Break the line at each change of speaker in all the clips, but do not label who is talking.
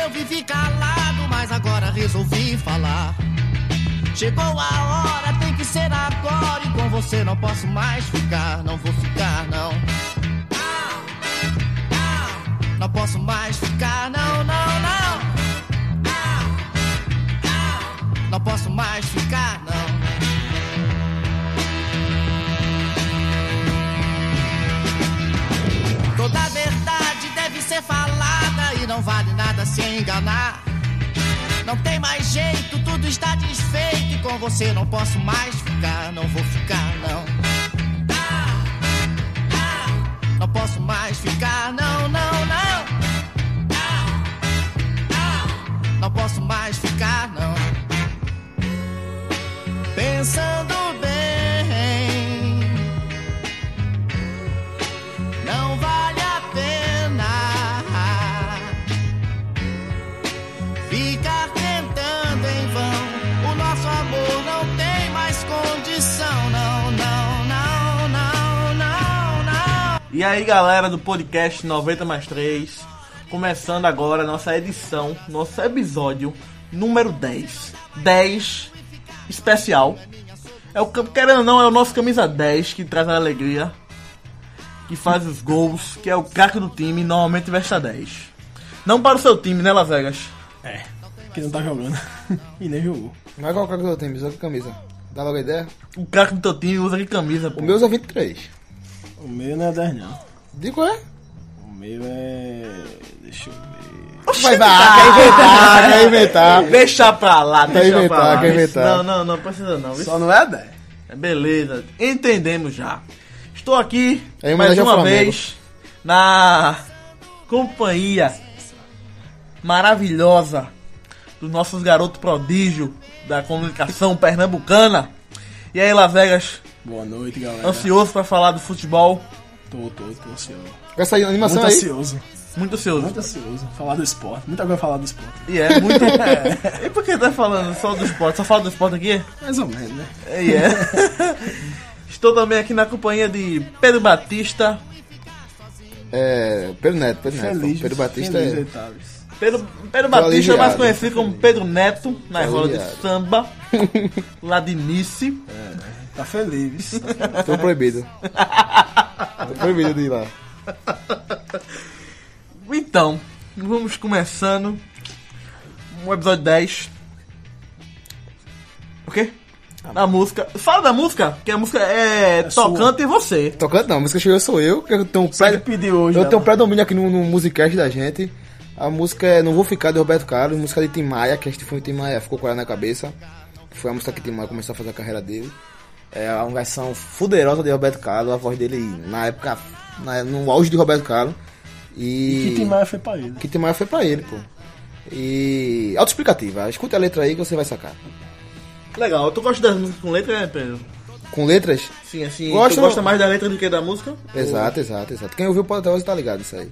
eu vivi calado, mas agora resolvi falar. Chegou a hora, tem que ser agora. E com você não posso mais ficar, não vou ficar, não. Não posso mais ficar, não, não, não. Não posso mais ficar, não. Toda verdade deve ser falada e não vale nada se enganar. Não tem mais jeito, tudo está desfeito e com você não posso mais ficar, não vou ficar não. Ah, ah, não posso mais ficar, não, não, não. Ah, não posso mais ficar, não. Pensando bem, não vale a pena ficar tentando em vão. O nosso amor não tem mais condição, não, não, não, não, não, não.
E aí galera do podcast 90 mais 3, começando agora a nossa edição, nosso episódio número 10. 10 especial. É o cam- querendo ou não, é o nosso camisa 10 que traz a alegria, que faz os gols, que é o craque do time, normalmente veste a 10. Não para o seu time, né, Las Vegas?
É, que não tá jogando. e nem jogou.
Não é qual craque do time, usa que camisa. Dá logo a ideia?
O craque do teu time usa que camisa, pô.
O meu usa 23.
O meu não é 10 não.
De qual é?
O meu é. Deixa eu ver.
Vai,
tá.
vai, quer inventar, quer inventar.
Deixa pra lá,
Quer
deixa
inventar,
pra lá.
quer inventar.
Não, não, não precisa não. Isso-
Só não é a 10.
É, Beleza, entendemos já. Estou aqui
Em
mais
homenagem ao
uma
Flamengo.
vez na companhia maravilhosa dos nossos garotos prodígio da comunicação pernambucana. E aí, Las Vegas,
Boa noite, galera.
ansioso para falar do futebol?
Tô, tô, tô ansioso.
Com essa animação
Muito
aí.
ansioso.
Muito ansioso.
Muito ansioso. Falar do esporte. Muita coisa falar do esporte.
E é muito. E por que tá falando só do esporte? Só fala do esporte aqui?
Mais ou menos, né?
É, e é. Estou também aqui na companhia de Pedro Batista,
É, Pedro Neto, Pedro Neto.
Feliz.
Pedro Batista
feliz,
é.
oitavas.
Pedro, Pedro Batista,
aliviado,
mais conhecido como Pedro Neto, na
Tô
roda de
aliviado.
samba, lá de Nice.
Tá feliz.
Tô proibido. Tô proibido de ir lá.
Então, vamos começando o episódio 10. O quê? Na música. Fala da música, que a música Tá é, tocante e você.
Tocando não, a música chegou sou eu, que eu tenho um
Você
pré...
que pediu hoje.
Eu tenho um
né?
predomínio aqui no, no musicast da gente. A música é Não Vou Ficar, de Roberto Carlos, música de Tim Maia, que este foi o Tim Maia, ficou com ela na cabeça. Foi a música que Tim Maia começou a fazer a carreira dele. É uma versão fuderosa de Roberto Carlos, a voz dele na época, na- no auge de Roberto Carlos. E,
Que Tim Maia foi pra ele.
que Tim Maia foi pra ele, pô. E autoexplicativa, escuta a letra aí que você vai sacar.
Legal, tu gosta das músicas com letra, né, Pedro?
Com letras?
Sim, assim,
Gosto.
tu gosta mais da letra do que da música?
Exato, exato, exato. Quem ouviu o podcast tá ligado isso aí.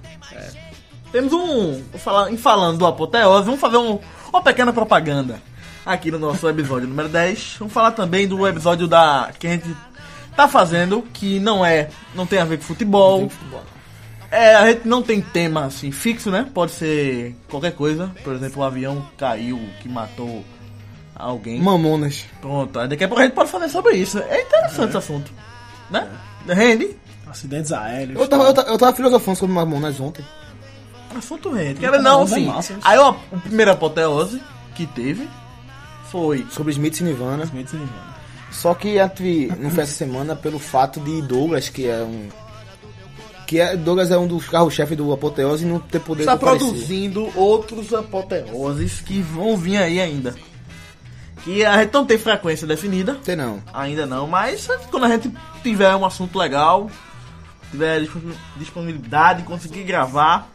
Temos um. vou falar- Em falando do Apoteose, vamos fazer um- uma pequena propaganda aqui no nosso episódio número 10. Vamos falar também do episódio da que a gente tá fazendo, que não é. não tem a ver com futebol. É, a gente não tem tema assim fixo, né? Pode ser qualquer coisa. Por exemplo, um avião caiu que matou alguém.
Mamonas.
Pronto, aí daqui a pouco a gente pode fazer sobre isso. É interessante esse assunto. Né? Rende?
Acidentes aéreos.
Eu tava, eu tava, eu tava filosofando sobre Mamonas ontem.
Assunto rende. Cara, não,
é
Manda
assim.
é massa, isso.
Aí ó, a primeira apoteose que teve foi.
Sobre Smith e Nirvana.
Acidentes aéreos.
Só que a tri- não foi essa semana pelo fato de Douglas, que é um. Que é, Douglas é um dos carros-chefe do Apoteose não ter poder
Está
comparecer.
tá produzindo outros apoteoses que vão vir aí ainda. Que a gente não tem frequência definida,
Tem não.
ainda não, mas quando a gente tiver um assunto legal, tiver dispo- disponibilidade, conseguir gravar,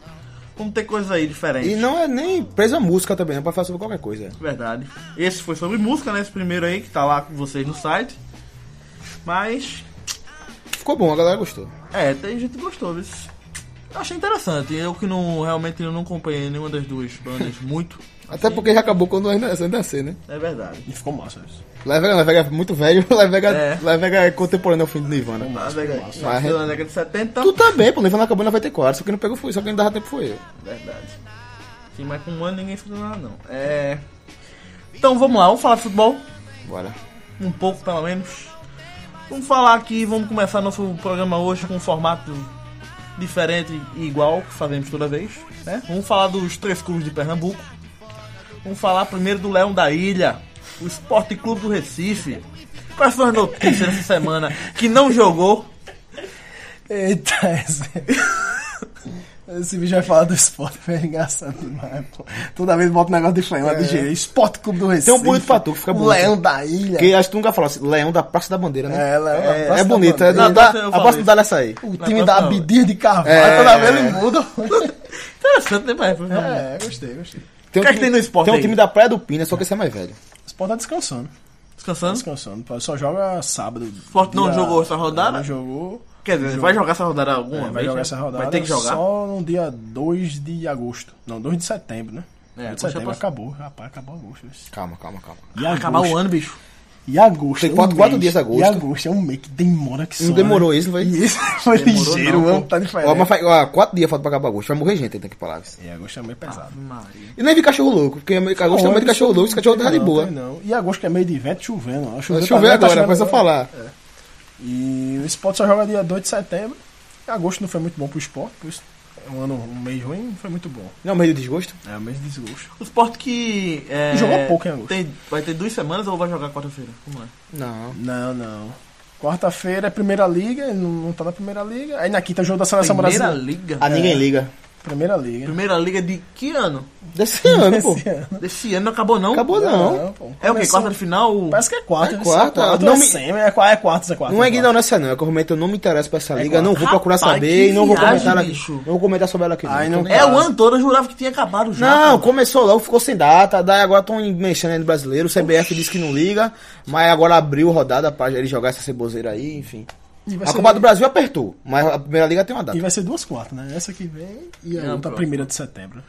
vamos ter coisa aí diferente.
E não é nem preso à música também, é pra falar sobre qualquer coisa.
Verdade. Esse foi sobre música, né? Esse primeiro aí que tá lá com vocês no site. Mas
Ficou bom, a galera gostou.
É, tem gente que gostou, viu? Eu achei interessante. Eu que não realmente eu não acompanhei nenhuma das duas bandas muito.
Até porque já acabou quando ainda ainda nascer, né?
É verdade.
E ficou massa isso.
Levega, Levega é muito velho, Levega
É.
é, Levega é contemporâneo ao fim do Nirvana.
Na década,
Mas a gente-
é na década de 70.
Tu também, pô, Nirvana acabou em 94, só quem não pegou foi, só quem não dava tempo foi eu.
Verdade. Sim, mas com um ano ninguém escuta nada, não. É. Então vamos lá, vamos falar de futebol.
Bora.
um pouco pelo menos. Vamos falar aqui, vamos começar nosso programa hoje com um formato diferente e igual que fazemos toda vez, né? Vamos falar dos três clubes de Pernambuco. Vamos falar primeiro do Leão da Ilha, o Esporte Clube do Recife. Quais foram as notícias dessa semana que não jogou?
Eita, esse... esse vídeo vai falar do esporte, velho. Engraçado demais, pô. Toda vez bota um negócio diferente, mas de jeito. Esporte Clube do Recife.
É. Tem um bonito pra tu, que fica bonito.
Leão da Ilha.
Porque acho que tu nunca falou assim, Leão da Praça da Bandeira, né?
É, Leão da
É,
Praça
é
da
bonito, é,
Bandeira.
não dá,
Eu
a
falei.
Praça não dá nessa aí.
O
Não,
time da
não,
Abidir de Carvalho.
É.
Toda vez ele muda.
Interessante, né, Marcos?
é, gostei, gostei.
Tem
O que é que tem no esporte
Tem um
aí?
time da Praia do Pina, só que esse é mais velho.
O esporte tá descansando.
Descansando?
Descansando. pô. Só joga sábado. O
esporte não jogou essa rodada?
Não jogou.
Quer dizer, vai jogar essa rodada alguma
É, vai
vez,
jogar
né?
essa rodada.
Vai ter que jogar.
Só no dia 2 de agosto. Não, 2 de setembro, né?
É,
2 de
agosto é
setembro
próximo.
acabou. Rapaz, acabou agosto. isso.
Calma, calma, calma.
E
Acabar o ano, bicho.
E agosto.
Tem
é um
quatro- quatro
mês.
dias de agosto.
E agosto é um mês que demora que só.
Não demorou
né?
isso, não foi?
E esse foi
Demorou
ligeiro,
não,
o ano
pô.
tá diferente.
Ó, mas faz, ó, quatro dias falta pra acabar agosto. Vai morrer gente aí daqui pra lá.
E agosto é meio pesado.
Maria.
assim. E nem vi cachorro louco, porque agosto é
Não,
meio de cachorro louco, esse cachorro tá de
não,
boa.
tem Não. E agosto que é meio de vento chovendo. ó.
Vai
Choveu,
chover
tá- tá
agora,
chovendo
começa a falar.
E o esporte só joga dia 2 de setembro. Agosto não foi muito bom pro esporte, por isso é um ano, um mês ruim, não foi muito bom.
Não, meio de desgosto.
É um mês de desgosto.
O Sport que. É,
Jogou pouco em agosto.
tem- vai ter duas semanas ou vai jogar quarta-feira? Como é?
Não.
Não, não. Quarta-feira é Primeira Liga, não, não tá na Primeira Liga. Aí na quinta é o jogo da Seleção
Primeira Ah,
Brasileira.
Liga?
A ninguém liga.
Primeira Liga.
É. Primeira Liga de que ano?
Desse ano, pô.
Esse ano.
Desse ano não acabou, não?
Acabou não.
pô.
É o quê?
Começou-
Quarta de final?
Parece que é quarta.
É
né?
quarta,
Quarta
não
ou é
me-
semi, é qua- é quarta, é quarta.
Não é
é quarta.
ignorância não, é que eu realmente eu não me interesso pra essa liga, não vou
Rapaz,
procurar
que
saber e não vou
viagem,
comentar aqui.
bicho.
Não vou comentar sobre ela aqui.
Ai,
não. Então,
não
Tô-
É o ano todo, eu jurava que tinha acabado já.
Não,
pô.
começou logo, ficou sem data, daí agora estão mexendo aí no brasileiro, o CBF disse que não liga, mas agora abriu rodada pra ele jogar essa ceboseira aí, enfim.
E vai
A
ser-
Copa do Brasil apertou, mas a primeira liga tem uma
E
data.
vai ser duas quartas, né? Essa que vem e a
Não,
outra,
próxima.
primeira de setembro.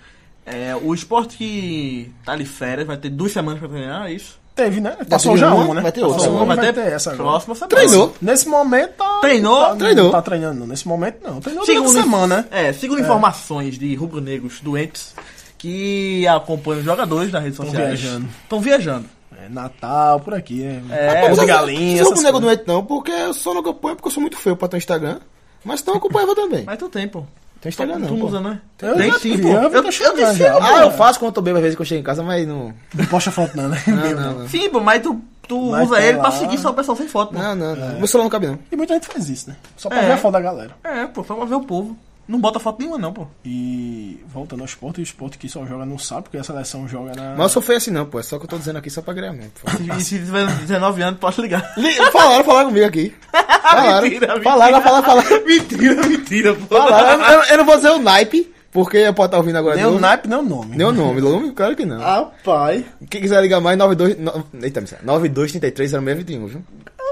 É, o Sport que tá de férias, vai ter duas semanas pra treinar, é isso?
Teve, né? Passou
ter
já
uma,
uma, né?
vai ter outra.
Passou
Só
uma, vai ter essa
essa
agora.
próxima semana.
Treinou.
Nesse momento tá.
Treinou?
tá-
Treinou.
Não tá treinando, não. Nesse momento não. Treinou
Segundo,
toda semana, né?
É, segundo informações de rubro-negros doentes que acompanham os jogadores nas redes sociais.
viajando.
Estão viajando.
É Natal, por aqui.
É,
Papo de
Mas eu-
galinha.
Eu sou
essas
boneco
coisas.
doente não, porque eu só não acompanho porque eu sou muito feio pra ter um Instagram, mas não acompanhava também.
Mas tu tem, pô.
Tem Instagram
tu
não,
não
pô.
usa, não é?
Ah, Eu
tem
já
sim,
vi,
pô.
eu vi, tá chegando
disse,
já,
ah,
Ah, eu faço quando eu tô bêbado às vezes que eu chego em casa, mas não...
Não posta foto, não, né?
Não, não, não.
Sim, pô, mas tu, tu
Mas
usa
tá
ele pra
lá.
seguir só o pessoal sem foto, pô.
Não, não,
É.
não. Meu celular não cabe não.
E muita gente faz isso, né? Só pra
É.
ver a foto da galera.
É, pô, só pra ver o povo. Não bota foto nenhuma, não, pô.
E voltando ao esporte, o esporte que só joga no sábado, porque a seleção joga na.
Mas eu sou feio assim não, pô, é só que eu tô dizendo aqui só pra ganhar mesmo. pô.
E se tiver 19 anos, pode ligar.
Li- Falaram, falaram comigo aqui. Falaram,
Mentira,
falaram, falaram, falaram.
Mentira, mentira, pô.
Falaram, eu, eu não vou dizer o naipe, porque pode estar ouvindo agora.
Nem
de
o
novo.
naipe, Ah. nem o nome. né?
Nem o nome, nome, claro que não.
Rapaz.
Quem quiser ligar mais, 92... no- Eita, miséria. 9233-0621, viu?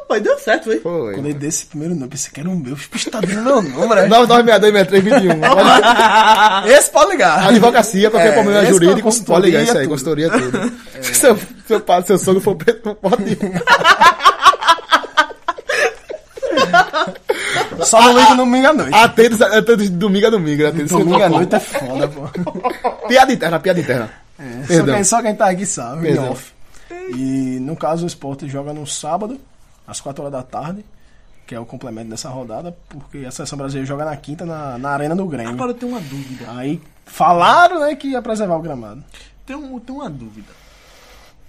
Rapaz, deu certo, hein?
Foi.
Quando ele desse esse primeiro nome, pensei que era o meu. Bicho, tá dando meu nome, né?
9962-6321.
Esse pode ligar.
Advocacia, qualquer
É,
problema
esse
jurídico,
pra
pode ligar isso aí,
consultoria,
consultoria é tudo. Se seu, seu padre, seu sogro for preto, não pode ir.
Só
Ah,
não liga no domingo à noite.
Atentos, atentos de domingo a domingo, atentos.
Domingo à noite é foda, pô.
Piada interna, piada interna.
Só
Perdão.
quem, só quem tá aqui sabe, em
Perdão.
off. E no caso, o esporte joga no sábado, às 4 horas da tarde, que é o complemento dessa rodada, porque a seleção brasileira joga na quinta, na, na Arena do Grêmio.
Agora eu tenho uma dúvida.
Aí falaram, né, que ia preservar o gramado.
Tenho, um- tenho uma dúvida.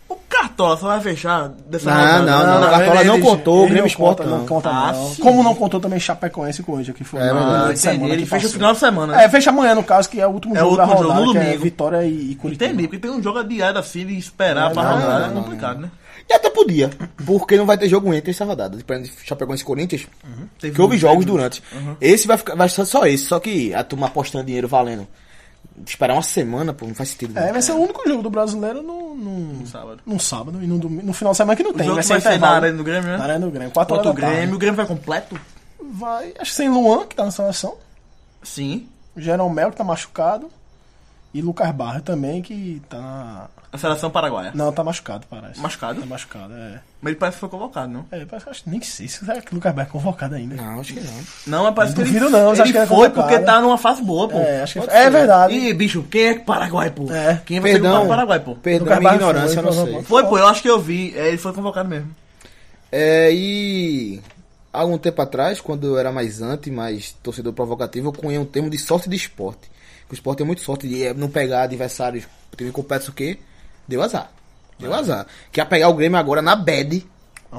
O Cartola só vai fechar dessa
Não,
rodada?
não, não, o Cartola
ele-
não
ele-
contou. Pô,
Ele
Grêmio
não
Sport,
conta, não
não.
conta,
Ah,
não.
sim.
Como não contou também Chapecoense e Corinthians, que foi
É
na
verdade.
Ah,
na
entendi.
semana
Ele
que
fecha o
passou.
final de semana, né?
É, fecha amanhã, no caso, que é o último
É o
jogo da
último jogo,
rodada, que é
domingo.
Vitória e, e Curitiba.
Entendi, porque tem um jogo adiado assim de esperar
É,
pra
não,
rodada.
não,
É
não,
complicado, né?
E até podia, porque não vai ter jogo entre essa rodada. Dependendo de Chapecoense e Corinthians,
Uhum.
Teve
que houve
um-
jogos durante. Esse vai ficar, vai ser só esse, só que a turma apostando dinheiro valendo. Esperar uma semana, pô, não faz sentido. não.
É, vai ser o único jogo do brasileiro no, no,
sábado.
no sábado e no, domingo, no final de semana que não
O
tem.
jogo
Vai
que
ser,
vai ser na
intervalo.
Arena do Grêmio, né?
Na Arena do Grêmio. 4 horas
Contra
da
o Grêmio.
tarde.
O Grêmio vai completo?
Vai, acho que sem Luan, que tá na seleção.
Sim.
Jeromel, que tá machucado. E Lucas Barra também, que tá na.
A seleção paraguaia.
Não, tá machucado, parece.
Machucado?
Tá machucado, é.
Mas ele parece que foi convocado, não?
É, parece, acho, nem sei se será que o Lucas Barra é convocado ainda.
Não, acho que não.
Não, mas parece que ele,
Duvido não, mas
ele
acho que ele é
foi
convocado.
porque tá numa fase boa, pô.
É, acho que
Pode
é
ser.
verdade.
Ih, bicho, quem é que Paraguai, pô?
É.
Quem vai ser
Perdão,
o Paraguai, pô?
perdão, minha
Barra
ignorância,
foi,
eu não
foi,
sei.
Foi, pô, eu acho que eu vi. É, ele foi convocado mesmo.
É, e há algum tempo atrás, quando eu era mais anti, mais torcedor provocativo, eu cunhei um termo de sorte de esporte. Que o esporte tem muito sorte de eh, não pegar adversários. O time compete o quê? Deu azar. Deu azar. Que ia pegar o Grêmio agora na bad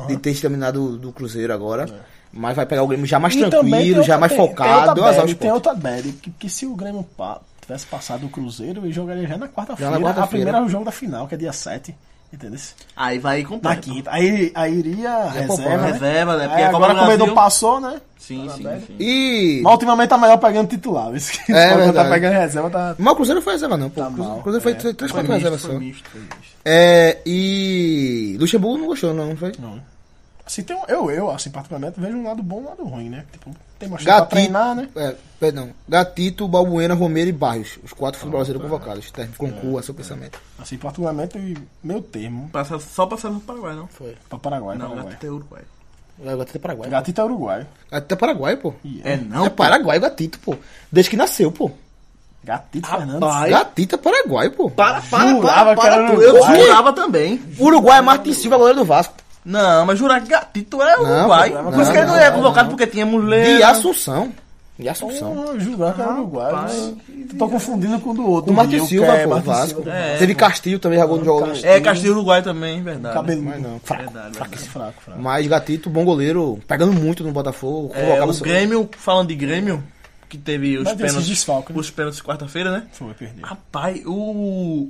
de ter se terminado do Cruzeiro agora. Mas vai pegar o Grêmio já mais
E também tem
tranquilo, já
outra-
mais
tem-
focado.
Tem
Deu azar
outra
o
bad, tem
esporte.
outra bad, que, que se o Grêmio pa- tivesse passado o Cruzeiro, ele jogaria já na quarta-feira.
Já na
a
quarta-feira.
primeira é o jogo da final, que é dia 7, entendeu?
Aí vai comprar.
Na quinta. Aí, aí iria a
É, poupar,
reserva,
né?
né?
Reserva, né? Porque
Aí
a Copa
agora
do
como ele não
Brasil-
passou, né?
Sim, sim,
velho.
sim.
E.
Mas ultimamente tá melhor pegando titular. Isso que
É
quando tá
verdade.
pegando reserva, tá...
Mas o Cruzeiro não foi reserva, não. Pô.
Tá
o Cruzeiro,
mal,
o Cruzeiro foi
é.
3,
Foi
4
misto,
reservas
foi
só.
misto, foi misto.
É, e. Luxemburgo não gostou, não, foi?
Assim, tem um- eu, eu, assim, particularmente, vejo um lado bom e um lado ruim, né? Tipo, tem mais tempo pra
Gatito,
treinar, né?
é, perdão. Gatito, Balbuena, Romero e Barrios. Os quatro futebolistas brasileiros convocados. Tá, conclua seu pensamento.
Assim, particularmente, meu termo
Passa- Só passar no Paraguai, não?
pra Paraguai,
Não,
Paraguai.
Gatito é Uruguai.
É, o Gatito é Paraguai.
Gatito é uruguaio.
Gatito é Paraguai, pô.
E
É, não?
é Paraguai o Gatito, pô. Desde que nasceu, pô.
Gatito Fernandes.
Rapaz, Aí-
Gatito é Paraguai, pô.
Para, para,
Jurava
para,
que era
para tu. Eu
Uruguai.
jurava também.
Uruguai é Martin Silva, goleiro do Vasco.
Não, mas jurar que Gatito é Uruguai.
não,
Por isso que ele não
não,
é
não,
convocado porque tinha mulher.
De Assunção. De Assunção.
Eu jurava que era uruguaio,
Rapaz,
mas tô confundindo com o do outro.
O Martin
Rio, que
Silva,
é
pô,
Martin
Vasco.
Silva.
É.
Teve Castilho também, jogou no jogo.
um
É, Castilho e Uruguai também, verdade.
Cabeludo.
Mas não. Fraco.
é Verdade,
Fraco,
verdade.
fraco, fraco.
Mas Gatito, bom goleiro. Pegando muito no Botafogo.
É,
Convocava
o
seu-
Grêmio, falando de Grêmio, que teve os
Mas tem esses
pênaltis.
desfalques, né?
Os pênaltis quarta-feira, né?
Foi, perdi.
Rapaz, o.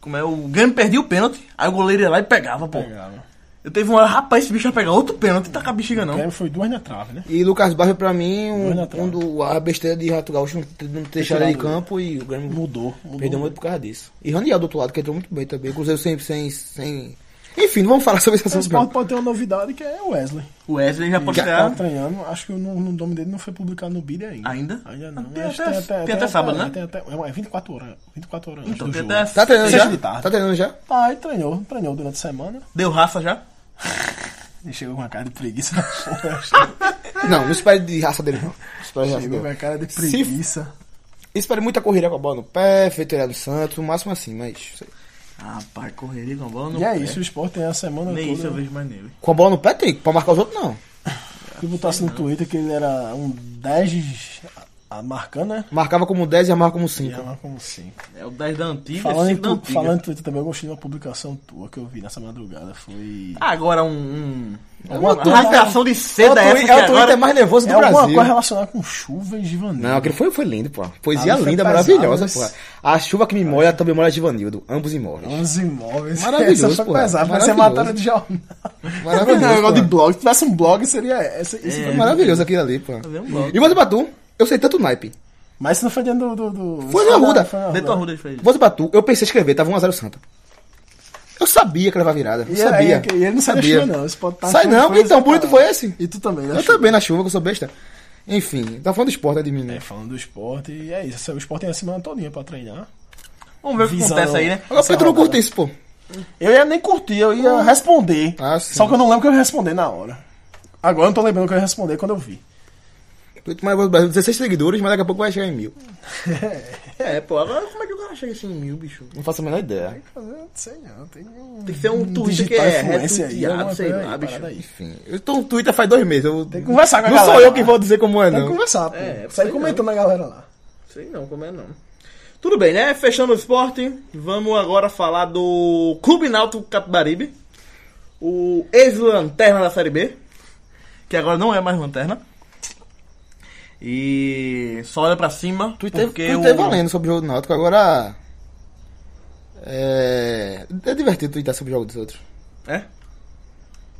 Como é? O Grêmio perdia o pênalti, aí o goleiro ia lá e pegava, pô.
Pegava.
Eu teve uma hora, rapaz, esse bicho vai pegar outro pênalti, tá com a bexiga
O
não.
Grêmio foi duas na trave, né?
E Lucas Barros, pra mim, um,
Dois na trave.
um do, a besteira de Rato Gaúcho não ter- não ter deixado ele em campo e o Grêmio
Mudou. mudou.
perdeu muito por causa disso. E Raniel do outro lado, que entrou muito bem também. O Cruzeiro sem. sem, sem... Enfim, não vamos falar sobre esse
O
assunto. não.
Sport pode ter uma novidade que é o Wesley.
O Wesley já pode
Tá
ganhar.
treinando. Acho que o no- no nome dele não foi publicado no BID ainda.
Ainda?
Ainda não.
Tem
Acho que
até- tem até sábado, né?
Tem até, é 24 horas. 24 horas
Então,
antes
tem
do
até
jogo.
Tá treinando
Seis
já?
de tarde.
Tá treinando já?
Ah, ele treinou. Treinou durante a semana.
Deu raça já?
Ele chegou com uma cara de preguiça na porra. chegou-
Não, não espere de raça dele, não. Espere de raça
Chegou com
dele.
uma cara de preguiça.
Espere muita corrida com a bola no pé, feitoria no Santos, no máximo assim, mas.
Rapaz, correria com a bola no
E é
pé.
isso. né? O Sport tem a semana
Nem isso eu
toda.
vejo mais nele.
Com a bola no pé tem, pra marcar os outros não.
E botasse no Twitter que ele era um 10 a- a- marcando, né?
Marcava como 10 e amava como
E
5.
era como 5.
É o 10 da antiga,
Falando em,
cinco da
tu,
antiga.
falando em Twitter também, eu gostei de uma publicação tua que eu vi nessa madrugada. Foi.
Ah,
Agora um. um
Alguma
uma
coisa-
rasgação de
É o
seda essa
Twitter
que
é o Twitter
agora...
mais nervoso do
é alguma
Brasil.
coisa relacionada com chuva e givaneiro.
Não, aquele foi, foi lindo, pô. Poesia
Ali foi
linda,
pesado,
maravilhosa,
Ah, mas-
pô. A chuva que me molha também molha Givanildo. Ambos imóveis.
Os imóveis.
Maravilhoso,
Essa
pô.
foi pesada. Parecia
Maravilhoso.
matéria de jornal.
Maravilhoso,
Não, é negócio
pô.
de blog. Se tivesse um blog, seria essa. esse
É.
Foi
Ah, foi-
maravilhoso aquilo ali, pô.
Fazer um bloco.
E você Batu, eu sei tanto naipe.
Mas isso não foi dentro do. do, do-
Foi na Arruda.
Foi na
Dentro da Ruda ele fez.
Você Batu, eu pensei em escrever, tava 1x0 Santa. Eu sabia que ele vai virada. Eu
E,
sabia.
aí, e ele não sai da chuva, não. Esse pode tá
Sai não,
coisa,
então, bonito
tá.
foi esse.
E tu também, né?
Eu também na chuva, que eu sou besta. Enfim, tá falando do esporte, né, de mim,
É,
né?
falando do esporte, e é isso. O esporte tem a semana todinha pra treinar.
Vamos ver o que
Visão.
acontece aí, né?
Agora por que tu não
rodada.
curte isso, pô?
Eu ia nem curtir, eu ia responder.
Ah, sim.
Só que eu não lembro que eu ia responder na hora. Agora eu não tô lembrando que eu ia responder quando eu vi.
Twitter mais nervoso do Brasil, 16 seguidores, mas daqui a pouco vai chegar em mil.
É, pô, agora como é que o cara chega assim em mil, bicho?
Não faço a menor ideia.
Não Ah, sei não, tem um.
Tem que ser um Twitter que
digital
é
influencer aí,
retuiteado,
alguma
sei
coisa
lá,
aí,
bicho.
parada aí.
Enfim, eu tô no Twitter faz dois meses. Eu...
Tem que conversar com a
não
galera.
sou eu que vou dizer como é,
Tem que
não.
conversar, pô.
É,
Sai
sei
comentando a galera lá.
Sei não, como é não. Tudo bem, né? Fechando o esporte, vamos agora falar do Clube Náutico Capibaribe, o ex-lanterna da Série B, que agora não é mais lanterna. E só olha pra cima,
Twitter,
porque
Twitter
o...
valendo sobre o jogo do Náutico, agora. É. É divertido twittar sobre o jogo dos outros.
É?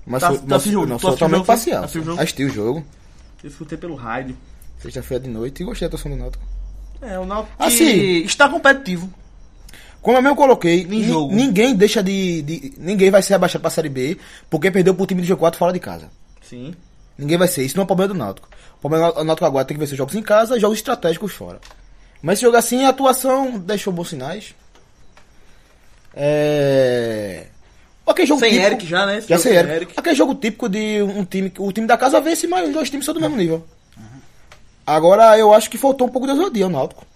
Mas
Tá-
sou,
tá
mas,
assistindo o jogo?
não,
Tu
sou
assistiu o
totalmente
jogo?
parcial.
Assistiu o jogo?
Assisti o jogo,
Eu escutei pelo rádio.
sexta-feira de noite, e gostei da atuação do Náutico.
É, o Náutico
Assim.
está competitivo. é
Como eu mesmo coloquei, ni-
jogo.
ninguém deixa de, de- Ninguém vai ser abaixado pra Série B porque perdeu pro time do G4 fora de casa.
Sim.
Ninguém vai ser. Isso não é problema do Náutico. O problema do Náutico agora tem que vencer jogos em casa e jogos estratégicos fora. Mas esse jogo assim, a atuação deixou bons sinais. É. Aquele jogo
Sem
típico,
Eric já, né? Esse
Já
jogo
sem
sem
Eric.
Eric.
Aquele jogo típico de um time. que O time da casa vence, mas os dois times são do mesmo nível. Agora eu acho que faltou um pouco de ousadia ao Náutico.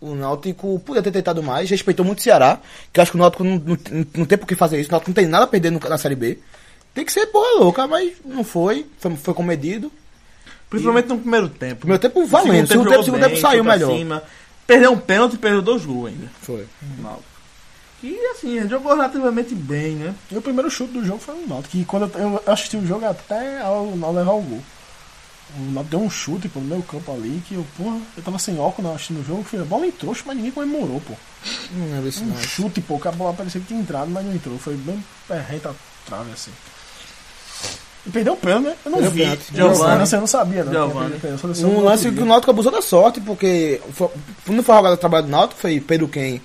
O Náutico podia ter tentado mais, respeitou muito o Ceará, que eu acho que o Náutico não, não, não tem por que fazer isso, o Náutico não tem nada a perder no- na Série B. Tem que ser porra louca, mas não foi, foi, foi comedido.
Principalmente no primeiro tempo.
Primeiro tempo valendo, segundo tempo,
jogou
segundo
bem,
tempo saiu
foi pra
melhor.
cima. Perdeu um pênalti e perdeu dois gols ainda.
Foi.
Mal. E assim, jogou relativamente bem, né?
E o primeiro chute do jogo foi o Náutico, que quando eu eu assisti o jogo até ao Náutico levar o gol. O Náutico deu um chute pro meu campo ali, que eu, porra, eu tava sem óculos né, assistindo o jogo, fui, a bola entrou, mas ninguém comemorou, pô.
Não lembro isso
Um
não.
chute, pô, que a bola parecia que tinha entrado, mas não entrou. Foi bem é, reta a trave, assim. E perdeu o pênalti, né? Eu não
Perdeu o
vi.
pênalti.
Giovani.
Giovanni. Eu não sabia, né? não.
Giovani.
Eu só- eu só
Um
não
lance que
queria.
o Náutico abusou da sorte, porque foi- não foi a jogada do trabalho do Náutico, foi Pedro quem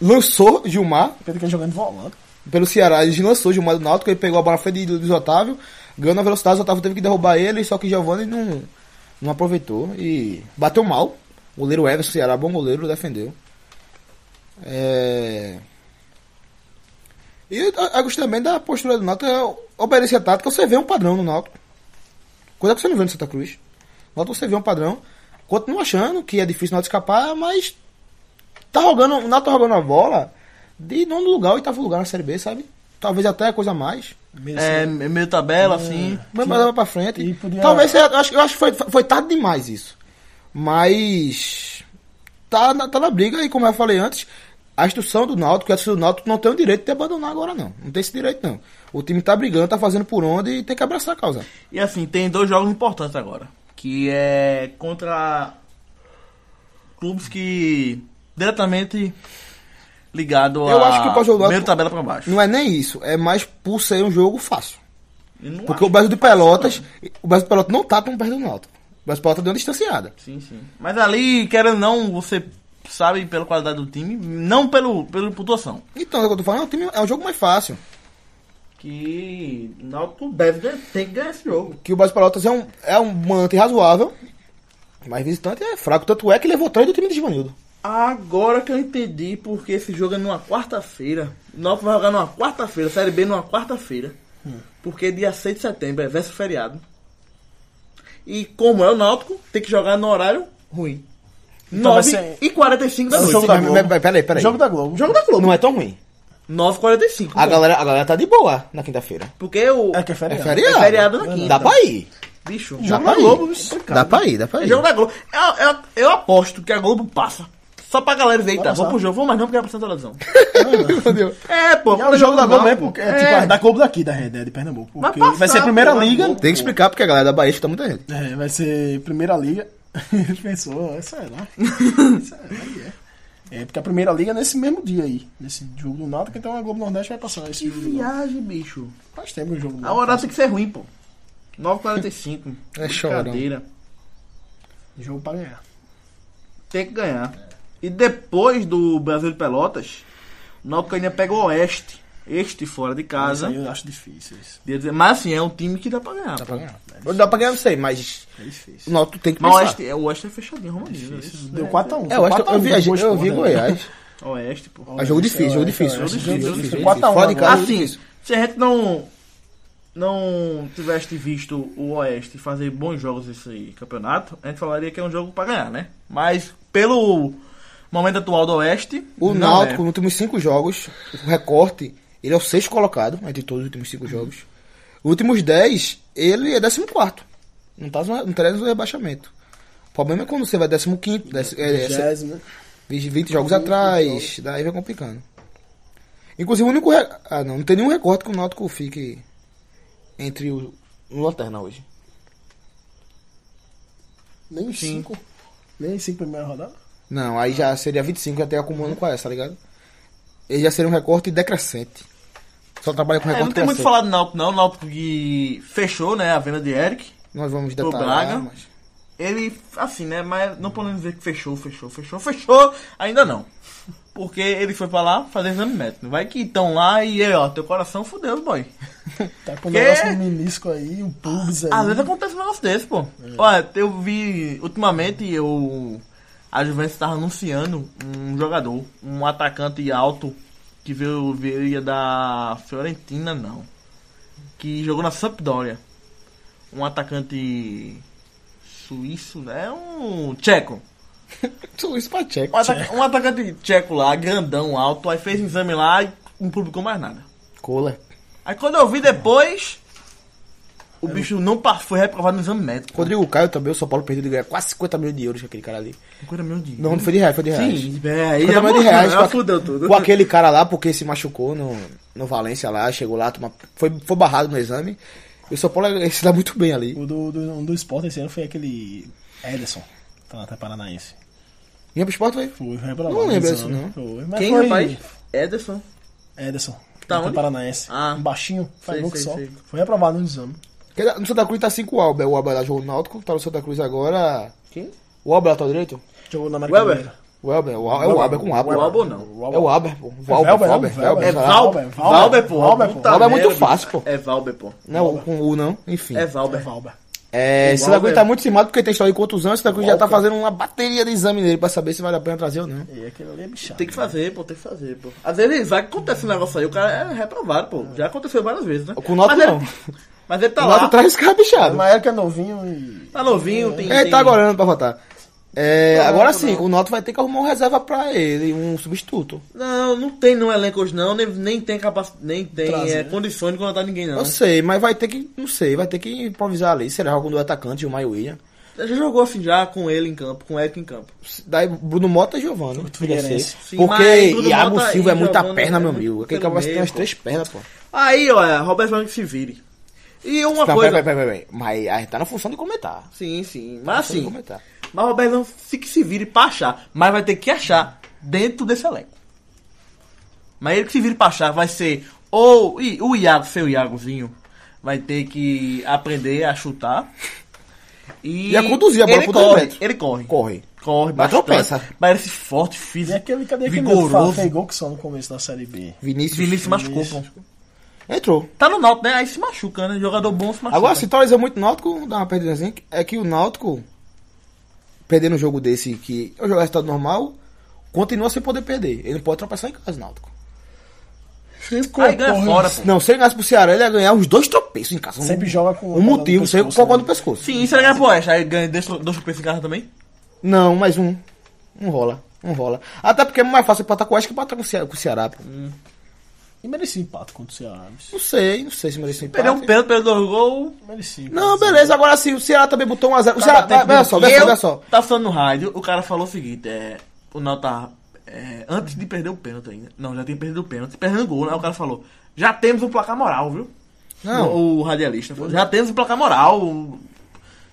lançou Gilmar,
Pedro que é jogando volante.
pelo Ceará, ele lançou o Gilmar do Náutico, ele pegou a bola na frente de Luiz Otávio, ganhou na velocidade, o Otávio teve que derrubar ele, só que Giovanni não, não aproveitou e bateu mal. O goleiro Everson, Ceará, bom goleiro, defendeu. É... E eu, eu gostei também da postura do Náutico, é obedecer a tática, você vê um padrão no Náutico. Coisa que você não vê no Santa Cruz. No Náutico você vê um padrão, continua achando que é difícil o Náutico escapar, mas tá jogando, o Náutico tá jogando a bola de nono lugar, oitavo lugar na Série B, sabe? Talvez até coisa a mais.
Mesmo
É,
assim.
meio tabela, assim.
Mas mais lá pra frente.
E podia-
Talvez, eu acho, eu acho que foi, foi tarde demais isso. Mas. Tá na, tá na briga e, como eu falei antes, a instrução do Náutico, a instrução do Náutico não tem o direito de abandonar agora, não. Não tem esse direito, não. O time tá brigando, tá fazendo por onde e tem que abraçar a causa.
E assim, tem dois jogos importantes agora. Que é contra clubes que diretamente ligado
Eu
a
acho que pode jogar-
primeiro tabela pra baixo.
Não é nem isso, é mais por ser um jogo fácil.
Eu não
Porque o
acho.
Brasil de Pelotas. O Brasil de Pelotas não tá tão perto do Náutico. O Brasil de Pelotas deu uma distanciada.
Sim, sim. Mas ali, querendo ou não, você sabe pela qualidade do time, não pelo, pela pontuação.
Então, é o que eu tô falando, é um time- é um jogo mais fácil.
Que o Náutico deve ganhar- tem que ganhar esse jogo.
que o Brasil de Pelotas é um, é um manto razoável, mas visitante é fraco. Tanto é que levou três do time de Givanildo.
Agora que eu entendi porque esse jogo é numa quarta-feira. O Náutico vai jogar numa quarta-feira, Série B numa quarta-feira.
Hum.
Porque dia 6 de setembro é verso feriado. E como é o Náutico, tem que jogar no horário ruim.
Então vai
9
ser-
e 45 da
É o
noite.
jogo da
Mas-
Globo.
mas- mas Peraí, peraí.
Jogo da Globo.
Jogo da Globo.
Não é tão ruim.
9 e 45.
A galera, a galera tá de boa na quinta-feira.
Porque o...
É que é
É
fériado.
feriado.
É feriado na quinta.
Dá pra ir.
Bicho,
Dá
Jogo
pra
da
ir. É
Globo, isso.
Dá pra ir, dá pra
É
ir.
jogo da Globo. Eu, eu, eu aposto que a Globo passa. Só pra galera ver, eita,
Vai
vou
passar.
pro jogo, vou, mas não porque vai passar na televisão.
Entendeu?
É, pô.
E é o jogo da Globo é porque é, tipo,
É.
é da Globo daqui, da Rede, é de Pernambuco.
Vai
Porque
passar,
vai ser a primeira
pô,
liga.
Globo.
Tem que explicar porque a galera da Bahia escuta muita gente.
É, vai ser primeira liga. Ele pensou, "Ah, será? será que é? É, porque a primeira liga é nesse mesmo dia aí. Nesse jogo do Náutico, então a Globo Nordeste vai passar esse
Que
jogo. do Náutico.
viagem, bicho.
Faz tempo que o jogo do
A
Náutico.
hora tem que ser ruim, pô. 9h45.
É chorão.
Brincadeira.
Jogo pra ganhar.
Tem que ganhar. E depois do Brasil de Pelotas, o Náutico ainda pega o Oeste. Este fora de
Isso
casa.
aí eu acho difícil isso.
Dia 10. Mas assim, é um time que dá pra ganhar.
Dá
pô.
pra ganhar. Dá pra ganhar, não sei, mas
É difícil.
o Náutico tem que
Mas o
pensar.
Oeste, é- o Oeste é fechadinho, Romadinho.
Isso Deu 4x1.
É, eu acho que eu vi, a gente, eu vi Goiás.
Oeste, pô.
né? É jogo difícil, jogo difícil. um Ah,
Jogo
difícil, jogo difícil.
Fora de casa.
Assim, se a gente não não tivesse visto o Oeste fazer bons jogos nesse campeonato, a gente falaria que é um jogo pra ganhar, né? Mas pelo momento atual do Oeste,
O
não
Náutico,
é.
nos últimos cinco jogos, o recorte, ele é o sexto colocado entre todos os últimos
Uhum.
cinco jogos. Os últimos dez, ele é décimo quarto. Não tá no, não tá no rebaixamento. O problema é quando você vai décimo quinto, décimo, é, é,
Vigésimo.
20, jogos atrás, daí vai complicando. Inclusive, o único. Re... Ah, não, não tem nenhum recorte que o Náutico fique entre o. No Lanterna hoje.
Nem 5. Nem 5 primeira rodada.
Não, aí já seria 25, já tem acumulando com essa, tá ligado? Ele já seria um recorte decrescente. Só trabalha com
É,
recorte
não tem muito o que falar
crescente.
do Náutico, não. O Náutico que fechou, né, a venda de Eric.
Nós vamos
Pro
detalhar.
Braga.
mas-
Ele, assim, né, mas não podemos dizer que fechou, fechou, fechou, fechou, ainda não. Porque ele foi pra lá fazer exame médico. Vai que estão lá e, ó, teu coração fudeu, boy.
Tá com o
Quê?
negócio no menisco aí, o
Ah,
pubis aí.
um Às vezes acontece um negócio desse, pô. Olha, eu vi ultimamente eu a Juventus estava anunciando um jogador, um atacante alto que veio, veio da Fiorentina, não. Que jogou na Sampdoria. Um atacante suíço, né? Um tcheco.
Luiz Pacheco.
Um, ataca- um atacante tcheco lá, grandão, alto. Aí fez um exame lá e não publicou mais nada.
Cola.
Aí quando eu vi depois, o bicho não pa- foi reprovado no exame médico.
Rodrigo Caio também, o São Paulo perdeu de ganhar quase 50 milhões de euros com aquele cara ali.
Coisa meu de...
Não, não foi de reais, foi de reais.
Sim, é, aí
50
já
milhões de
morreu,
reais
já
com a-
fudeu tudo.
com aquele cara lá, porque se machucou no, no Valência lá, chegou lá, toma- foi, foi barrado no exame. E o São Paulo ele se dá muito bem ali.
O do, do, um do esporte esse ano foi aquele Ederson, tá lá, tá paranaense.
Vinha pro esporte, foi?
Foi, foi reprovado.
Não lembro
esse
esse,
ano.
não.
Foi, mas
Quem,
foi
rapaz? Ederson.
Ederson.
Tá
Tá
onde?
Paranaense.
Ah.
Um baixinho, faz
Sei,
gol que
sei,
só.
sei.
Foi aprovado no exame.
Porque No Santa Cruz tá 5 o Alba. O Alba lá jogou no Náutico, tá no Santa Cruz agora.
Quem?
O Alba lá tá direito?
Jogou na América
Weber.
Mineira.
O Alba, é o Alba, é o Alba, é com o Alba.
O Alba não.
É o Alba, pô.
Velber, não,
O Alba, o Alba, o Alba,
Velber.
É
sei lá.
Valber.
Valber,
Valber, pô.
Valber,
Puta
Valber é muito
merda,
fácil,
bicho.
pô.
É Valber, pô.
Não, com o U não, enfim.
É
É
Valber.
Valber.
É, Santa
Igual,
Cruz
velho.
tá muito estimado porque tem história de contusão. Santa Cruz já tá fazendo uma bateria de exame nele pra saber se vale a pena trazer ou não.
E aquele ali é bichado.
Tem que fazer, pô, tem que fazer, pô. Às vezes vai que acontece um negócio aí, o cara é reprovado, pô. Já aconteceu várias vezes, né?
Com o Náutico
mas
não.
Ele, mas ele tá
O
lá,
Náutico traz esse cara bichado.
Mas ele que é novinho e.
tá novinho, tem...
É,
tem-
tá agorando pra votar. É,
Não, não.
agora sim, o Noto vai ter que arrumar um reserva pra ele, um substituto.
Não, não tem no elenco hoje não, nem, nem tem capacidade, nem tem
Trazer.
é, condições de contratar ninguém não.
Eu sei, mas vai ter que, não sei, vai ter que improvisar ali. Será algum do atacante, o Maio William.
Já jogou assim já com ele em campo, com o Eric em campo.
Daí Bruno Mota e Giovanni. podia ser.
Figueirense.
Sim,
Porque
mas Bruno
Iago
Mota
Silva
e
é muita
Giovanni
perna,
é
meu
muito
amigo. Aquele
pelo
cara tem
meio,
umas
pô.
três pernas, pô.
Aí, ó, Roberto Wagner que se vire. E uma
Não,
coisa...
peraí, peraí, peraí, peraí. Mas a gente tá na função de comentar.
Sim, sim. Mas
Função de
assim,
Tá, comentar.
mas o Roberto Wagner se que se vire pra achar, mas vai ter que achar dentro desse elenco. Mas ele que se vire pra achar vai ser ou e o Iago, seu Iagozinho, vai ter que aprender a chutar. E,
E a conduzir a bola
ele
pro
corre,
Demetrio.
ele corre.
Corre.
Corre,
Mas
bastante,
tropeça.
Parece forte,
E
físico,
aquele, cadê aquele outro que
vigoroso.
fez gol que só no começo da Série B?
Vinícius.
Vinícius machucou, pô.
Entrou.
Tá no Náutico, né? Aí se machuca, né? Jogador bom se machuca.
Agora, se atualizou muito o Náutico, dá uma perdidazinha, que- é que o Náutico, perdendo um jogo desse, que é um jogo resultado normal, continua sem poder perder. Ele não pode tropeçar em casa, o Náutico.
Aí ganha fora, pô.
Não, se ele ganhasse pro Ceará, ele ia ganhar os dois tropeços em casa.
Sempre joga com
Um
o colar no
motivo, sempre
pescoço,
com o colar
né?
no pescoço.
Sim, se ele ganha pro Oeste, aí ganha dois dois tropeços em casa também.
Não, mais um. Não rola, não rola. Até porque é mais fácil empatar com o Oeste que empatar com o Ceará. Com o Ceará pô.
E merecia empate contra o Ceará. bicho.
Não sei, não sei se merecia empate.
Perdeu um pênalti, perdeu dois gols.
Merecia.
Não,
empate.
beleza, agora sim, o Ceará também botou um a zero. O Ceará,
Tá, tá,
olha só,
tá,
olha só,
eu
olha só.
Tava falando no rádio, o cara falou o seguinte, é, o Náutico tava, é, antes de perder o pênalti ainda, não, já tinha perdido o pênalti, perdendo o gol, né? O cara falou, já temos um placar moral, viu?
Não.
O, o radialista falou, já temos um placar moral, o-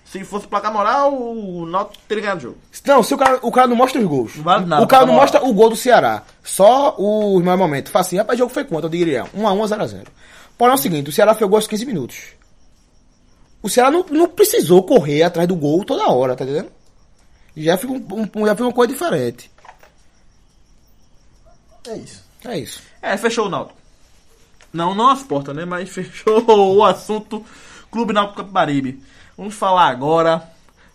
se fosse placar moral, o Náutico teria ganhado o jogo.
Não, se o cara, o cara não mostra os gols.
Não vale nada,
o cara
tá
não
bom.
mostra o gol do Ceará. Só o melhor momento. Fala assim, rapaz, o jogo foi quanto? Eu diria 1x1, 0x0. Porém é o seguinte, o Ceará fez o gol aos 15 minutos. O Ceará não, não precisou correr atrás do gol toda hora, tá entendendo? Já fica, um- um- já fica uma coisa diferente.
É isso.
É isso.
É, fechou o Náutico. Não, não as portas, né? Mas fechou o assunto Clube Náutico Capibaribe. Vamos falar agora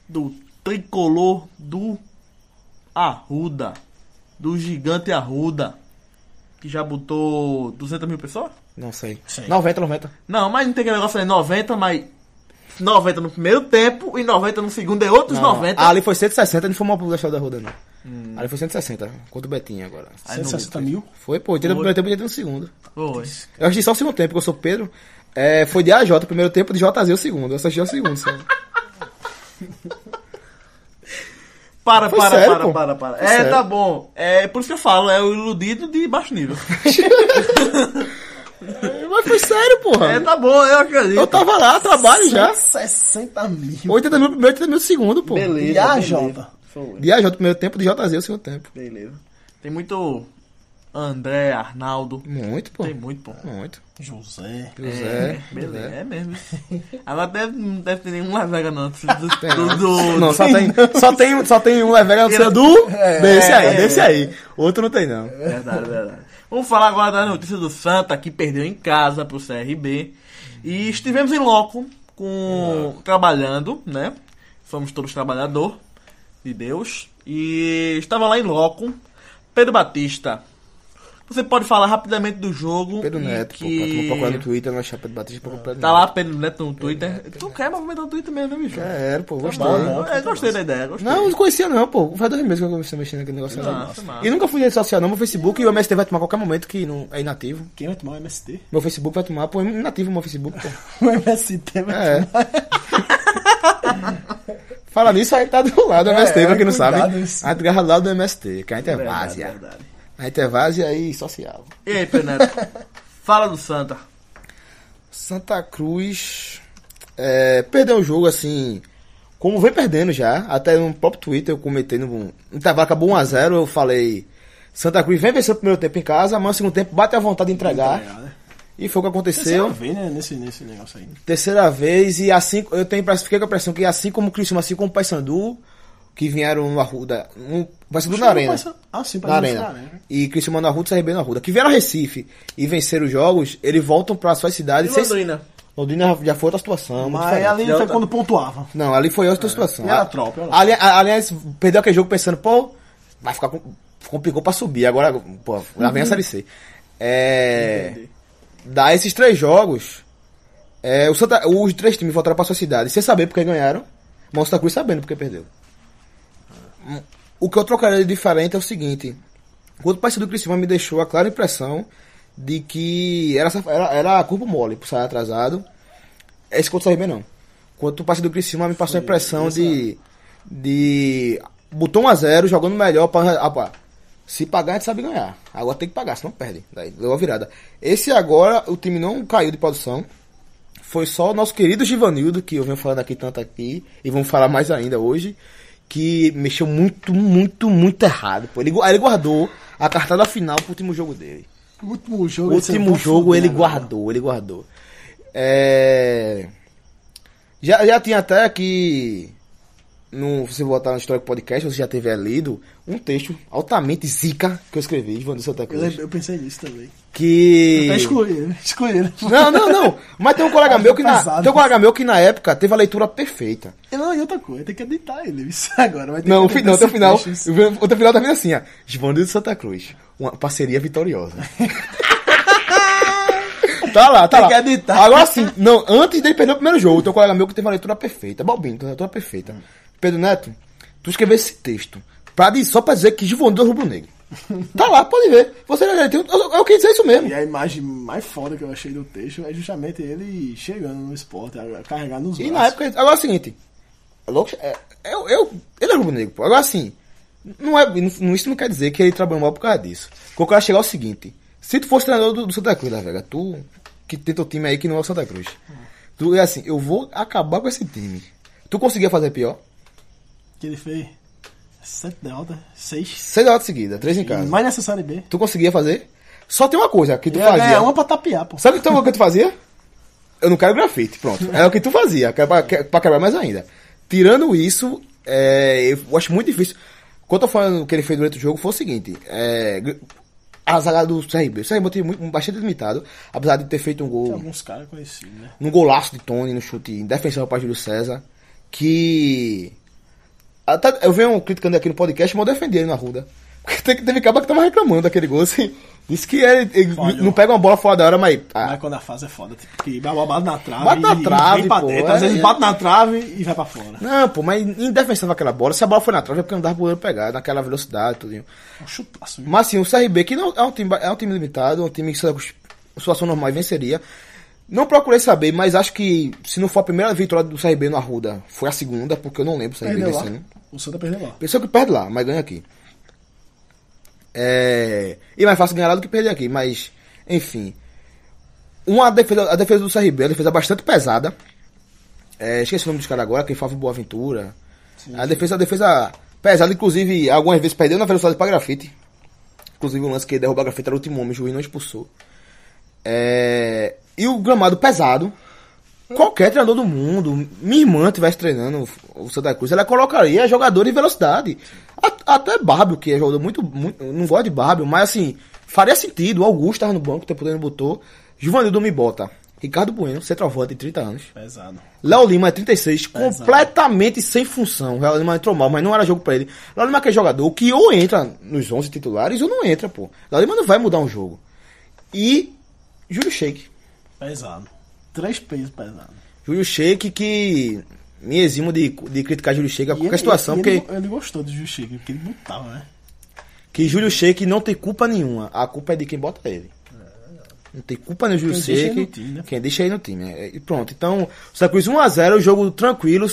do tricolor do Arruda. Do gigante Arruda. Que já botou 200 mil pessoas?
Não sei.
Sei.
90, 90.
Não, mas não tem aquele negócio aí, 90, mas... 90 no primeiro tempo e 90 no segundo e outros
Não,
90.
Ali foi 160, não foi uma publicação da roda, não. Ali foi 160, contra o Betinho agora.
Hum. Aí não
160 mil.
Foi, pô, 80 no primeiro tempo e 80 no segundo.
Foi.
Eu assisti só o segundo tempo, porque eu sou Pedro. É, foi de AJ o primeiro tempo, de JZ o segundo. Eu só assisti o segundo. Só.
Para,
Foi
para,
sério,
para,
pô.
para, para.
Foi
É,
sério.
tá bom. É por isso que eu falo, é o iludido de baixo nível.
Mas foi sério, porra.
É, tá bom, eu acredito.
eu tava lá, trabalho já.
160 mil.
80 mil primeiro, 80 mil segundo, pô.
Beleza.
E a
beleza.
Jota?
Foi,
De AJ o primeiro tempo, de JZ o segundo tempo.
Beleza. Tem muito André, Arnaldo.
Muito, pô.
Tem muito, pô.
Muito.
José.
José.
Beleza,
José.
é mesmo. Agora deve, não deve ter nenhum Las Vegas, não. Do,
Tem,
do, do-
Não, só tem, só tem, só tem um level
Ele-
do... desse aí,
é,
desse
é.
aí. Outro não tem, não.
Verdade, verdade. Vamos falar agora da notícia do Santa, que perdeu em casa pro CRB. E estivemos em loco, com, trabalhando, né? Somos todos trabalhador de Deus. E estava lá em loco. Pedro Batista. Você pode falar rapidamente do jogo.
Pedro
e
Neto, pô, cara, tu
que...
vai procurar no Twitter, não achar Pedro Batista, procura Pedro
Tá
Neto.
lá Pedro Neto no Twitter. tu quer movimentar o Twitter mesmo, né, bicho?
Já era, pô, gostei.
bom, né?
não,
Eu, eu gostei da ideia, gostei.
não conhecia não, pô. Faz dois meses que eu comecei a mexer naquele negócio
Massa,
ali.
massa.
E nunca fui rede social não, meu Facebook e o MST vai tomar a qualquer momento que não é inativo.
Quem vai tomar o MST?
Meu Facebook vai tomar, pô, é inativo meu Facebook, pô.
O MST vai
É.
tomar.
Fala nisso, aí tá do lado do MST,
É,
pra quem não
cuidado,
sabe.
isso.
A gente garra do lado do MST, que a gente é
Verdade,
várzea.
verdade.
A gente é várzea e social.
E aí, Pedro Neto? Fala do Santa.
Santa Cruz é, perdeu um jogo assim, como vem perdendo já. Até no próprio Twitter eu comentei no. no trabalho acabou 1x0, eu falei. Santa Cruz vem vencer o primeiro tempo em casa, mas no segundo tempo bate a vontade de entregar.
né?
E foi o
Seu?
que aconteceu.
vê, né, nesse, nesse negócio aí.
Terceira vez, e assim eu tenho impressão- fiquei com a impressão que assim como o Criciúma, assim como o Paysandu, que vieram no Arruda. Um, Paysandu na Arena.
Ah, sim,
na
parece
Arena.
na Arena.
E Criciúma na Arruda e CRB na Arruda. Que vieram a Recife e venceram os jogos, eles voltam para suas
E
cidades. sem-
Londrina?
Londrina já foi outra situação. muito
Mas
diferente.
ali
Já
foi
tá.
quando pontuava.
Não, ali foi outra situação.
É. E era
A-
tropa, era
ali, a- aliás, perdeu aquele jogo pensando, pô, vai ficar com- complicou pra subir. Agora, pô, lá
Uhum.
vem a Série C. É. Dá esses três jogos. é, o Santa- os três times voltaram pra sua cidade sem saber porque ganharam, mas o Santa Cruz sabendo porque perdeu. O que eu trocaria de diferente é o seguinte: quando o Paysandu do Criciúma me deixou a clara impressão de que era, safa- era, era corpo mole por sair atrasado. Esse contra o CRB não. Quanto o Paysandu do Criciúma me passou a impressão de, de. Botou 1 a 0 jogando melhor para. se pagar, a gente sabe ganhar. Agora tem que pagar, senão perde. Daí deu a virada. Esse agora, o time não caiu de produção. Foi só o nosso querido Givanildo, que eu venho falando aqui tanto aqui, e vamos falar mais ainda hoje, que mexeu muito, muito, muito errado. Pô. Ele, gu- ele guardou a cartada final pro último jogo dele.
O último
O
jogo.
último jogo
né,
ele guardou, ele guardou. É... Já, já tinha até aqui. No, se você voltar no Histórico Podcast, você já teve lido um texto altamente zica que eu escrevi, Ivan do Santa
Eu,
Cruz.
lembro- eu pensei nisso também. né?
Que.
Até excluíram. Excluíram.
Não, não, não. Mas tem um colega meu que na,
Pesado.
tem um colega meu que na época teve a leitura perfeita.
Não, e outra coisa, tem que editar ele. Isso agora. Vai ter
Não, o
que
fi-
editar
não, até o
esse
final.
trecho, isso.
O teu final tá vindo assim, ó. Givanildo de Santa Cruz. Uma parceria vitoriosa. tá lá, tá
Tem
lá.
que editar.
Agora sim, não, antes dele perder o primeiro jogo, teu colega meu que teve uma leitura perfeita. Balbino, teve uma leitura perfeita.
Hum.
Pedro Neto, tu escreveu esse texto. Pra, dizer- só pra dizer que Givanildo é rubro negro. Tá lá, pode ver. Você já tem. é Eu, eu, eu quis dizer isso mesmo.
E a imagem mais foda que eu achei do texto é justamente ele chegando no esporte, carregado nos
E
braços.
na época. Agora é o seguinte. Louco, é, eu, eu, ele é rubro negro, pô. Agora assim. Não é, não, isso não quer dizer que ele trabalhou mal por causa disso. Porque eu quero chegar ao seguinte. Se tu fosse treinador do, do Santa Cruz, da Vega, tu que tem teu time aí que não é o Santa Cruz. Tu é assim, eu vou acabar com esse time. Tu conseguia fazer pior?
Que ele fez sete derrotas, seis.
Seis derrotas seguidas, três em casa.
Mais nessa série B.
Tu conseguia fazer? Só tem uma coisa que tu
Ele
fazia.
é uma pra tapear, pô.
Sabe então o que tu fazia? Eu não quero grafite, pronto. É o que tu fazia, que é pra, que é pra quebrar mais ainda. Tirando isso, é, eu acho muito difícil. Quanto eu tô falando que ele fez durante o jogo, foi o seguinte: é, gr- a zaga do CRB. O CRB é um time muito- bastante limitado, apesar de ter feito um
Tem
gol,
alguns caras conhecidos, né?
um golaço de Tony no chute indefensável para Júlio César. Que. até eu venho criticando aqui no podcast, mas eu defendi ele na Ruda. Porque teve, teve cara que tava reclamando daquele gol, assim. Disse que ele, ele
Falhou.
não pega uma bola fora da hora, mas. ah,
Mas quando a fase é foda, tipo, que babado na trave.
Bate na
e- e
trave,
vem pra
pô,
dentro,
é.
Às vezes bate na trave e vai pra fora.
Não, pô, mas indefensável aquela bola. Se a bola foi na trave é porque não dava pro goleiro pegar, naquela velocidade, tudinho.
Um chutaço. viu?
Mas assim, o CRB, que não é um time, é um time limitado, é um time que se a situação normal venceria. Não procurei saber, mas acho que se não for a primeira vitória do CRB no Arruda, foi a segunda, porque eu não lembro o CRB
Perdeu lá.
vencendo.
O Santa perdeu lá.
Pensou que perde lá, mas ganha aqui. É... E mais fácil ganhar lá do que perder aqui, mas... Enfim. Uma defesa, a defesa do CRB, é uma defesa bastante pesada. É, esqueci o nome dos caras agora, que Fábio Boaventura. a defesa é uma defesa pesada, inclusive algumas vezes perdeu na velocidade pra grafite. Inclusive o lance que derrubou a grafite era o último homem, o juiz não expulsou. É, E o gramado pesado. Qualquer treinador do mundo, minha irmã estivesse treinando o Santa Cruz, ela colocaria jogador de velocidade. A- Até Bárbio, que é jogador muito, muito. Não gosto de Bárbio, mas assim, faria sentido. O Augusto tava no banco, o tempo todo ele não botou. Juvanildo me bota. Ricardo Bueno, centroavante, 30 anos.
Pesado.
Léo Lima, é 36,
Exato.
completamente sem função. Léo Lima entrou mal, mas não era jogo pra ele. Léo Lima que é jogador que ou entra nos 11 titulares ou não entra, pô. Léo Lima não vai mudar um jogo. E Júlio Sheik.
Pesado. Três pesos pesado.
Júlio Sheik que me eximo de, de criticar Júlio Sheik a
E
qualquer
ele-
situação,
e
porque
ele, ele gostou do Justiça, porque ele botava, né?
que Júlio Sheik não tem culpa nenhuma. A culpa é de quem bota ele. Não tem culpa nem Júlio
Quem deixa ele no
Sheik.
time, né?
Quem deixa ele no time. é, E pronto. Então, o Santa Cruz 1x0, o jogo tranquilo.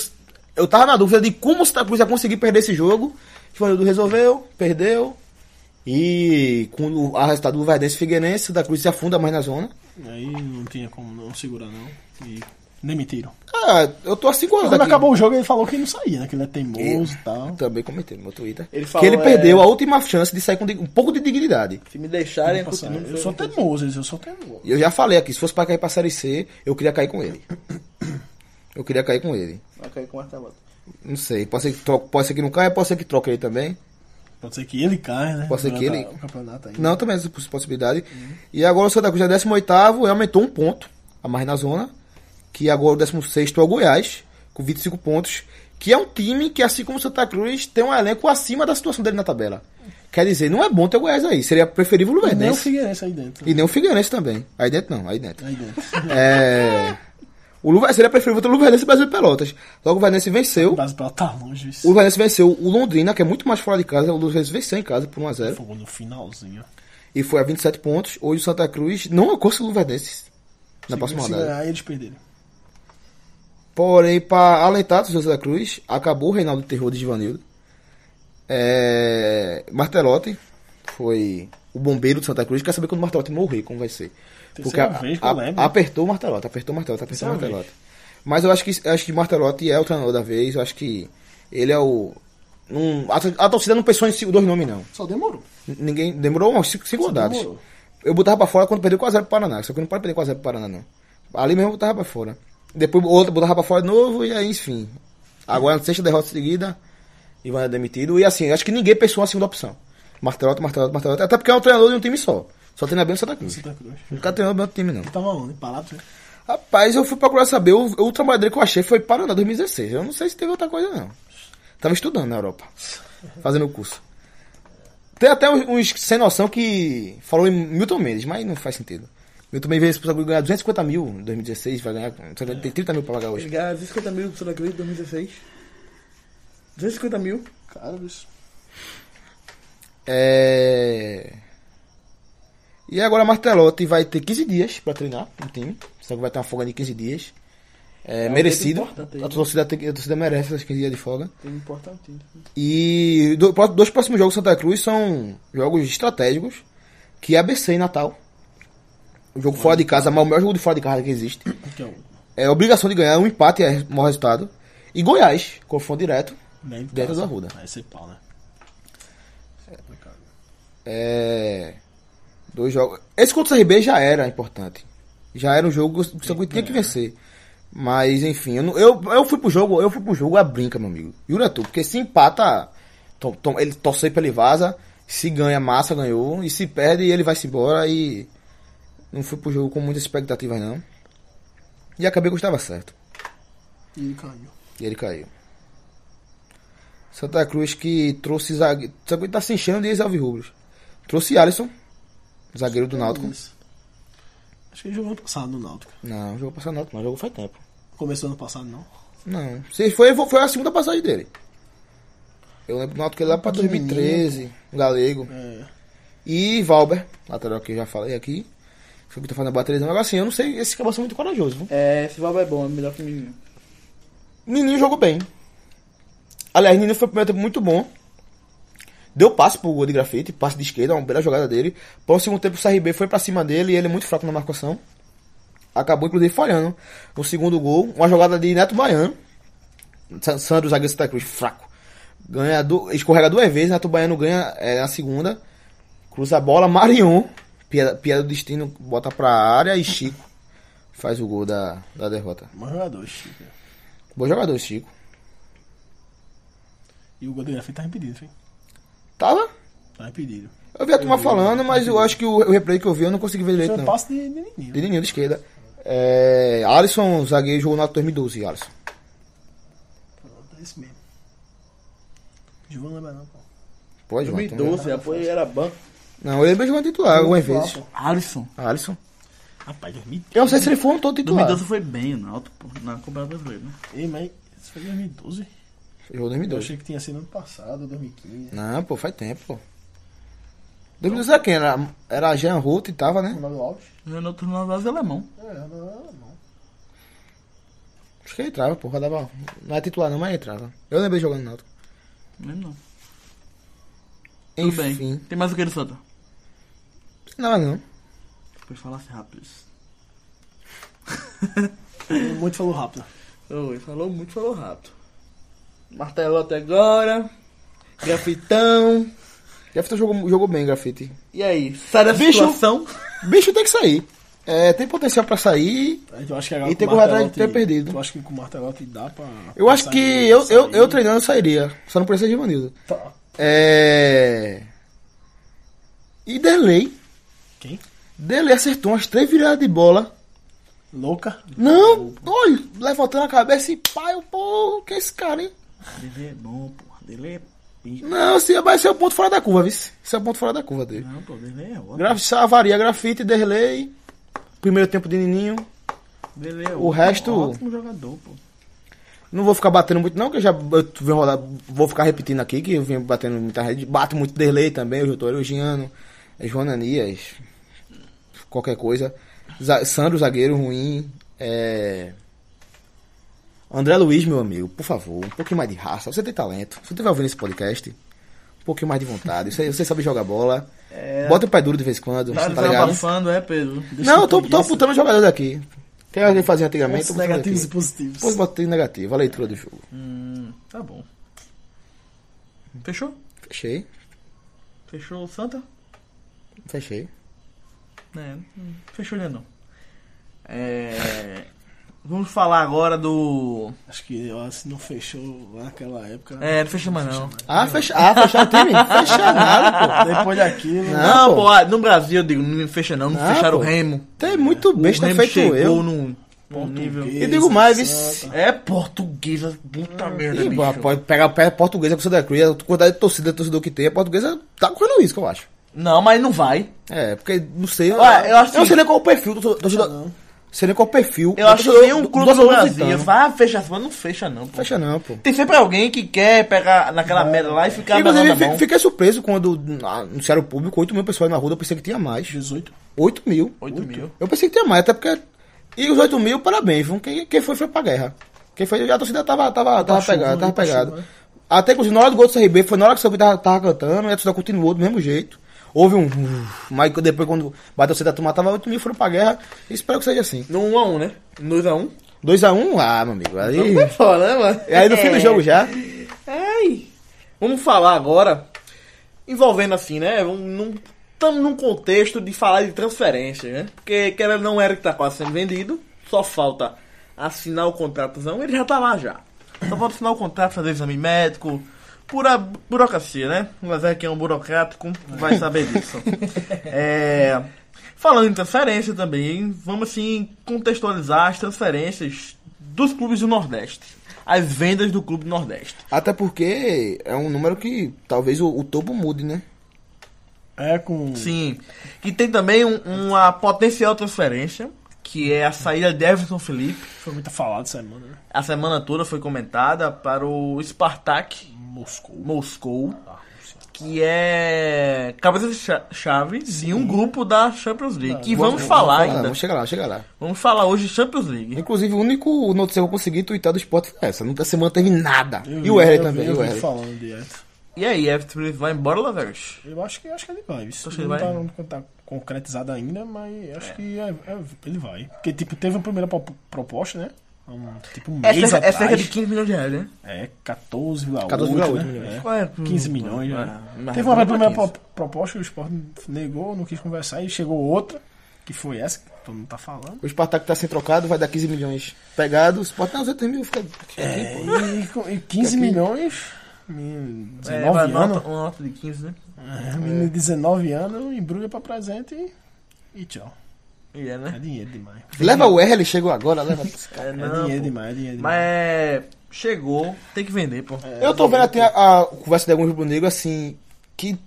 Eu tava na dúvida de como o Santa Cruz ia conseguir perder esse jogo. O Ivanildo resolveu, perdeu. E com o a resultado do Verdense e Figueirense, o Santa Cruz se afunda mais na zona.
E aí não tinha como não segurar, não. E demitiram.
Ah, eu tô há 5 anos
Quando
aqui.
acabou o jogo, ele falou que não saía, né? Que ele é teimoso e
Eu
tal.
Também comentei no meu Twitter.
Ele
que
falou,
ele
é,
perdeu a última chance de sair com dig- um pouco de dignidade.
Se me deixarem, eu
Passar.
continuo.
Eu sou teimoso, eu sou teimoso.
E eu já falei aqui, se fosse pra cair pra Série C, eu queria cair com ele. Eu queria cair com ele.
Vai cair com o martelo.
Não sei, pode ser que, troque, pode ser que não caia, pode ser que troque ele também.
Pode ser que ele caia, né?
Pode ser que
Durante
ele-
a- O campeonato aí.
Não, também é essa poss- possibilidade. E agora o Santa Cruz é 18 e aumentou um ponto a mais na zona. Que agora o 16 é o Goiás, com 25 pontos. Que é um time que, assim como o Santa Cruz, tem um elenco acima da situação dele na tabela. Quer dizer, não é bom ter o Goiás aí. Seria preferível
E
o
nem o
Luverdense.
Figueirense aí dentro.
é E nem o Figueirense também. Aí dentro não, aí dentro.
Aí dentro.
É. O Luva seria preferível ter o Luverdense e o Brasil de Pelotas. Logo o Verdense
O
venceu.
Brasil pra tá longe. isso.
O Luverdense venceu o Londrina, que é muito mais fora de casa. O Luverdense venceu em casa por 1x0.
Fogo no finalzinho.
E foi a 27 pontos. Hoje o Santa Cruz não alcança o Luverdense na
Se-
próxima
se
rodada.
ganhar, eles perderam.
Porém, para alentar o Santa Cruz, acabou o Reinaldo Terror de Givanildo. É... Martelotti foi o bombeiro do Santa Cruz. Quer saber quando o Martelotti morrer, como vai ser.
Terceira vez que eu lembro.
apertou o Martelotti, apertou o Martelotti, apertou o
Terceira
Martelotti. Mas eu acho que eu acho que Martelotti é o treinador da vez. Eu acho que ele é o... não- a, a torcida não pensou em si- dois nomes, não.
Só demorou.
N- Ninguém demorou umas 5 cinco
Só
rodadas.
demorou.
Eu botava pra fora quando perdeu 4x0 pro Paraná. Só que não pode perder 4x0 pro Paraná, não. Ali mesmo eu botava pra fora. Depois outro botava pra fora de novo e aí, enfim. Agora, sexta derrota seguida, Ivan é demitido. E assim, eu acho que ninguém pensou na segunda opção. Martelote, Martelote, Martelote. Até porque é um treinador de um time só. Só treina bem no Santa Cruz.
Santa Cruz.
Nunca treinou bem outro time, não.
Tava onde? Parado, né?
Rapaz, eu fui procurar saber. O, o trabalho dele que eu achei foi Paraná 2016. Eu não sei se teve outra coisa, não. Tava estudando na Europa. Fazendo o curso. Tem até uns, uns sem noção que falou em Milton Mendes, mas não faz sentido. Milton Mendes veio pro Santa Cruz ganhar 250 mil em 2016, vai ganhar. só Tem 30 mil pra pagar
Eles
hoje.
ganharam 250 mil do Santa Cruz em 2016. 250 mil.
Cara, bicho.
É. E agora Martelotti vai ter 15 dias pra treinar o time. Só que vai ter uma folga de 15 dias. É, merecido.
tempo um importante aí, né?
A torcida, tem- a torcida merece essas 15 dias de folga.
é
Tem importante.
E do- pro- dois próximos jogos do Santa Cruz são jogos estratégicos, que é ABC e Natal. O jogo fora de casa, mas o maior jogo de fora de casa que existe.
Que é o.
É obrigação de ganhar, um empate é o maior resultado. E Goiás, confronto direto.
Dentro,
Dentro da Arruda.
Vai ser pau, né? Complicado.
É. Dois jogos. Esse contra o CRB já era importante. Já era um jogo que o Santa Cruz tinha que vencer. Mas, enfim, eu, não- eu, eu fui pro jogo, eu fui pro jogo a brinca, meu amigo. Jura tu, porque se empata, to, to- ele torce pra ele vaza, se ganha, massa, ganhou, e se perde, ele vai-se embora e. Não fui pro jogo com muitas expectativas, não. E acabei que eu estava certo.
E ele caiu.
E ele caiu. Santa Cruz que trouxe zagueiro. Santa Cruz tá se enchendo de ex-alvirrubros. Trouxe Alisson, zagueiro do Náutico.
Isso. Acho que ele jogou ano passado no Náutico.
Não, jogou passado Náutico, não, jogou faz tempo.
Começou ano passado, não.
Não, se foi, foi a segunda passagem dele. Eu lembro do Náutico lá pra 2013, um galego.
É.
E Valber, lateral que eu já falei aqui. Foi que tá fazendo a bateria. Agora assim, eu não sei, esse acabou sendo muito corajoso. viu?
É, esse Valber é bom, é melhor que o menino.
Nininho jogou bem. Aliás, Nininho foi o primeiro tempo muito bom. Deu passe pro gol de grafite, passe de esquerda, uma bela jogada dele. Para o segundo tempo, o CRB foi pra cima dele e ele é muito fraco na marcação. Acabou, inclusive, falhando no segundo gol. Uma jogada de Neto Baiano. Sa- Sandro, zagueiro Santa Cruz, fraco. Ganha du- escorrega duas vezes, Neto Baiano ganha é, na segunda. Cruza a bola, Marion. Piada, piada do destino, bota pra área e Chico faz o gol da, da derrota.
Bom jogador, Chico.
Bom jogador, Chico.
E o gol do Grafite tá impedido, hein?
Tava?
Tá impedido.
Eu vi a turma falando, mas eu acho que o, o replay que eu vi eu não consegui ver
Foi
direito,
um
não.
passe de, de menino.
De linha de esquerda. É, Alisson, zagueiro, jogou na 2012, Alisson.
Pronto, é isso mesmo. João não lembra não, pô.
Pode, João, então,
2012, apoio era banco.
Não, ele lembra de jogar titular algumas vezes.
Pô.
Alisson.
Alisson.
Rapaz, 2012.
Eu não sei se ele foi um todo titular.
2012 foi bem no alto, pô, na Copa Brasileira. né?
Ei, mas isso foi 2012?
Jogou
Eu
2012.
achei que tinha sido ano passado, 2015.
Não, pô, faz tempo, pô. 2012 era quem? Era, era Jean Ruth e tava, né?
Ronaldo Alves?
Renato Tornozazzi alemão.
É, não, não.
Acho que ele entrava, pô, rodava. Não é titular não, mas entrava. Eu lembrei jogando no Náutico.
Não não. Tudo
Enfim.
bem. Tem mais o que do Santa?
Não, não.
Depois falasse rápido isso.
Muito falou rápido.
Oi, falou muito, falou rápido. Martelo até agora. Grafitão.
Grafite jogou, jogou bem, Grafite.
E aí? Sai da
Bicho.
situação.
Bicho tem que sair. É, tem potencial pra sair.
Eu acho que agora
E
com
tem
o
que guardar de
Martelotti-
ter perdido.
Eu acho que com o Martelotti dá pra...
Eu acho
pra
que
sair-
eu, eu,
sair.
eu treinando eu sairia. Só não precisa de Ivanildo.
Tá.
É. E Derlei.
Quem?
Derlei acertou umas três viradas de bola.
Louca?
Não! Olha, levantando a cabeça e pai, o pô, que é esse cara, hein?
Dele é bom, porra. Dele é pico.
Não, se vai ser o ponto fora da curva, viu? Esse é o ponto fora da curva dele.
Não, pô, Dele é ótimo.
Graf, Savaria, Grafite, Derlei. Primeiro tempo de Nininho.
Dele é
O resto-
Ótimo jogador, pô.
Não vou ficar batendo muito, não, que eu já eu venho rodar, vou ficar repetindo aqui, que eu venho batendo muita rede. Bato muito Derlei também, o Jutório, o Giano, é, Joananias, qualquer coisa. Za- Sandro, zagueiro ruim. é, André Luiz, meu amigo, por favor, um pouquinho mais de raça. Você tem talento. Se você estiver ouvindo esse podcast, um pouquinho mais de vontade. Você, você sabe jogar bola. Bota o pé duro de vez em quando,
Tá
tá, ligado?
desabafando, é, Pedro?
Não, eu tô, tô apontando os jogadores aqui. Quer alguém fazer antigamente?
Pontos negativos e
Depois
positivos.
botei negativo, a leitura do jogo.
Hum, tá bom. Fechou?
Fechei,
Fechou o Santa?
fechei.
É, hum, fechou ainda não. É... Vamos falar agora do...
Acho que ó, se não fechou lá naquela época...
É, não fechou mais não.
Ah, fecha, ah, fechar o time? Fechar nada,
Depois daquilo...
Não.
Não,
pô.
pô, ah, no Brasil, eu digo, não fecha não, não
Ah,
fecharam o
pô.
Remo.
pô. Tem muito besta
Remo
feito
chegou
eu.
num, num nível...
português,
E digo mais, viu?
Santa.
É portuguesa, puta merda,
Ih,
bicho.
rapaz, pega pé portuguesa com Santa Cruz, a quantidade de torcida, torcedor que tem, a portuguesa tá correndo isso, que eu acho.
Não, mas não vai.
É, porque não sei.
Ué, eu acho
não
que-
sei nem qual o perfil do torcedor- torcedor. Não sei nem qual o perfil.
Eu acho que
torcedor
nenhum clube do Brasil
lusitano.
vai fechar, mas não fecha não, pô.
né? Fecha não, pô.
Tem sempre alguém que quer pegar naquela merda lá e ficar
Inclusive,
na
eu fi-
mão.
fiquei surpreso quando ah, anunciaram o público, 8 mil pessoas na rua, eu pensei que tinha mais.
18.
8 mil.
8 mil.
Eu pensei que tinha mais, até porque. E os 8 mil, parabéns, viu? Quem, quem foi foi pra guerra. Quem foi, a torcida tava, tava, tava
chuva,
pegada, tava
muita
pegada.
chuva, né?
Até inclusive na hora do gol do CRB, foi na hora que o São tava, tava cantando, e a torcida continuou do mesmo jeito. Houve um. Mas depois, quando bateu a torcida turma, tava 8 mil, foram pra guerra. Espero que seja assim.
No 1x1, né? No 2x1.
2x1, ah, meu amigo. Aí,
Foi foda, né, mano?
e aí no fim do jogo já.
Ai. Vamos falar agora, envolvendo assim, né? Vamos num- Estamos num contexto de falar de transferências, né? Porque que ela não era que tá quase sendo vendido, só falta assinar o contratozão, ele já tá lá já. Só falta assinar o contrato, fazer exame médico, pura burocracia, né? Mas é que é um burocrático, vai saber disso. É, falando em transferência também, vamos assim contextualizar as transferências dos clubes do Nordeste. As vendas do clube do Nordeste.
Até porque é um número que talvez o, o topo mude, né?
É com...
Sim. E tem também um- uma potencial transferência, que é a saída de Everton Felipe.
Foi muito falado essa semana, né?
A semana toda foi comentada para o Spartak
Moscou.
Moscou,
Ah, Rússia.
que é cabeça de cha- chave de um grupo da Champions League. E Ah, vamos
Vamos
falar
lá,
ainda.
Vamos chegar lá, vamos chegar lá.
Vamos falar hoje de Champions League.
Inclusive, o único notícia que eu consegui tweetar do esporte foi essa. Nunca semana teve nada.
Eu
e
vi-
o Erle
eu
também.
vi-
e o
Eu vi
Erle.
falando direto.
E aí, Everton Felipe vai embora, Lavers?
Eu acho que, acho que ele vai. Isso
Acho que
não,
ele
tá,
vai.
não tá concretizado ainda, mas acho que é- é- ele vai. Porque, tipo, teve uma primeira pro- proposta, né? Há Um, tipo, um
É
mês
cerca, é
atrás.
cerca de 15 milhões de reais, né?
É, 14,8
14,8
né?
milhões.
É.
Ué,
15
hum,
milhões, né?
é, mas
Teve uma
não é
primeira
15.
pro- proposta que o Sport negou, não quis conversar, e chegou outra, que foi essa, que todo mundo tá falando.
O Spartak tá sem trocado, vai dar 15 milhões pegado. O Sport tá 800 mil. Fica...
É, e, com- e 15 milhões, menino,
É,
19
uma
anos,
nota- uma nota de 15, né?
é, menino de 19 anos, embrulha pra presente e, e tchau.
E é,
É
né?
dinheiro demais.
Leva o R, ele chegou agora, leva.
É,
É
não,
dinheiro
pô.
demais, é dinheiro
Mas
demais.
é. Chegou, tem que vender, pô.
Eu tô vendo até a, a conversa de alguns rubro-negro assim, que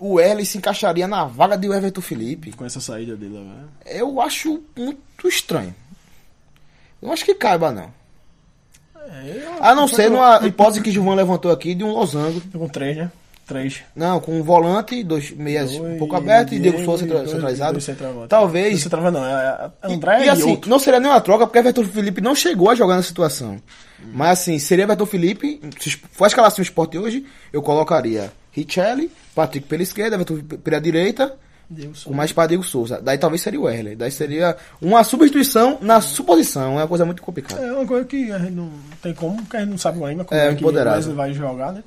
o Erle se encaixaria na vaga de Everton Felipe.
Com essa saída dele agora.
Eu acho muito estranho. Eu não acho que caiba, não. A não ser numa hipótese que o Gilvan levantou aqui de um losango.
Tô com três, né? Três.
Não, com um volante, dois meias um pouco aberto e Diego Souza centra- centralizado.
Dois
Talvez.
centroavante não, é é André
e,
e,
e assim,
outro.
não seria nenhuma troca, porque Everton Felipe não chegou a jogar nessa situação. Mas assim, seria Everton Felipe, se for a escalação do esporte hoje, eu colocaria Richelli, Patrick pela esquerda, Everton Felipe pela direita,
Deus.
com mais para Diego Souza. Daí talvez seria o Erle. Daí seria uma substituição na suposição. É uma coisa muito complicada.
É uma coisa que a gente não tem como, porque a gente não sabe ainda como
É,
é, que o
empoderado.
Wesley vai jogar, né?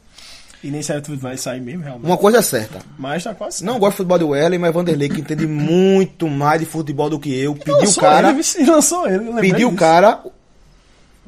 E nem certo vai sair mesmo, realmente.
Uma coisa é certa.
Mas tá quase.
Não gosto de futebol do Erle, mas Vanderlei, que entende muito mais de futebol do que eu, pediu o
Lançou
cara.
Ele, vixe, lançou ele. eu lembrei
pediu o
disso.
cara. O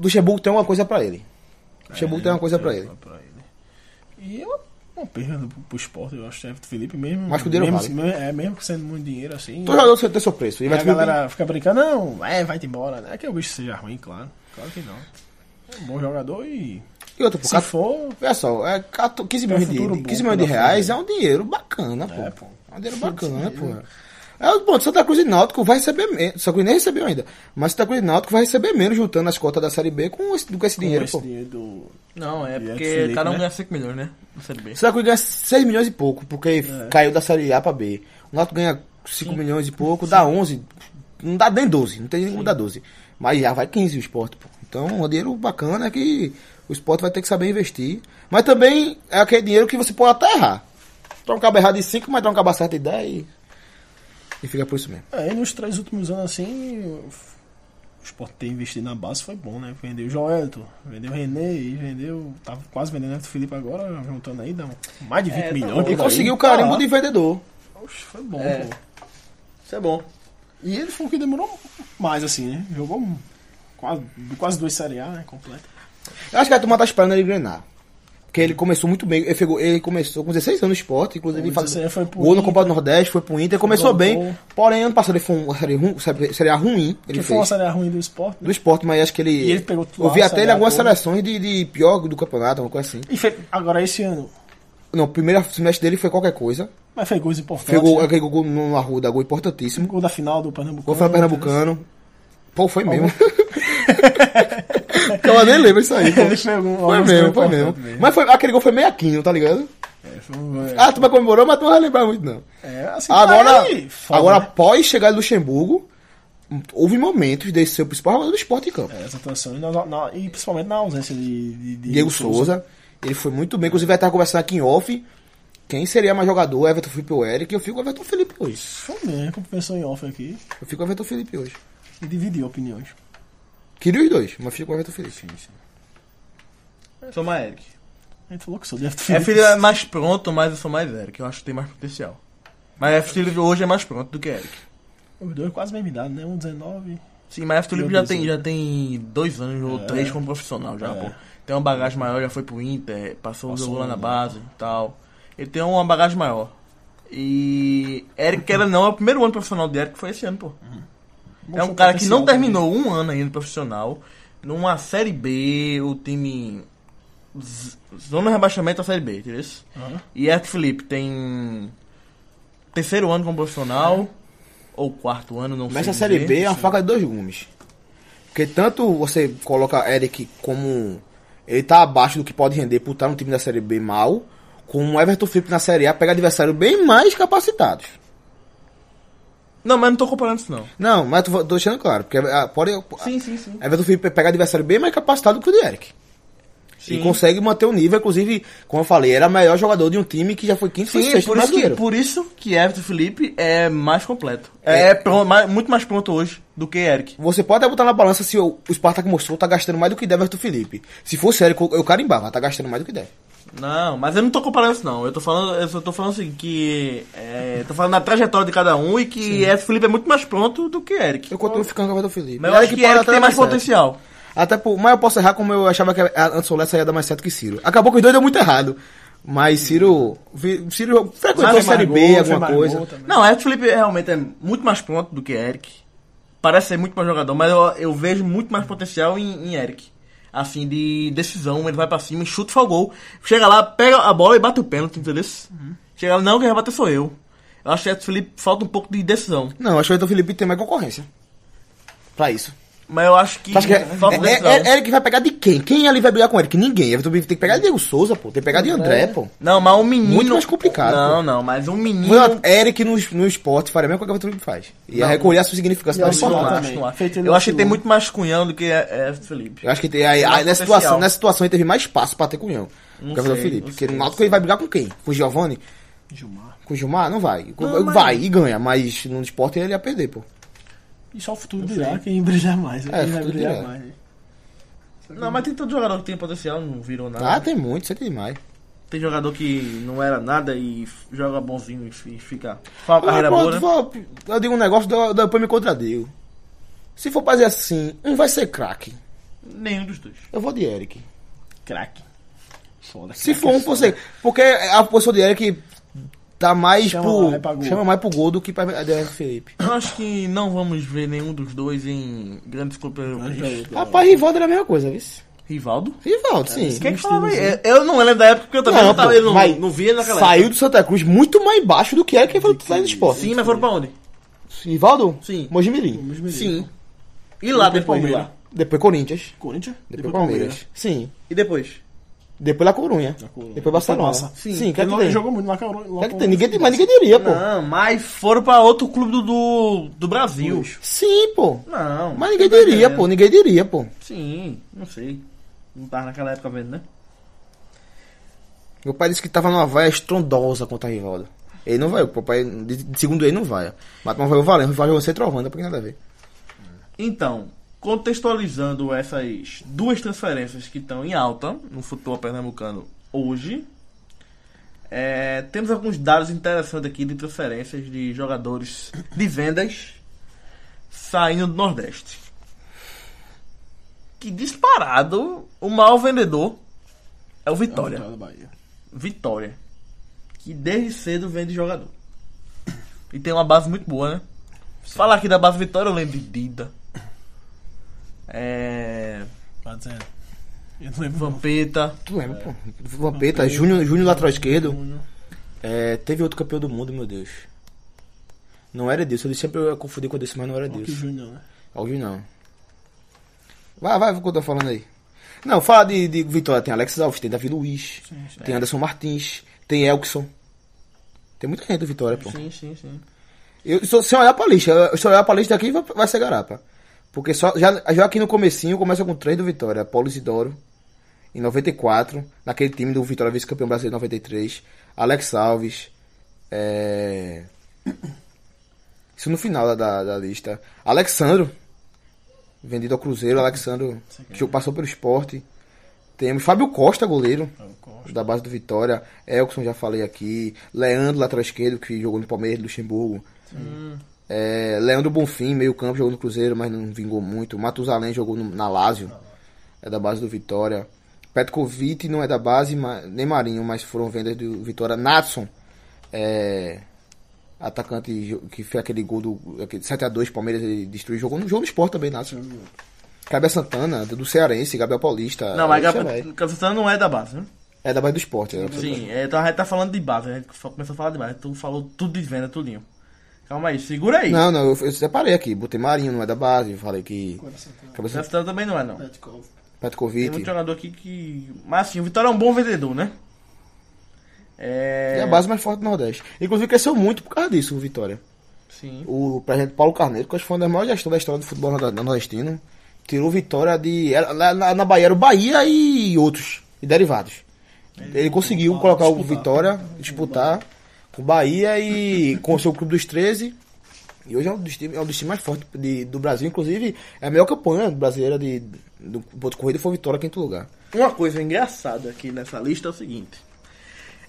Luxemburgo tem uma coisa pra ele. O
É,
Luxemburgo tem uma coisa pra ele.
Pra ele. E é uma, uma perda pro, pro esporte, eu acho, Everton Felipe mesmo.
Mas que o dinheiro
mesmo,
vale.
É, mesmo sendo muito dinheiro assim.
Todo Então, jogador tem seu preço. E
E
vai
a
subir
galera fica brincando, não, é, vai-te embora. Não é que o bicho seja ruim, claro. Claro que não. É um bom jogador e.
bem. E outro, pô,
Se
cat-
for.
Olha só, é 14, 15 milhões de,
futuro bom
15 milhões de
pra
reais é
frente.
um dinheiro bacana, pô.
É,
É,
pô.
um dinheiro bacana, pô. É, o ponto, Santa Cruz e Náutico vai receber menos. Santa Cruz nem recebeu ainda. Mas Santa Cruz e Náutico vai receber menos juntando as cotas da Série B com esse, com esse dinheiro,
com esse
pô.
dinheiro do.
Não, é
E é
porque
Felipe,
cada um
né?
ganha 5 milhões, né? Não sei bem.
Santa Cruz ganha 6 milhões e pouco, porque
É.
caiu da Série A pra B. O Náutico ganha 5 milhões e pouco, dá 11. Não dá nem 12, não tem nem como dar 12. Mas já vai 15 o esporte, pô. Então, é um dinheiro bacana que o esporte vai ter que saber investir. Mas também é aquele dinheiro que você pode até errar. Toma um cabo errado de 5, mas toma um cabo certo de 10 e... e fica por isso mesmo.
Aí É, nos três últimos anos assim. O o Sport ter investido na base foi bom, né? Vendeu o Joelito, vendeu o René, e vendeu. Tava quase vendendo o Everton Felipe agora, juntando aí, dá um- mais de 20
tá
milhões.
bom.
por
E
aí.
conseguiu o carimbo
Tá
de vendedor.
lá. Oxe, foi bom,
É.
pô.
Isso é bom.
E ele foi o que demorou mais, assim, né? Jogou quase, quase duas Série A, né? Completo.
Eu acho que a turma tá esperando ele engrenar. Porque ele começou muito bem. Ele, pegou- ele começou com 16 anos no esporte, inclusive ele
Com
faz
16 anos foi pro
gol no
Inter.
Copa do Nordeste, foi pro Inter, começou
Voltou.
bem. Porém, ano passado ele foi uma série, ru, série- série A ruim, ele
Que foi uma
fez.
Série A ruim do esporte, né?
Do esporte, mas acho que ele.
E ele pegou
eu
titular,
vi até
Série
ele
A
algumas
toda.
seleções de, de pior do campeonato, alguma coisa assim.
E fe- agora esse ano,
Não, o primeiro semestre dele foi qualquer coisa.
mas fez gols importantes.
Foi gol,
né? Um
aquele gol no Arruda, gol importantíssimo.
Gol da final do Pernambucano.
Gol foi Pernambucano. Pô, foi mesmo. eu nem lembro isso aí. pô.
Ele fez algum-
Foi
alguns gols
mesmo, foi mesmo.
importantes é mesmo.
Mas foi, aquele gol foi meio aquinho, tá ligado?
É, foi um- é,
Ah, tu vai comemorou, mas tu não vai lembrar muito, não.
é, assim,
Ah, Agora,
aí, foda,
agora
né?
após chegar em Luxemburgo, houve momentos desse ser o principal jogador do esporte em campo.
É, Essa atuação, e, na- na- e principalmente na ausência de, de- de
Diego Souza, ele foi muito bem. Inclusive, vai estar conversando aqui em off. Quem seria mais jogador, Everton Felipe ou Eric? Eu fico com o Everton Felipe hoje.
Foi mesmo, como pensou em off aqui,
Eu fico com o Everton Felipe hoje.
e dividiu opiniões.
Queria os dois, mas fico com o Everton Felipe.
Sou mais Eric.
A gente falou que sou de Everton
É
Felipe.
filho é mais pronto, mas eu sou mais Eric. Eu acho que tem mais potencial. Mas F Felipe hoje é mais pronto do que Eric.
Os dois quase mesma idade, né? Um 19.
Sim, mas F Felipe
Meu
já tem,
Deus,
já tem dois anos ou
É.
três como profissional já,
É.
pô. Tem uma bagagem maior, já foi pro Inter, passou, né?
Passou
jogou lá na
lá.
base e tal. Ele tem uma bagagem maior. E Eric, quer ou não, é o primeiro ano profissional de Eric foi esse ano, pô. É um cara que não
né?
terminou um ano ainda profissional. Numa Série B, o time. z- Zona de rebaixamento da Série B, entendeu?
Aham.
E Eric Felipe tem. Terceiro ano como profissional. Ou quarto ano, não sei.
Mas essa Série
dizer.
B é uma faca de dois gumes. Porque tanto você coloca Eric como. Ele tá abaixo do que pode render por estar no time da Série B mal, como Everton Felipe na Série A pega adversários bem mais capacitados.
Não, mas não tô comparando isso, não.
Não, mas tô, tô deixando claro, porque ah, pode,
Sim, sim, sim.
Everton Felipe pega adversário bem mais capacitado que o de Eric.
Sim.
E consegue manter o nível, inclusive, como eu falei, era o melhor jogador de um time que já foi quinto e
Sim,
sexto
por isso, que,
brasileiro.
por isso que Everton Felipe é mais completo. É, pro- mais- muito mais pronto hoje do que Eric.
Você pode até botar na balança se o, o Spartak mostrou tá gastando mais do que deve Everton Felipe. Se fosse Eric, eu eu carimbava, tá gastando mais do que deve.
Não, mas eu não tô comparando isso, não. Eu tô falando, eu só tô falando assim, que. É, tô falando da trajetória de cada um e que Everton Felipe é muito mais pronto do que Eric.
Eu continuo ficando com o Everton Felipe.
mas eu acho que
pode
Eric
até
tem
dar
mais
certo.
potencial.
Até por, mas eu posso errar como eu achava que a Anderson Lessa ia dar mais certo que Ciro. Acabou que os dois deu muito errado. Mas Ciro, vi- Ciro frequentou
Mas
a Série
Margot,
B,
foi
alguma
Margot
coisa.
também.
Não, Ed Felipe realmente é muito mais pronto do que Eric. Parece ser muito mais jogador, mas eu, eu vejo muito mais potencial em, em Eric. Assim, de decisão, ele vai pra cima, chuta e faz o gol. Chega lá, pega a bola e bate o pênalti, entendeu?
Uhum.
Chega lá, não, quem vai bater sou eu. Eu acho que Ed Felipe falta um pouco de decisão.
Não, acho que o Everton Felipe tem mais concorrência. Pra isso.
Mas eu acho que,
Acho que é,
falta
é,
decisão.
é- é- Eric vai pegar de quem? Quem ali vai brigar com o Eric? Ninguém. Everton Felipe tem que pegar de Diego Souza, pô. Tem que pegar de André, pô.
Não, mas um menino.
Muito mais complicado,
Não, não, mas um menino.
Mas Eric no, no esporte faria a mesma coisa que o Everton Felipe faz. Ia recolher a sua significância
Eu
na
acho
Não
lá
história.
acho,
também.
não acho.
Feito ele
Eu acho que
vacilou.
tem muito mais cunhão do que é, é Felipe.
Eu acho que tem, aí, aí
Mais
nessa,
potencial.
situação, nessa situação aí teve mais espaço pra ter Cunhão.
Não
que o Everton
sei,
Felipe.
não
Porque
sei,
no
não
Náutico ele vai brigar com quem? Com o Giovanni?
Gilmar.
Com o Gilmar? Não vai.
Não, mas-
Vai e ganha, mas no esporte ele ia perder, pô.
E só o futuro dirá quem brilha mais.
É,
quem vai
futuro
brilhar
dirá.
mais. né?
Não, mas tem todo jogador que tem potencial, não virou nada.
Ah, tem muito, você tem mais.
Tem jogador que não era nada e f- joga bonzinho e fi- fica. Fala uma carreira
Ah, pronto,
boa. né?
vou- eu digo um negócio, de- depois me contradigo. Se for fazer assim, um vai ser craque.
Nenhum dos dois.
Eu vou de Eric.
Craque. Foda.
Se
craque
for
é
um,
foda.
você.
né?
Porque a posição de Eric tá mais
Chama
pro.
mais pra gol.
chama mais pro gol do que pra a de Felipe.
Eu acho que não vamos ver nenhum dos dois em grandes
Mas,
campeões.
tá,
Rapaz, Rivaldo era a mesma coisa, viu?
Rivaldo?
Rivaldo, sim.
O que é que falava aí? É, Eu não lembro da época porque eu também não,
pô,
tava, eu não,
mas
não via naquela
Saiu
época.
do Santa Cruz muito mais baixo do que era quem foi saindo do esporte.
Sim, mas foram pra onde?
Rivaldo?
Sim.
Mojimirim.
vamos ver.
E lá
Depois
depois?
Palmeiras.
lá.
Depois Corinthians.
Corinthians?
Depois Palmeiras. Sim.
E depois?
Depois La Corunha.
Corunha.
Depois Barcelona.
Depois Barça.
Sim,
Sim,
quer que
Ele
tem?
jogou muito lá, cara.
Quer que tem? Ninguém, tem- mas ninguém diria, pô.
Não, mas foram pra outro clube do, do, do Brasil.
Sim, pô.
Não.
Mas ninguém
eu tô
diria,
entendendo.
pô. Ninguém diria, pô.
Sim, não sei. Não tava naquela época vendo, né?
Meu pai disse que tava numa vaia estrondosa contra a Rivaldo. Ele não vai, o papai, de- de- segundo ele, não vai. Mas mas vai o Valente, vai você trovando, porque nada a ver.
Então, contextualizando essas duas transferências que estão em alta no futebol pernambucano hoje, é, temos alguns dados interessantes aqui de transferências de jogadores de vendas saindo do Nordeste. Que disparado, o maior vendedor é o Vitória.
Vitória da Bahia.
Vitória. Que desde cedo vende jogador. E tem uma base muito boa, né? Falar aqui da base Vitória, eu lembro de Dida. É.
Pode ser. Eu não lembro.
Vampeta.
Tu lembra, pô. Vampeta, Júnior, Júnior lateral esquerdo. É, teve outro campeão do mundo, meu Deus. Não era disso, ele sempre eu confundi com desse, mas não era
Que
disso.
Júnior, né?
Alguém não. Vai, vai, o que eu tô falando aí. Não, fala de, de Vitória. Tem Alex Alves, tem Davi Luiz,
sim.
tem Anderson Martins, tem Elkson. Tem muita gente do Vitória, pô.
Sim, sim, sim.
Eu, se eu- se eu olhar pra lista, eu- se eu olhar pra lista aqui, vai, vai ser garapa. Porque só, já, já aqui no comecinho começa com três do Vitória. Paulo Isidoro, em 94, naquele time do Vitória vice-campeão brasileiro em 93. Alex Alves, é... Isso no final da- da, da lista. Alexandro, vendido ao Cruzeiro. Alexandro, que passou pelo esporte. Temos Fábio Costa, goleiro
Eu gosto.
da base do Vitória, Elkson já falei aqui, Leandro lateral esquerdo que jogou no Palmeiras, Luxemburgo. É, Leandro Bonfim, meio campo, jogou no Cruzeiro, mas não vingou muito. Matusalém jogou no, na Lazio, é da base do Vitória. Petkovic não é da base, ma- nem Marinho, mas foram vendas do Vitória. Natson, é, atacante jo- que fez aquele gol do aquele 7x2 Palmeiras, ele destruiu, jogou no jogo do esporte também, Natson. Gabriel Santana, do Cearense, Gabriel Paulista.
Não, mas
aí você vai.
Gab- Capitão não é da base, né?
É da base do esporte. é da base do
Sim, é, então a gente tá falando de base, a gente fa- começou a falar de base. Tu falou tudo de venda, tudinho. Calma aí, segura aí.
Não, não, eu, eu separei aqui. Botei Marinho, não é da base. Falei que. Cabeça
Capitão também não é, não. Tem muito
Petkovic.
jogador aqui que. Mas assim, o Vitória é um bom vendedor, né? É.
É a base mais forte do Nordeste. Inclusive cresceu muito por causa disso, o Vitória.
Sim.
O presidente Paulo Carneiro, que eu acho que foi uma das maiores gestões da história do futebol nord- nordestino, tirou Vitória de. era- lá Na, na Bahia era o Bahia e outros, e derivados. Ele conseguiu colocar o
disputar.
Vitória, disputar com o Bahia e com o seu Clube dos 13. E hoje é um dos times, é um dos times mais fortes de- do Brasil. Inclusive, é a melhor campanha brasileira de, do ponto corrida foi Vitória quinto lugar.
Uma coisa engraçada aqui nessa lista é o seguinte.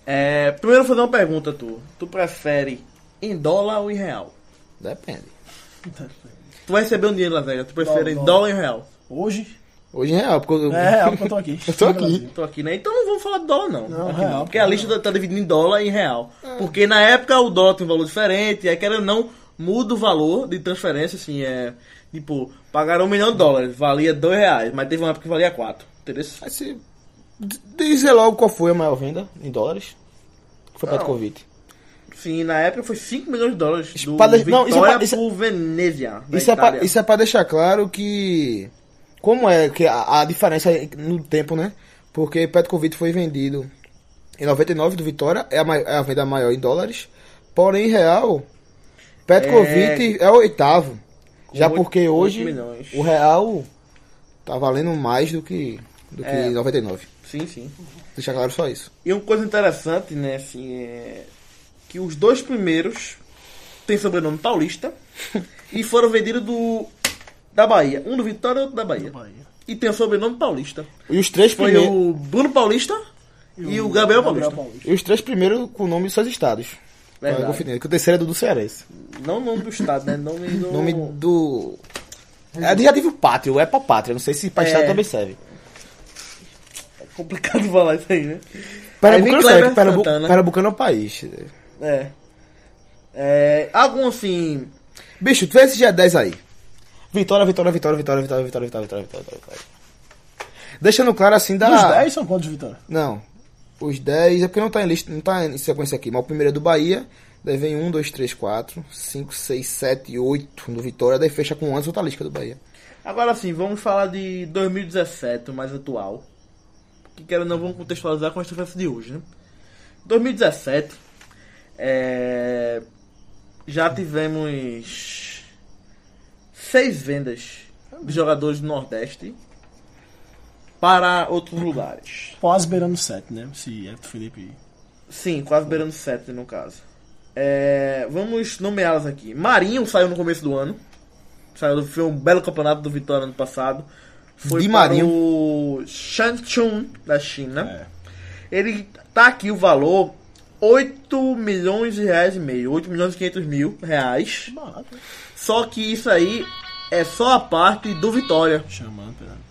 É, primeiro eu vou fazer uma pergunta, tu. Tu prefere em dólar ou em real?
Depende.
Tu vai receber um dinheiro, Las Vegas. Tu prefere
Dólar,
em
dólar.
dólar ou em real?
Hoje,
Hoje é real, porque eu.
É real que eu tô aqui.
Eu tô aqui.
Tô aqui, né? Então não vamos falar de dólar, não.
Não,
Aqui
real,
não,
pô.
porque a lista tá dividida em dólar e em real. Porque na época o dólar tem um valor diferente, aí querendo ou não, muda o valor de transferência, assim, é. Tipo, pagaram um milhão de dólares, valia dois reais, mas teve uma época que valia quatro. Entendeu?
Mas se d- dizer logo qual foi a maior venda em dólares, que foi
Não.
Petkovic.
Sim, na época foi 5 milhões de dólares do
Espada-
Vitória
não, isso é pra- isso é-
pro Venezia. da
Isso é, pra,
Itália.
isso é pra deixar claro que. Como é que a, a diferença no tempo, né? Porque Petkovic foi vendido em 99 do Vitória, é a, mai- é a venda maior em dólares. Porém, em real, Petkovic é, o oitavo. Já
oito-
porque
oito
hoje
milhões.
o real tá valendo mais do que, do que
É.
99.
Sim, sim.
Deixar claro só isso.
E uma coisa interessante, né, assim, é que os dois primeiros têm sobrenome paulista e foram vendidos do da Bahia. Um do Vitória e outro da Bahia.
Bahia.
E tem o sobrenome paulista.
E os três
Foi
primeiros.
o Bruno Paulista e, o Gabriel Paulista.
E os três primeiros com o nome dos seus estados. Pra
Verdade.
conferir, Que o terceiro é do, do Cearense.
Não o nome do estado, né? Nome do...
Nome do. É adjetivo pátrio, é pra pátria. Não sei se pra
É.
estado também serve.
É complicado falar isso aí, né?
Pernambucano
Kleber
serve, Pernambu...
Santana.
Pernambucano é o país.
É. É... Algum, assim...
Bicho, tu vê esse G10 aí. Vitória, vitória, vitória, vitória, vitória, vitória, vitória, vitória, vitória, vitória. Deixando claro assim da.
Os 10 são quantos, Vitória?
Não. Os 10 é porque não tá em lista, não tá em sequência aqui, mas o primeiro é do Bahia, daí vem 1, 2, 3, 4, 5, 6, 7, 8 no Vitória, daí fecha com 11 outra lista do Bahia.
Agora sim, vamos falar de 2017, o mais atual. Que quero não vamos contextualizar com as transferências de hoje, né? 2017. é, Já tivemos seis vendas de jogadores do Nordeste para outros lugares.
Quase beirando 7, né? Se é Felipe.
Sim, quase
Hum.
beirando sete no caso. É, vamos nomeá-las aqui. Marinho saiu no começo do ano. Saiu do, foi um belo campeonato do Vitória ano passado. Foi
De
para
Marinho.
o Shanchun da China.
É.
Ele tá aqui o valor 8 milhões de reais e meio. 8 milhões e 500 mil reais.
Barato, né?
Só que isso aí é só a parte do Vitória.
Chamando, né? pera.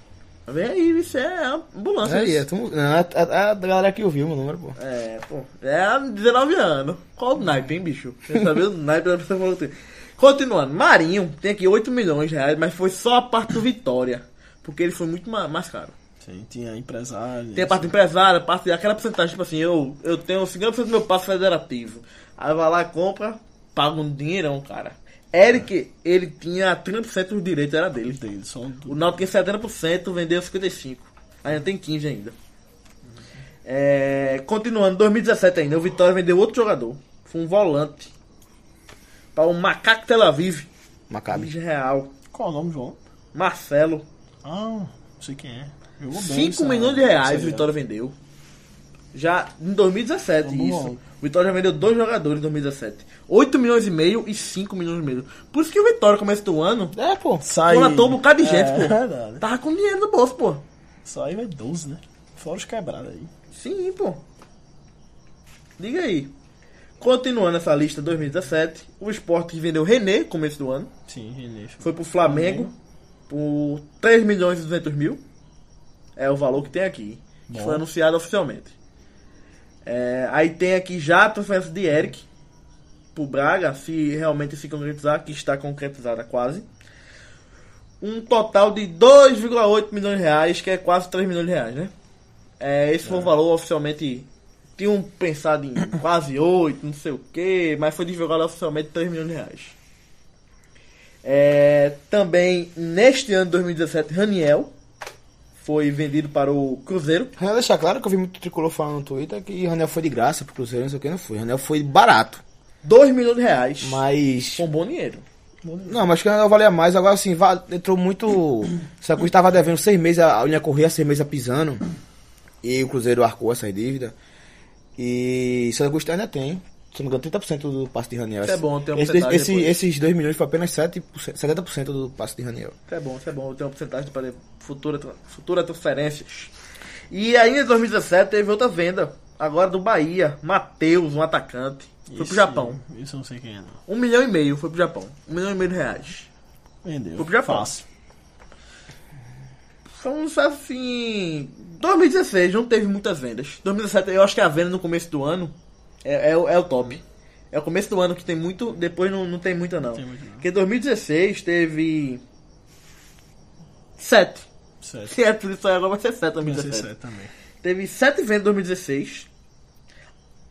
Vem aí, isso é ambulância.
Aí, é, tu... não, é, é- é a galera que ouviu meu número, pô.
É, pô. É há 19 anos. Qual o naipe, hein, bicho? Quer saber o naipe da pessoa falou que tem. Continuando, Marinho tem aqui 8 milhões de reais, mas foi só a parte do Vitória. Porque ele foi muito ma- mais caro.
Sim, tinha empresário.
Tem a parte empresária, a parte aquela porcentagem, tipo assim, eu, eu tenho 50% do meu passo federativo. Aí vai lá, compra, paga um dinheirão, cara. Eric, ele tinha 30% do direito, era dele.
dele, só
O
do...
Náutico tem 70%, vendeu 55%. Ainda tem 15 ainda. É, continuando, 2017 ainda, o Vitória vendeu outro jogador. Foi um volante. Para o Macaco Tel Aviv,
Macabe.
Minas Real.
Qual é o nome, João?
Marcelo.
Ah, não sei quem é. Jogou bem.
5
essa-
milhões de reais
essa
o Vitória vendeu. Já em 2017,
Vamos
isso.
lá.
O Vitória já vendeu dois jogadores em 2017. 8 milhões e meio e 5 milhões e meio. Por isso que o Vitória, no começo do ano,
É, pô.
Sai.
contratou um bocado de gente,
é,
pô.
Verdade.
Tava com dinheiro no bolso, pô.
Saiu é 12, né? Fora os quebrados aí.
Sim, pô. Liga aí. Continuando essa lista 2017, o Sport que vendeu René no começo do ano.
Sim, René.
Foi pro Flamengo por 3 milhões e 200 mil. É o valor que tem aqui. Que
Bom.
foi anunciado oficialmente. É, aí tem aqui já a transferência de Eric pro Braga, se realmente se concretizar, que está concretizada quase. Um total de 2,8 milhões de reais, que é quase 3 milhões de reais, né? É, esse foi o valor oficialmente. Tinham pensado em quase 8, não sei o que, mas foi divulgado oficialmente 3 milhões de reais. É, também neste ano de 2017, Raniel foi vendido para o Cruzeiro.
Renan, deixar claro que eu vi muito tricolor falando no Twitter que Ranel foi de graça pro Cruzeiro, não sei o que, não foi. Ranel foi barato.
2 milhões de reais.
Mas.
Com bom dinheiro.
Não, mas que o Ranel valia mais. Agora, assim, va- entrou muito. Só que estava devendo seis meses, a linha corria seis meses a pisando. E o Cruzeiro arcou essa dívida. E Santa Augusta ainda tem, se não me engano, 30% do passe de Raniel.
Isso é bom, tem uma
esse,
porcentagem
esse,
depois.
Esses 2 milhões foi apenas 7%, 70% do passe de Raniel.
Isso é bom, isso é bom. Tem uma porcentagem para futura, futura transferências. E ainda em 2017 teve outra venda. Agora do Bahia. Matheus, um atacante. Foi pro
Esse-
Japão.
Isso eu não sei quem é, não.
Um milhão e meio foi pro Japão. Um milhão e meio de reais.
Vendeu.
Foi pro Japão.
Fácil.
Foi um sucesso assim. 2016 não teve muitas vendas. 2017 eu acho que é a venda no começo do ano é, é, o- é o top. É o começo do ano que tem muito, depois não, não tem muita não.
Tem muito, não.
Porque 2016 teve. 7.
Certo.
Se é tudo isso aí, agora vai ser 7
Comecei
2017.
certo também.
Teve 7 vendas em 2016.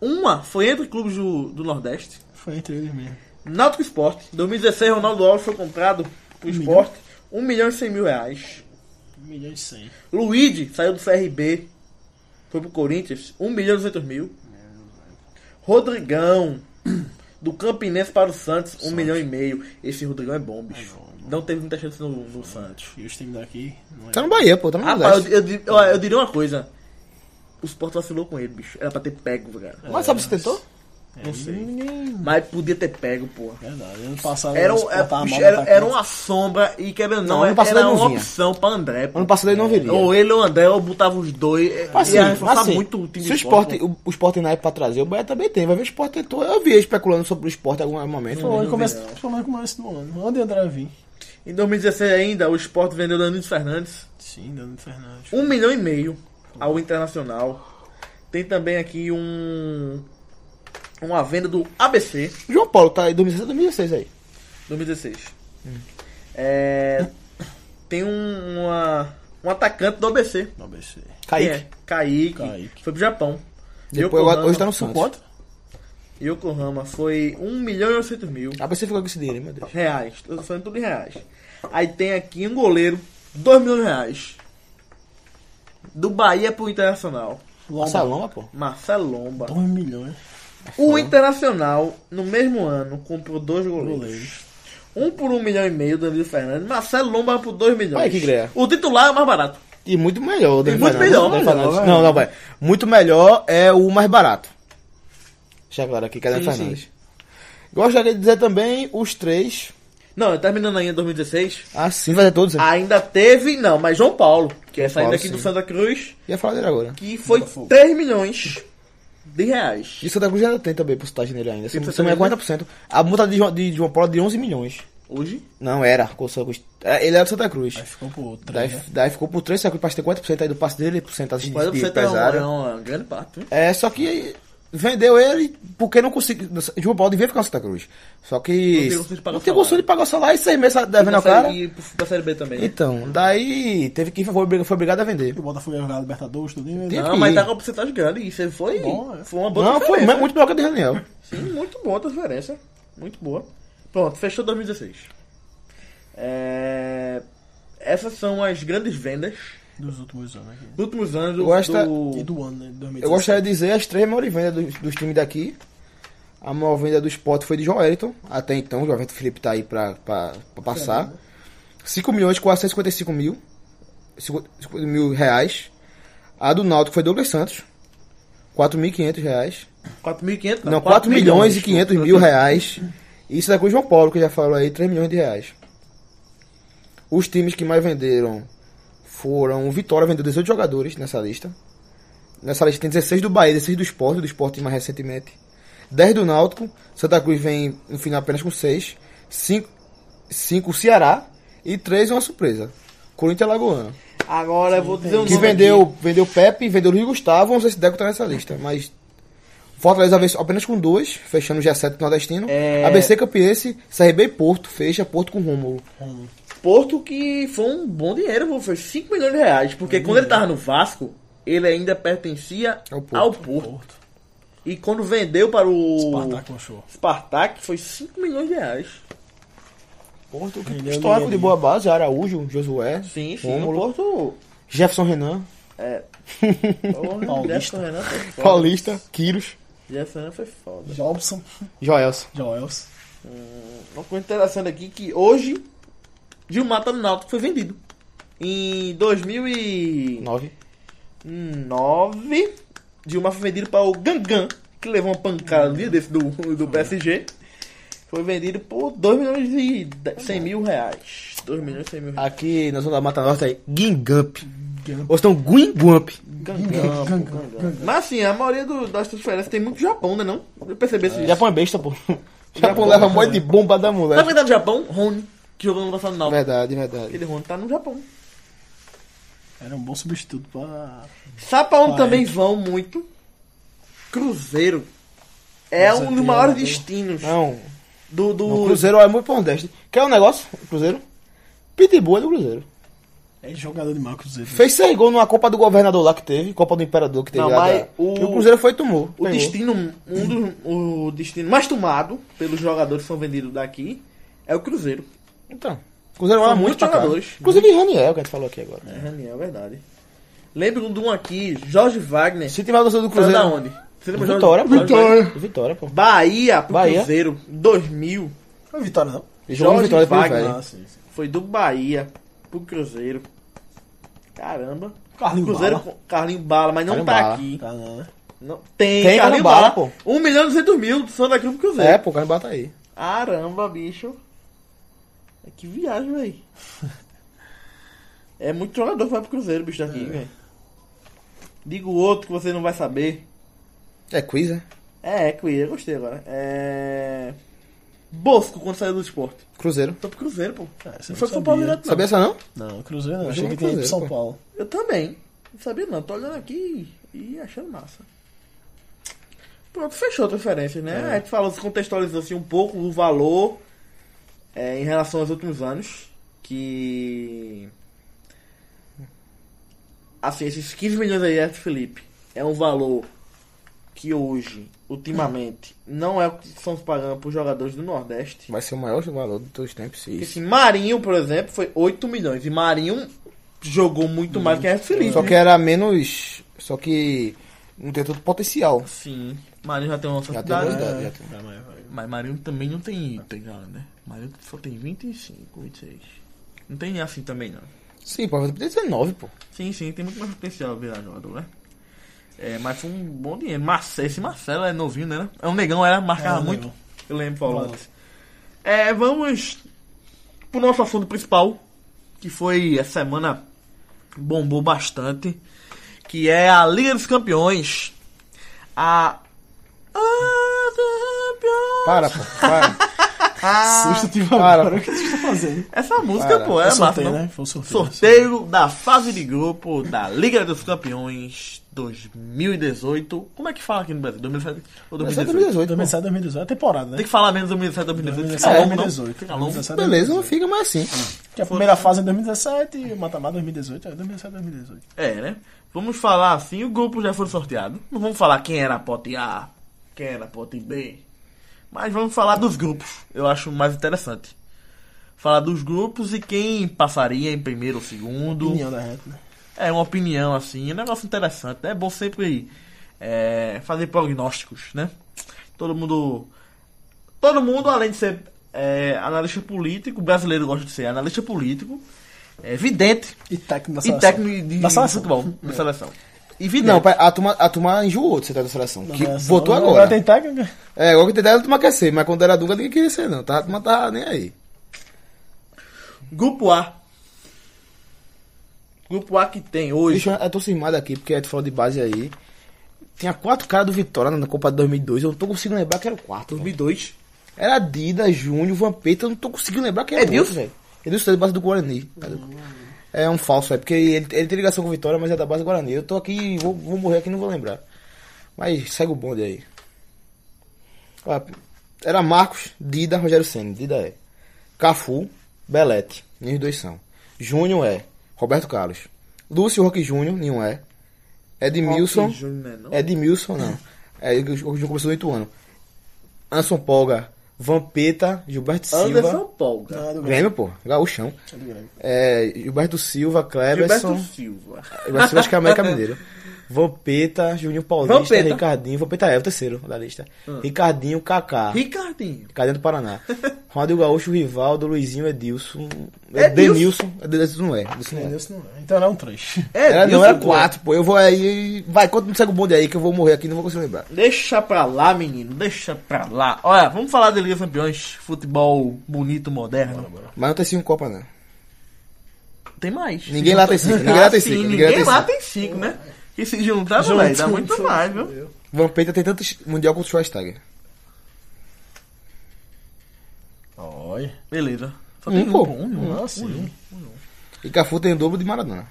Uma foi entre clubes do, do Nordeste.
Foi entre eles mesmo.
Náutico Sport. 2016, Ronaldo Alves foi comprado pro
Um
Sport. 1 milhão e 100 mil reais.
1 milhão e 100.
Luigi saiu do CRB. Foi pro Corinthians. 1 milhão e 200 mil. Rodrigão. Do Campinense para o Santos, 1 milhão e meio. Esse Rodrigão é bom, bicho.
É bom, é bom.
Não teve muita chance no, no Santos.
E os times daqui. Não é.
Tá no Bahia, pô, tá no
Rapaz,
Nordeste.
eu, eu, eu, eu diria uma coisa. O Sport vacilou com ele, bicho. Era pra ter pego, cara.
Mas sabe se tentou?
não sei. Ninguém.
Mas podia ter pego, porra.
É Verdade. Ano passado
Era,
eles
um- era,
botavam
bicho,
mal
era,
atacante.
era uma sombra e querendo ou não,
Não, ano passado
era
ele não
uma
vinha.
opção pra André. pô.
Ano passado ele não viria.
Ou ele ou o André, ou botava os dois. é,
Assim,
ia reforçar
assim,
muito o time né?
se o
do
Sport,
pô.
o, o Sport na época pra trazer, o Bahia também tem. Vai ver o Sport tentou. Eu vi ele especulando sobre o Sport em algum momento. né?
Foi
um
no começo,
não.
foi no começo do ano. Onde André vim?
Em 2016 ainda, o Sport vendeu Danilo Fernandes.
Sim, Danilo Fernandes.
Um milhão e meio ao Internacional. Tem também aqui um... Uma venda do ABC.
João Paulo tá aí 2016, 2016 aí.
2016. É, tem um, uma- um atacante do ABC.
Não, BC.
Kaique.
Quem é? Kaique.
Kaique.
Foi pro Japão.
Depois, agora- hoje tá no Santos.
Quanto?
Yokohama foi 1 milhão e 800 mil
Ah, você ficou com esse dinheiro, hein, meu Deus.
reais. Eu tô falando tudo em reais. Aí tem aqui um goleiro, 2 milhões de reais. Do Bahia pro Internacional.
Essa lomba, pô.
Marcelo Lomba.
2 milhões.
O Internacional, no mesmo ano, comprou dois goleiros.
Goleiros.
Um por 1 milhão e meio, Danilo Fernandes. Marcelo Lomba por 2 milhões.
Olha que greia.
O titular é o mais barato.
E muito melhor. né,
E
Dani
muito
Fernandes,
melhor, né?
Dani
melhor,
Fernandes.
vai.
Não, não, vai. Muito melhor é o mais barato. Deixa claro aqui, que é Dani
Sim,
Fernandes. Gostaria de dizer também os três.
Não, tá terminando ainda 2016.
Assim, vai ter todos. né?
Ainda teve, não, mas João Paulo, que é saindo
Paulo,
aqui do
sim.
Santa Cruz,
Ia falar dele agora.
que foi 3 milhões de reais.
E Santa Cruz ainda tem também porcentagem nele ainda. Se
Tem
não me engano, é
porcentagem, né?
40%. A multa de João, de João Paulo é de 11 milhões.
Hoje?
Não, era. com o Santa Cruz. É, Ele era do Santa Cruz.
Aí ficou pro outro.
Daí,
né?
daí ficou por 3, Santa Cruz passou 50% aí do passe dele, porcentagem de,
40%
de
é uma,
pesada.
é uma grande parte. viu?
É, só que vendeu ele porque não conseguiu. João Paulo devia ficar no Santa Cruz. Só que.
Não tem condições de pagar né?
não tem
o
condição de pagar o salário e seis meses devendo
Pra
ao Tá cara.
série- E pro- pra Série B também.
Então, daí teve que. Foi, obrig- foi obrigado a vender.
E o Botafogo ia jogar a Libertadores, tudo né?
Tem-
não,
que
mas
ir.
tá com uma porcentagem grande. Isso aí foi,
Bom, é.
foi uma boa
Não, foi
transferência.
muito melhor que a do Daniel.
Sim, muito boa a transferência. Muito boa. Pronto, fechou 2016. É... Essas são as grandes vendas
Dos últimos anos aqui.
dos últimos anos do-
Gosta-
E
do...
do ano, né? de 2017.
Eu gostaria de dizer as três maiores vendas dos, dos times daqui. A maior venda do Sport foi de João Wellington. Até então, o João Wellington Felipe tá aí pra, pra, pra passar. 5 milhões 455 mil. 50 mil reais. A do Náutico foi Douglas Santos. 4.500 reais.
4.500...
Não,
4
4 milhões e 500 mil reais. E isso da Cruz João Paulo, que já falou aí, 3 milhões de reais. Os times que mais venderam foram... O Vitória vendeu 18 jogadores nessa lista. Nessa lista tem 16 do Bahia, 16 do Sport, do Sport mais recentemente. 10 do Náutico. Santa Cruz vem no final apenas com 6. 5, 5 Ceará. E 3 uma surpresa. Corinthians e Alagoana.
Agora eu vou dizer o
Que
nome
vendeu, vendeu Pepe, vendeu Luiz Gustavo, não sei se Deco tá nessa lista, mas. Fortaleza vence apenas com dois, fechando o G7 nordestino.
É.
ABC Campiense, CRB e Porto, fecha Porto com Rômulo.
Porto que foi um bom dinheiro, pô, foi 5 milhões de reais. Porque quando ele tava no Vasco, ele ainda pertencia ao
Ao
Porto.
Porto.
Porto.
E quando vendeu para o
Spartak com show.
Spartak, foi 5 milhões de reais.
Porto, que
Vendeu
histórico de
Miguelinho.
boa base, Araújo, Josué,
Sim, sim. O
Rômulo,
Porto.
Jefferson Renan,
É. Porra,
Paulista.
Jefferson Renan né, foi foda.
Paulista, Quiros,
Jefferson Renan foi foda.
Jobson.
Joelson.
Joels.
Uma coisa interessante aqui que hoje Gilmar tá no Náutico foi vendido. Em 2009,
Nove.
Gilmar foi vendido para o Gangan, que levou uma pancada ali desse do, do PSG. Foi vendido por 2 milhões e de- 100 mil reais. 2 milhões e 100 mil reais.
Aqui na zona da Mata Norte é Guingamp. Ou estão Guingamp.
Gangan, pô, Gangan. Mas assim, a maioria do- das transferências tem muito Japão, né não? Eu percebi isso. Tá
Japão é besta, pô. Japão
Japão,
leva um monte de bomba da
Sabe
mulher.
quem tá no Japão? Rony, que jogou no passado no Náutico.
Verdade, verdade.
Aquele Rony tá no Japão.
Era um bom substituto pra.
Sabe pra onde
é.
Ah,
também vão muito? Cruzeiro. É
Nossa,
um dos
tem
maiores
uma-
destinos
Não,
do.
o
do...
Cruzeiro é muito pro Nordeste. Quer um negócio? Cruzeiro? Pitbull é do Cruzeiro.
É jogador de Marcos Zero.
Fez seis gols numa Copa do Governador lá que teve, Copa do Imperador que teve
Não,
lá.
mas
da-
o-
E o Cruzeiro foi e tomou.
O
Pegou.
destino, um dos, o destino mais tomado pelos jogadores que são vendidos daqui é o Cruzeiro.
Então, o Cruzeiro olha
São
muito
muitos
pra cá.
jogadores.
Inclusive Raniel, que a gente falou aqui agora.
É, Raniel, é verdade. Lembro de um aqui, Jorge Wagner.
Se tiver o torcedor do
Cruzeiro.
Cruzeiro...
da onde? Você lembra
Tá Vitória,
Jorge-
pô.
Jorge Wagner?
Vitória, pô.
Bahia pro
Bahia.
Cruzeiro, 2000.
Não é vitória, não.
E jogou no
Jorge
Vitória depois,
Wagner.
velho.
Ah, sim. sim.
Foi do Bahia pro Cruzeiro. Caramba.
Carlinho
Cruzeiro
Bala.
com Carlinho Bala, mas não
Carlinho
tá
Bala.
aqui.
Tá, não, né?
Não, tem,
Tem
Carlinho
Carlinho
Bala,
Bala,
pô. 1 milhão e 200 mil só daqui pro Cruzeiro.
É, pô, o cara bata aí.
Caramba, bicho. É Que viagem, véi. É muito jogador que vai pro Cruzeiro, bicho, daqui, velho. Digo outro que você não vai saber.
É quiz, né?
É, é que eu ia, gostei agora. É. Bosco quando saiu do esporte.
Cruzeiro.
Tô pro Cruzeiro, pô.
Ah, isso
Não foi
eu não
pro São Paulo
sabia.
direto, não.
Sabia essa não?
Não, Cruzeiro não.
Eu
Achei
jogo
que tem pro
Cruzeiro,
São
pô.
Paulo.
Eu também. Não sabia não. Tô olhando aqui e achando massa. Pronto, fechou a transferência,
É.
né? A gente falou, se contextualizou assim um pouco o valor é, em relação aos últimos anos. Que. Assim, esses 15 milhões aí, Edson Felipe, é um valor que hoje, ultimamente, não é o que estão se pagando por jogadores do Nordeste.
Vai ser o maior valor de todos os tempos, se isso.
Esse Marinho, por exemplo, foi 8 milhões. E Marinho jogou muito mais que Edson Felipe.
Só que era menos... Só que não tem tanto potencial.
Sim. Marinho já tem uma
Já tem
certa
boa
idade.
idade, já tem.
Vai, vai, vai.
Mas Marinho também não tem, tem nada, né? Marinho só tem 25, 26. Não tem nem assim também, não.
Sim, pô, tem 19, pô.
Sim, sim, tem muito mais potencial virar jogador, né? É, mas foi um bom dinheiro. Marcelo, esse Marcelo é novinho, né? É um negão, era, marcava
É, um
muito.
negão.
Eu lembro, Paulo.
Vamos.
É, vamos pro nosso assunto principal, que foi essa semana bombou bastante, que é a Liga dos Campeões. A Ah, Campeões.
Para, pô. Para.
Susto tive agora. Ah, O que vocês estão fazendo?
Essa música, pô, é massa,
Foi sorteio,
não?
né? Foi um sorteio.
Sorteio da fase de grupo da Liga dos Campeões 2018. Como é que fala aqui no Brasil? 2017 ou
Mas é
2018?
2018, pô.
2017, 2018. É temporada, né?
Tem que falar menos 2017, 2018. Fica
2017,
longo, não?
2018.
Fica longo.
2017,
Beleza, não fica mais assim.
Que a primeira fase é 2017 e o mata-mata 2018. É 2017, 2018.
É, né? Vamos falar assim, o grupo já foi sorteado. Não vamos falar quem era a pote A, quem era a pote B. Mas vamos falar dos grupos. Eu acho mais interessante. Falar dos grupos e quem passaria em primeiro ou segundo.
Opinião da gente, né?
É uma opinião, assim, um negócio interessante. né? É bom sempre é, fazer prognósticos, né? Todo mundo. Todo mundo, além de ser é, analista político, brasileiro gosta de ser analista político, é vidente
E técnico da
e
seleção.
técnico de,
da
de
seleção.
futebol, da seleção. E vidente.
Hum. Não, pai, a turma, a turma enjoou de ser da seleção.
Da
que
seleção.
votou
Agora
agora.
É, tem técnica.
É, igual que tem ideia, a turma quer ser, mas quando era Dunga, ninguém queria ser, não. Tá, a turma tá nem aí.
Grupo A. Grupo A que tem hoje.
Bicho, eu tô cismado aqui, porque tu falou de base aí. Tinha quatro caras do Vitória na Copa de 2002, eu não tô conseguindo lembrar que era o quarto. velho.
2002.
Era Dida, Júnior, Vampeta, eu não tô conseguindo lembrar quem era o
Edilson?
outro, velho. Edilson é da base do Guarani. É um falso, é porque ele, ele tem ligação com o Vitória, mas é da base do Guarani. Eu tô aqui, vou, vou morrer aqui, não vou lembrar. Mas segue o bonde aí. Ó, Era Marcos, Dida, Rogério Senna. Dida é. Cafu, Belete. Nenhum dos dois são. Júnior é. Roberto Carlos. Lúcio Roque Júnior, nenhum é. Edmilson.
Roque Júnior, né, não?
Edmilson, É não. É, o Júnior começou no Ituano. Anson Polga, Vampeta, Gilberto Silva.
Anderson Polga.
Ah, do Grêmio.
Grêmio, pô. Gaúchão.
É do Grêmio.
É, Gilberto Silva, Cleberson.
Gilberto Silva.
Gilberto Silva, acho que é América Mineiro. Vampeta, Juninho Paulista,
Vampeta. Ah.
Ricardinho. Vampeta é o terceiro da lista. Ricardinho, Kaká.
Ricardinho.
Cadê do Paraná? Ronaldo Gaúcho, Rivaldo, Luizinho, Edilson.
Edilson?
É Denilson. É Denilson não é. Denilson não é.
Entendeu? Isso não é. Então era um 3.
É,
Era, não,
Dilson
era
Gomes.
quatro, pô. Eu vou aí. Vai, conta não segue o bonde aí que eu vou morrer aqui, não vou conseguir lembrar.
Deixa pra lá, menino, deixa pra lá. Olha, vamos falar da Liga dos Campeões, futebol bonito, moderno.
Mas não tem cinco Copa, não.
Tem mais. Ah,
Ninguém lá tem cinco, ninguém lá tem cinco,
Sim,
ninguém lá
ninguém
tem
lá
cinco.
tem cinco, né? E se juntar,
um
velho, dá muito mais, viu?
Vampeta tem tanto mundial quanto o Schweinsteiger.
Oi.
Beleza. Só
Um,
tem um,
pô.
ah,
pô, um, um.
Nossa.
E Cafu tem o dobro de Maradona.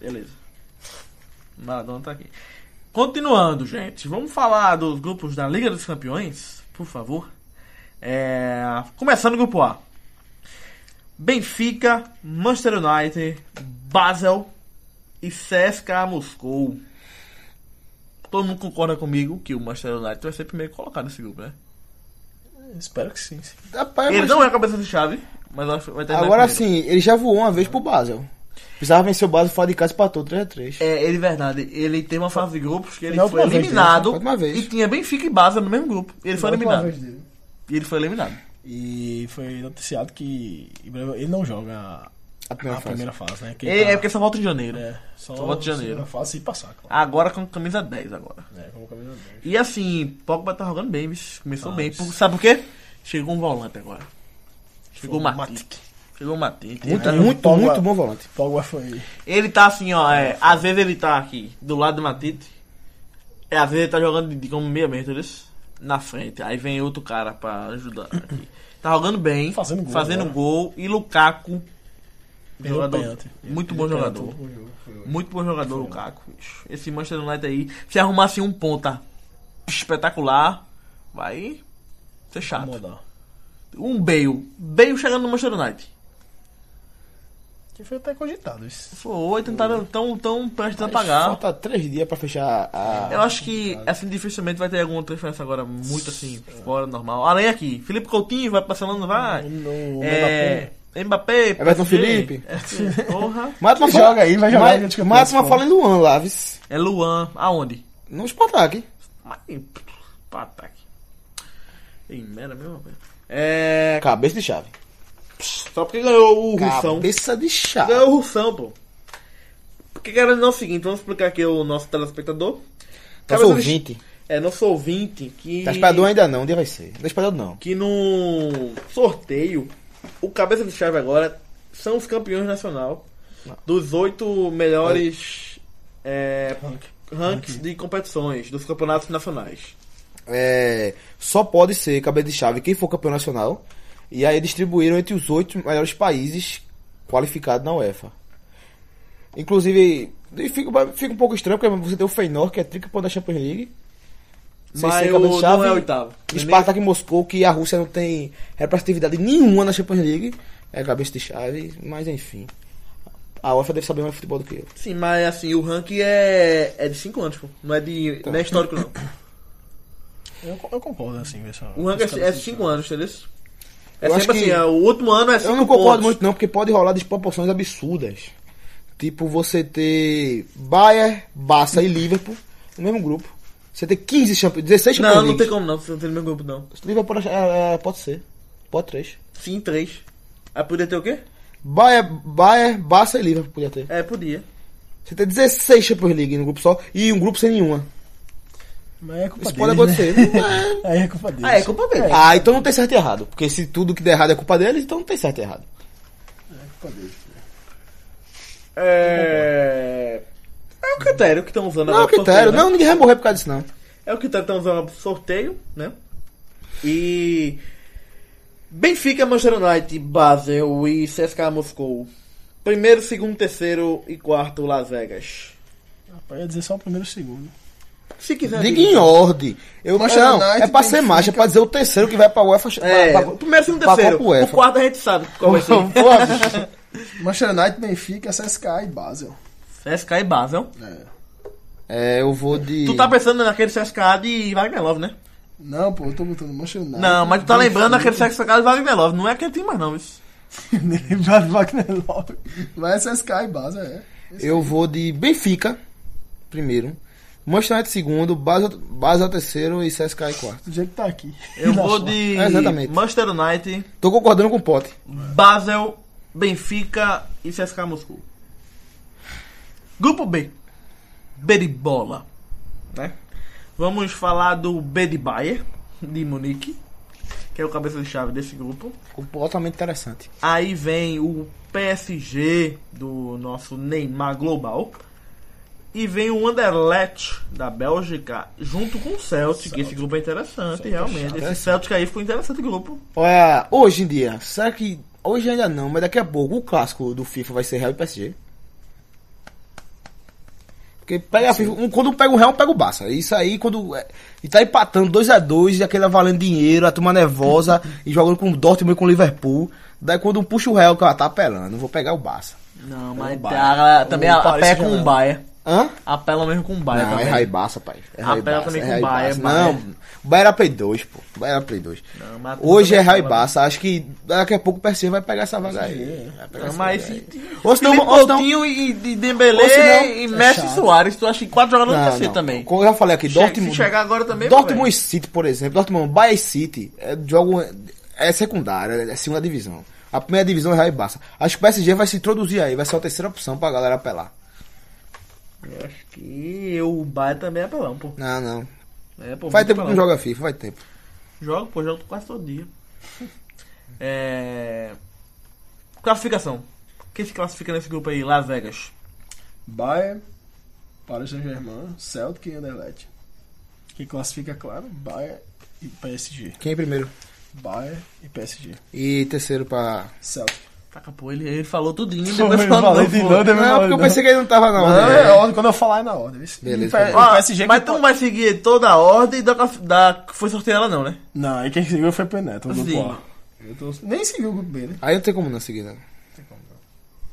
Beleza. Maradona tá aqui. Continuando, gente. Vamos falar dos grupos da Liga dos Campeões, por favor. É, Começando o grupo A. Benfica, Manchester United, Basel e CSKA Moscou. Todo mundo concorda comigo que o Manchester United vai ser primeiro colocado nesse grupo, né?
Espero que sim. sim.
Rapaz,
Ele
mas-
não é a cabeça de chave, mas eu acho que vai terminar
Agora
primeiro.
sim, ele já voou uma vez pro Basel. Precisava vencer o Basel fora de casa e empatou 3x3.
É, ele verdade. Ele tem uma fase de grupos que ele
Não,
foi
uma vez,
eliminado.
né? Foi uma vez.
E tinha Benfica e Basel no mesmo grupo. Ele foi
Da última
eliminado.
vez dele.
E ele foi eliminado.
Então. E foi noticiado que ele não joga
A primeira
a
fase.
primeira fase, né? Que
É,
ele tá-
é porque só volta em janeiro.
é, só
só volta de
na
janeiro. Ah.
segunda fase se passar, claro.
Agora com camisa 10 agora.
É, como camisa dele.
E assim, Pogba tá jogando bem, bicho. Começou
Ah,
bem.
isso.
Por- sabe por quê? Chegou um volante agora. Chegou o
Foi o
Matic. Chegou o Matic. Ele
Muito,
tá,
muito,
Pogba-
muito bom volante.
Pogba foi.
ele tá assim, ó. é, às vezes ele tá aqui do lado do Matic. É, às vezes ele tá jogando de, de como meia meia, entendeu? Na frente. Aí vem outro cara pra ajudar aqui. Tá jogando bem.
Fazendo gol né? agora.
gol. E Lukaku.
Perdeu
jogador-
o pênalti.
muito
Ele
bom
perdeu
jogador.
o jogo, foi hoje.
Muito bom jogador, Lukaku. bicho. Esse Manchester United aí, se arrumasse um ponta espetacular, vai ser chato.
Mudar.
Um Bale. Bale chegando no Manchester United.
Que foi até cogitado isso.
Foi, tentaram tão, tão prestes a
Mas
pagar.
Falta 3 dias pra fechar a.
Eu acho que, assim, dificilmente vai ter alguma transferência agora muito assim, fora do normal. Além aqui, Felipe Coutinho vai passando, não vai?
No
É, um Mbappé,
Everton
PSG.
Felipe.
É, porra.
Mata uma
Joga aí, vai jogar
Ma-
na Liga dos Campeões,
Mata uma
pô.
fala em Luan lá, vice.
É Luan. Aonde?
No Spartak.
Mas, pá, tá aqui. Ei, merda, mesma coisa. É,
Cabeça de chave.
Só porque ganhou o Russão.
Cabeça de chave.
Ganhou o Russão, pô. Porque, cara, não é o seguinte, vamos explicar aqui o nosso telespectador.
Tá
Cabeça de-
ouvinte.
É, nosso ouvinte que.
Tá esperado ainda não, um dia vai ser. Não tá esperado não.
Que no sorteio, o cabeça de chave agora são os campeões nacional dos oito melhores é, ranks de competições dos campeonatos nacionais.
É, só pode ser cabeça de chave quem for campeão nacional. E aí distribuíram entre os oito melhores países qualificados na UEFA. Inclusive, e fica, fica um pouco estranho, porque você tem o Feyenoord, que é tricampeão da Champions League. Sem
Mas
ser
o,
cabeça de chave.
não é oitavo.
O Spartak Moscou, que a Rússia não tem representatividade nenhuma na Champions League. É cabeça de chave, mas enfim. A UEFA deve saber mais de futebol do que eu.
Sim, mas assim, o ranking é, é de 5 anos, pô. Não é de. Não é histórico, não.
Eu, eu concordo assim, pessoal.
O ranking é- é 5 anos, entendeu? É
Eu acho
sempre assim,
que-
é, o último ano é 5
Eu não concordo muito não, porque pode rolar desproporções absurdas. Tipo, você ter Bayern, Barça e Liverpool no mesmo grupo. Você ter 15 Champions, 16 Champions
Não, não
Leagues.
tem como não, você não tem no meu grupo não.
Liverpool é, é, pode ser. Pode três.
Sim, 3. Aí podia ter o quê?
Bayern, Bayern, Barça e Liverpool podia ter.
É, podia.
Você ter 16 Champions League no grupo só e um grupo sem nenhuma.
Mas é culpa
Isso pode
deles,
acontecer.
Né?
Não é-
Aí é culpa deles.
Ah, é culpa dele.
Ah, então não tem certo e errado. Porque se tudo que der errado é culpa deles, então não tem certo e errado.
É culpa deles.
É. É o critério que estão usando
Não, é o
pro
critério.
sorteio, né?
Não, ninguém vai morrer por causa disso, não.
É o critério que estão usando pro sorteio, né? E. Benfica, Manchester United, Basel e CSKA Moscou. Primeiro, segundo, terceiro e quarto, Las Vegas.
Rapaz, ia dizer só o primeiro e o segundo.
Se quiser.
Diga
diga.
em ordem. Eu,
Manchester
não,
United
é pra
tem
ser macho, é pra dizer o terceiro que vai pra UEFA.
É,
pra- pra-
primeiro, segundo,
pra
terceiro.
Copa
O
UEFA.
quarto a gente sabe qual vai ser.
Porra, bicho.
Manchester United, Benfica, CSKA e Basel.
CSKA e Basel.
É, eu vou de.
Tu tá pensando naquele CSKA de Wagner Love, né?
Não, pô, eu tô botando Manchester United.
Não, mas tu tá lembrando daquele CSKA de Wagner Love. Não é aquele time mais, não. Isso.
Nem lembrar do Wagner Love.
Mas CSKA e Basel, é.
Eu vou de Benfica, primeiro. Manchester United, segundo. Basel, Basel terceiro e CSKA em quarto.
Do jeito que tá aqui.
Eu
Na
vou
sua.
de
É, exatamente.
Manchester United,
Tô concordando com o Pote.
Basel, Benfica e CSKA Moscou. Grupo B. Beribola. Né? Vamos falar do B de Bayer, de Munique, que é o cabeça de chave desse grupo.
Completamente interessante.
Aí vem o PSG do nosso Neymar Global. E vem o Anderlecht da Bélgica junto com o Celtic. que Esse grupo é interessante, realmente. Esse Celtic aí ficou interessante o grupo.
Olha, hoje em dia, será que. Hoje ainda não, mas daqui a pouco o clássico do FIFA vai ser Real e PSG. Porque pega, um, quando pega o Real, pega o Barça. Isso aí, quando. é, E tá empatando 2x2, e aquela valendo dinheiro, a turma nervosa, e jogando com o Dortmund e com o Liverpool. Daí quando puxa o Real, que ela tá apelando, vou pegar o Barça.
Não, mas
Bayern.
a galera tá, também é
O
a-
Paris
apela com o
Saint-Germain.
Baia.
Hã?
Apela mesmo com o Baia. tá
Não, é Rai Barça, pai. É Rai
Apela
Barça,
Ah, também
é
com
Rai
Bayern,
Barça.
Bayern.
Não, o Bayern era Play 2, pô. O Bayern era Play 2.
Não, mas
Hoje
também né?
é Rai
apela.
Barça. Acho que daqui a pouco o PSG vai pegar essa vaga aí. Vai pegar
Não,
essa
É, Mas
vaga aí.
se,
Ou se não-
Felipe
ou se não-
Coutinho e, e
ou se não- é
Dembele e Messi e
chato.
Soares, tu acha que quatro jogadores não,
Não,
ser
não.
também.
Como eu já falei aqui,
Che-
Dortmund.
se chegar agora também,
Dortmund
meu
e City, por exemplo. Dortmund, Bayern City. É, jogo, é secundária, é segunda divisão. A primeira divisão é Real e Barça. Acho que o PSG vai se introduzir aí. Vai ser a terceira opção pra galera apelar.
velho. Eu acho que o Baia também é apelão, pô.
Não, não.
É, pô muito
Faz tempo que não
apelão.
joga FIFA, faz tempo.
Jogo, pô, jogo quase todo dia. É... Classificação. Quem se classifica nesse grupo aí? Las Vegas.
Bayern, Paris Saint-Germain, Celtic e Anderlecht. Que classifica, claro, Bayern e PSG.
Quem é primeiro?
Bayern e PSG.
E terceiro pra.
Celtic.
Taca, pô, ele, ele falou tudinho.
Pô,
Depois
ele
falou
falou
não,
de
pô.
novo, depois
Não,
falou
porque eu
de
pensei que ele não tava na
Não, é
hora.
a ordem, quando eu falar é na ordem. viu?
Beleza,
E
beleza.
Ó,
o PSG
Ah, mas então-
que tá-
tu não
pode-
vai seguir toda a ordem da, class- da que foi sorteada não, né?
Não, aí quem seguiu foi o Penetra, o
Sim.
grupo A. Eu tô- Nem seguiu o grupo B, né?
Aí não tem como não seguir, não.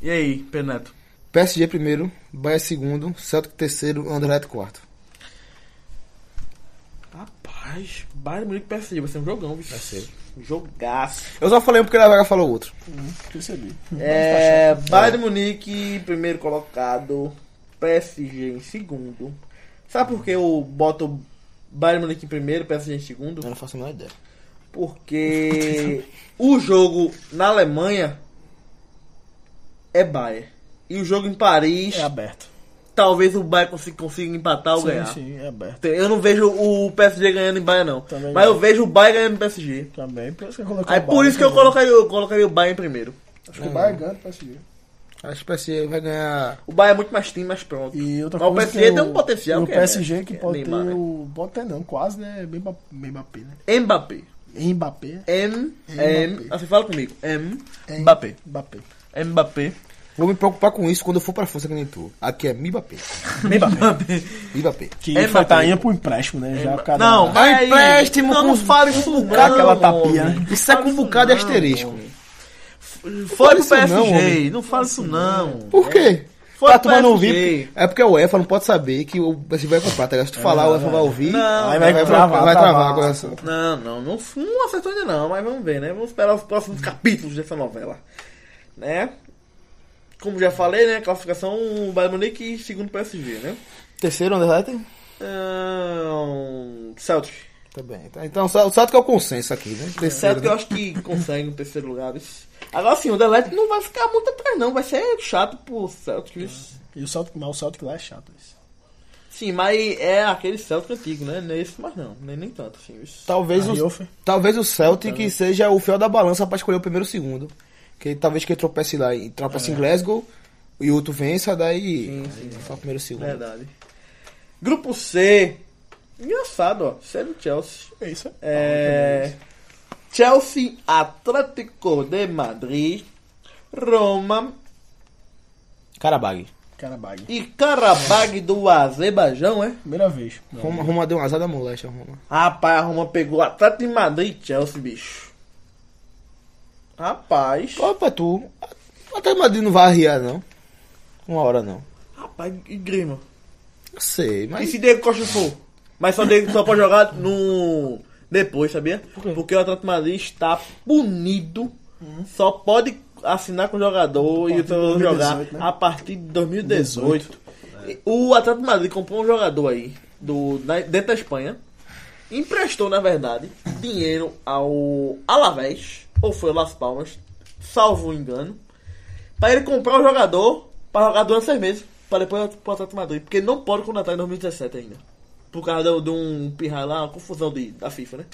E aí, Peneto?
PSG primeiro, Bahia segundo, Celtic terceiro, Anderlecht quarto.
Rapaz, Bayern Munique PSG vai ser um jogão, bicho. Vai ser. um Jogaço.
Eu só falei um porque a Vega falou outro.
Percebi.
É, Bayern Munique, primeiro colocado. PSG em segundo. Sabe por que eu boto Bayern Munique em primeiro, PSG em segundo?
não faço a menor ideia.
Porque o jogo na Alemanha é Bayern. E o jogo em Paris,
É aberto.
talvez o Bayern consiga, consiga empatar ou ganhar.
Sim, sim, é aberto.
Eu não vejo o PSG ganhando em Bayern, não.
Também
Mas
não.
eu vejo o Bayern ganhando em PSG.
Também, por isso que eu coloquei
Aí
o
É por
Bayern
isso que eu
também.
colocaria, eu colocaria o Bayern em primeiro.
Acho que o Bayern ganha do PSG.
Acho que o PSG vai ganhar.
O Bayern é muito mais time, mais pronto.
E outra
Mas o
coisa
PSG
que
tem um potencial
O
que é,
PSG
né?
que
É
pode
Neymar,
ter
né?
o... Pode ter não, quase, né? Mba- Mbappé, né?
Mbappé.
Mbappé.
M, M,
Mbappé.
ah, você fala comigo. M,
Mbappé. Mbappé.
Mbappé.
Vou me preocupar com isso quando eu for pra França que nem tu. Aqui é Mbappé.
Mbappé.
Mbappé.
Que
É Mbappé. É
foi, tá indo pro empréstimo, né? Já por causa
Não,
da-
mas aí-
empréstimo
não,
com
não
os-
fale isso
com
não,
cara,
aquela tapinha,
homem.
né?
Isso é com um bocado de asterisco.
Fora o
isso não,
PSG,
homem.
não fala isso não.
Por quê?
Foi
pra turma não
PSG.
ouvir. É porque a UEFA não pode saber que o PSG vai comprar, tá ligado? Se tu falar, a UEFA vai ouvir.
Não,
Aí vai
vai
travar,
travar, vai
travar.
travar a coração.
Não, não, não, não acertou ainda não, mas vamos ver, né? Vamos esperar os próximos capítulos dessa novela, né? Como já falei, né? Classificação Bayern Munique e segundo PSG, né?
Terceiro, Anderlecht?
Ahn, Então, Celtic.
Tá bem. Tá. Então, só- o certo que é o consenso aqui, né? Terceiro.
Celtic eu
Né?
acho que consegue no terceiro lugar. isso. Agora sim, o Delete não vai ficar muito atrás não, vai ser chato pro Celtic. isso.
E o Celtic, mas o Celtic lá é chato. Isso.
Sim, mas é aquele Celtic antigo, né? Não é esse mais não, nem, nem tanto assim. isso.
Talvez
Aí
o,
eu fui-
talvez o Celtic seja o fiel da balança pra escolher o primeiro e o segundo. Que talvez que tropece lá e tropece em Glasgow e o outro vença, daí. Só o primeiro e o segundo.
Verdade. Grupo C. Engraçado, ó. C do Chelsea.
É isso aí.
É, Chelsea, Atlético de Madrid, Roma
Carabag.
Cara bag.
e Karabag do Azerbaijão, é?
Primeira vez. Não.
Roma, Roma deu um azar da moléstia, Roma.
Rapaz, a Roma pegou Atlético de Madrid e Chelsea, bicho. Rapaz.
Opa, tu. Até Madrid não vai arriar, não. Uma hora não.
Rapaz, e Grêmio?
Eu sei,
E
mas.
se Diego Costa for? Mas só Diego só pode jogar no... Depois, sabia? Porque o Atlético de Madrid está punido. Só pode assinar com o jogador e o jogador Então jogar
2018, né?
a partir de 2018. E O Atlético de Madrid comprou um jogador aí, do, da- dentro da Espanha. Emprestou, na verdade, dinheiro ao Alavés, ou foi o Las Palmas, salvo engano, para ele comprar o jogador para jogar durante seis meses, para depois ir pro Atlético de Madrid, porque ele não pode contratar em 2017 ainda. Por causa do- de um pirra lá, uma confusão de, da FIFA, né?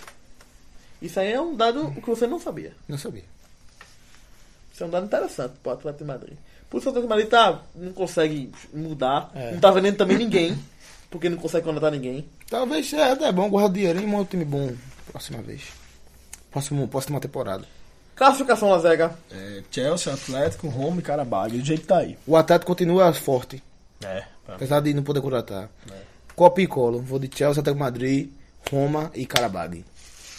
Isso aí é um dado que você não sabia.
Não sabia.
Isso é um dado interessante pro Atlético de Madrid. Por isso o Atlético de Madrid tá, não consegue mudar,
É.
não tá vendendo também ninguém, porque não consegue contratar ninguém.
Talvez é até bom guardar o dinheiro e montar um time bom próxima vez. Próximo, próxima temporada.
Classificação Lazega.
É, Chelsea, Atlético, Roma e Carabag. Do jeito que tá aí.
O Atlético continua forte.
É,
tá
pra mim.
Apesar de não poder contratar. Copa e colo. Vou de Chelsea, Atlético de Madrid, Roma e Carabag.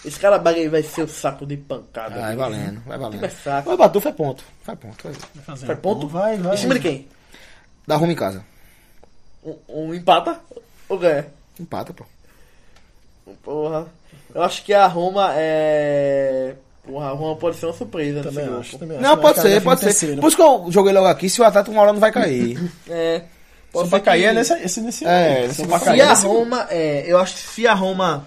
Esse cara aí vai ser o saco de pancada.
Vai valendo, vai valendo.
Vai saco.
Vai bater, foi ponto. Foi ponto. Foi.
Vai fazer
Foi
um
ponto?
gol, Vai, vai.
Em cima de quem?
Dá Roma em casa.
Um, um empata ou ganha?
Empata, pô.
Porra. Eu acho que a Roma é. Porra, a Roma pode ser uma surpresa
Também
nesse
acho,
grupo.
também
Não,
acho.
pode
Vai cair
ser,
em
pode ser.
terceiro.
Por isso que eu joguei logo aqui, se o Atlético uma hora não vai cair.
É.
Se
Pode
vai
ser
cair,
que-
é nesse, esse nesse
É,
ano.
se
Se
vai
vai
Se
cair,
a
nesse-
Roma. É, eu acho que se a Roma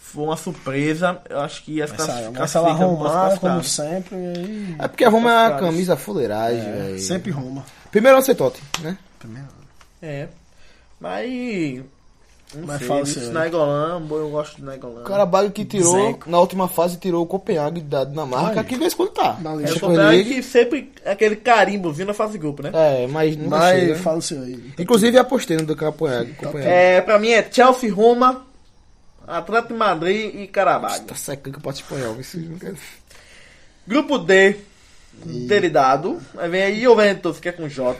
for uma surpresa, eu acho que ia
Vai
ficar sair, vai
classifica
sair lá
pro
Romar,
próximo
como
classificado.
sempre, e aí...
É porque a Roma é uma
Claro.
camisa fuleiragem, velho.
Sempre Roma.
Primeiro é o Cetote, né?
É. Mas. Não
Mas
sei,
fala né?
isso
sério.
Nainggolan, bom, eu gosto é do Nainggolan.
Carabag que tirou,
Zeco.
na última fase, tirou o Copenhague da Dinamarca, que de vez em quando tá.
Na
é
lista.
o
Champions
Copenhague
League.
que sempre é aquele carimbozinho na fase de grupo, né?
É, mas nunca chega.
né?
Tá
Mas fala o seu aí.
Inclusive apostei no do Copenhague. Copenhague.
É, pra mim é Chelsea, Roma, Atlético de Madrid e Carabag.
Tá secando que eu posso espanhol. isso não quer-
Grupo D, Deridado. Aí vem aí Juventus, que é com J.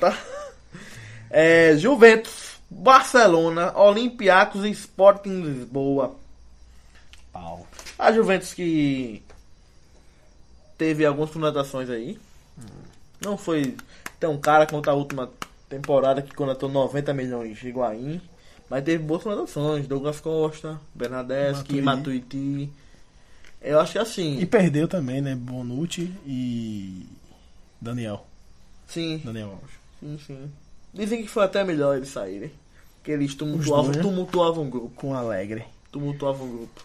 É, Juventus, Barcelona, Olympiacos e Sporting Lisboa.
Pau.
A Juventus que teve algumas contratações aí. Não foi tão cara quanto a última temporada que contratou 90 milhões de Higuaín. Mas teve boas contratações. Douglas Costa, Bernadeschi, Matuidi. Eu acho que assim.
E perdeu também, né? Bonucci e. Daniel.
Sim,
Daniel Alves.
sim, sim. Dizem que foi até melhor eles saírem. Que eles
Os dois,
tumultuavam,
né?
tumultuavam o grupo.
Com Alegre.
tumultuava o grupo.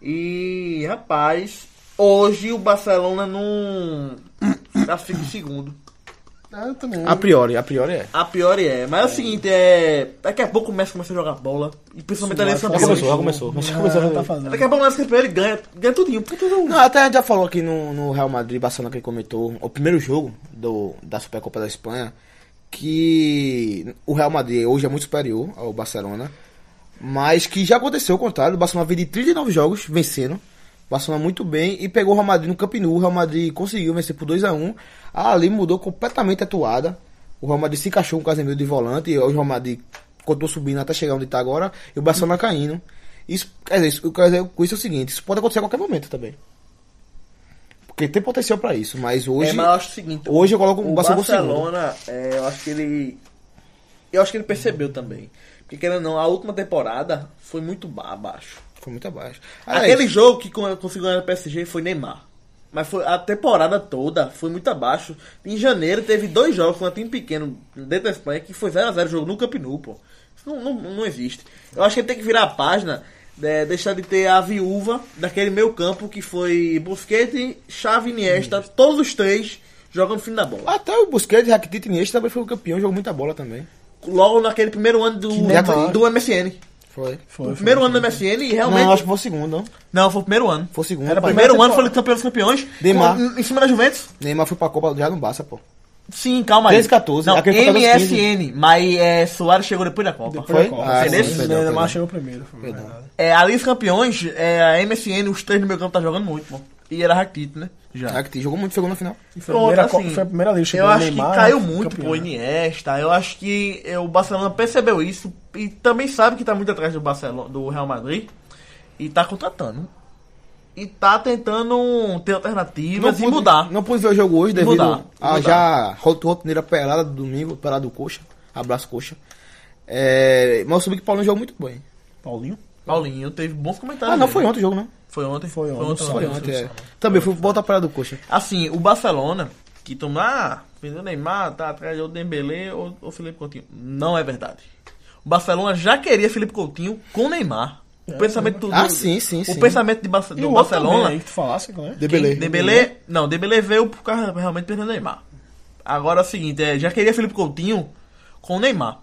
E, rapaz, hoje o Barcelona não. Classifica em segundo.
Ah, eu também.
A priori, a priori é.
A pior é. Mas é o seguinte, é. Daqui a pouco o Messi começa a jogar bola. E
Ah,
principalmente ali em São
Já
Paulo.
começou, já começou. Mas já começou.
tá fazendo.
Daqui a pouco o Messi campeão, ele ganha, ganha tudinho. Puta, não.
Não, até a gente já falou aqui no, no Real Madrid, Barcelona que ele comentou, o primeiro jogo do, da Supercopa da Espanha, que o Real Madrid hoje é muito superior ao Barcelona, mas que já aconteceu o contrário, o Barcelona veio de 39 jogos vencendo, o Barcelona muito bem e pegou o Real Madrid no Camp Nou, o Real Madrid conseguiu vencer por 2 a 1 ali mudou completamente a toada, o Real Madrid se encaixou com o Casemiro de volante, e hoje o Real Madrid continuou subindo até chegar onde está agora, e o Barcelona caindo. Isso, quer dizer, isso, quer dizer, com isso é o seguinte, isso pode acontecer a qualquer momento também. Porque tem potencial pra isso, mas hoje.
É, mas eu acho o seguinte.
Hoje eu coloco um
o
o Barcelona. segundo.
Barcelona, é, eu acho que ele. Eu acho que ele percebeu também. Porque querendo ou não, a última temporada foi muito ba- abaixo.
Foi muito abaixo. Ah,
Aquele
é isso.
jogo que con- conseguiu ganhar o PSG foi Neymar. Mas foi a temporada toda foi muito abaixo. Em janeiro teve dois jogos com um time pequeno dentro da Espanha que foi 0x0 jogo no Camp Nou, pô. Isso não, não, não existe. Eu acho que ele tem que virar a página, né, deixar de ter a viúva daquele meio campo que foi Busquets, Xavi e Iniesta, todos os três jogando fim da bola.
Até o Busquets, Rakitic e Iniesta também foi o campeão, jogou muita bola também.
Logo naquele primeiro ano do,
Neymar.
do MSN.
Foi.
Foi, foi.
Primeiro ano do MSN e realmente...
Não, acho que foi o segundo, não.
Não, foi o primeiro ano.
Foi o segundo.
Era o
pai.
primeiro ano foi campeão dos campeões.
Neymar.
com- em cima da Juventus?
Neymar foi pra Copa já no Barça, pô.
Sim, calma aí.
13, 14.
é
Não,
tá
Aquele foi campeão dos 15.
MSN, mas é, Soares chegou depois da Copa.
Foi?
né?
Copa.
Ah,
Você
sim,
nesse?
perdão,
Neymar
perdão.
chegou primeiro. Foi verdade.
É, ali os campeões, é, a MSN, os três no meu campo tá jogando muito, pô. E era Rakitic, né? Já.
Rakitic jogou muito, chegou na final.
E Foi a
Pronto,
primeira,
assim,
Copa- foi a primeira liga.
Eu
chegou
acho
Neymar,
que caiu
foi
muito,
campeão,
pô,
né?
Iniesta. Eu acho que é, o Barcelona percebeu isso e também sabe que tá muito atrás do, Barcelona, do Real Madrid e tá contratando. E tá tentando ter alternativas e
pude-
mudar.
Não pude ver o jogo hoje devido
mudar, e
a
mudar.
já rot- rotineira pelada do domingo, pelada do Coxa. Abraço, Coxa. É, mas eu soube que o Paulinho jogou muito bem.
Paulinho?
Paulinho teve bons comentários.
Ah, não,
dele.
foi ontem o jogo, não.
Foi ontem?
Foi ontem,
ontem. né?
Foi ontem, é. Também, fui voltar pra pelada do Coxa.
Assim, o Barcelona, que tomar, fez o Neymar, tá atrás ou Dembélé ou, ou Felipe Coutinho. Não é verdade. O Barcelona já queria Felipe Coutinho com Neymar. O pensamento do,
Ah,
do-
sim, sim,
o
sim.
pensamento de Barce-
E
do
o outro
Barcelona.
também aí que tu falasse, né?
Debelei.
Dembélé, não, Dembélé veio por causa realmente perdendo Neymar. Agora é o seguinte, é, já queria Felipe Coutinho com o Neymar.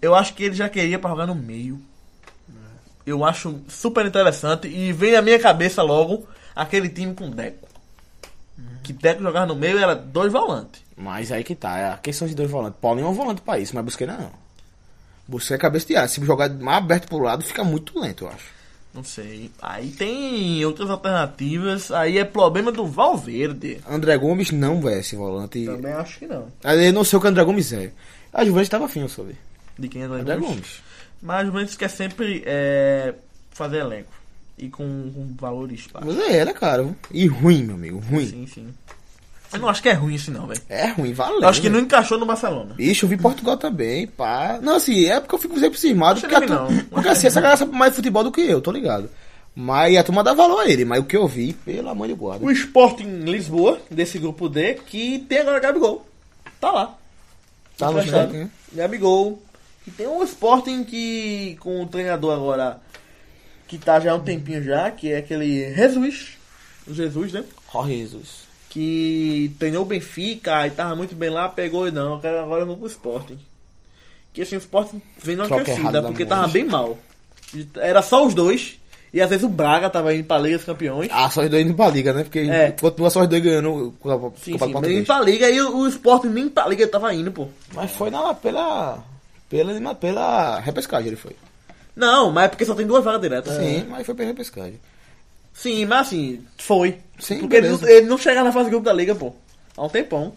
Eu acho que ele já queria pra jogar no meio. Eu acho super interessante e vem na minha cabeça logo aquele time com Deco. Que Deco jogava no meio era dois volantes.
Mas aí que tá, é a questão de dois volantes. Paulinho é um volante pra isso, mas Busquets não. é, não. Busquets é cabeça de área. Se jogar mais aberto pro lado, fica muito lento, eu acho.
Não sei. Aí tem outras alternativas. Aí é problema do Valverde.
André Gomes não é esse volante. Ah,
Também acho que não.
Aí Eu não sei o que André Gomes é. A Juventus tava afim, eu soube.
De quem é
André
André Gomes.
Gomes.
Mas o Juventus quer sempre é, fazer elenco. E com, com valores baixos.
Mas é, era caro. E ruim, meu amigo, ruim.
Sim, sim. Eu não acho que é ruim isso não, velho.
É ruim, valeu.
Eu acho que não encaixou no Barcelona.
Bicho, eu vi Portugal também, pá. Não, assim, é porque eu fico sempre cismado.
Acho
Porque, a
ele
tu-
não.
porque assim, essa galera sabe mais de futebol do que eu, tô ligado. Mas a turma dá valor a ele, mas o que eu vi, pelo amor de guarda.
O Sporting Lisboa, desse grupo D, que tem agora Gabigol. Tá lá.
Tá no
Emprestado.
chat, né?
Gabigol. E tem um Sporting que, com o treinador agora, que tá já há um tempinho já, que é aquele Jesus. Jesus, né?
Jorge Oh, Jesus.
que treinou o Benfica e tava muito bem lá, pegou e não, eu quero- agora eu vou pro Sporting. Que assim, o Sporting vem numa
Troca errada
crescida,
da
porque
moça.
tava bem mal. E Era só os dois, e às vezes o Braga tava indo pra Liga dos Campeões.
Ah, só os dois indo pra liga, né? Porque
É.
continua só os dois ganhando o Copa
Sim, sim,
Copa
mas
do
tá- indo
Português.
pra Liga e o o Sporting nem pra Liga tava indo, pô.
Mas foi na, pela, pela, pela repescagem, ele foi.
Não, mas é porque só tem duas vagas diretas.
Sim, mas foi pela repescagem.
Sim, mas assim, foi.
Sim,
porque ele
beleza.
não, ele não chega na fase de grupo da Liga, pô. Há um tempão.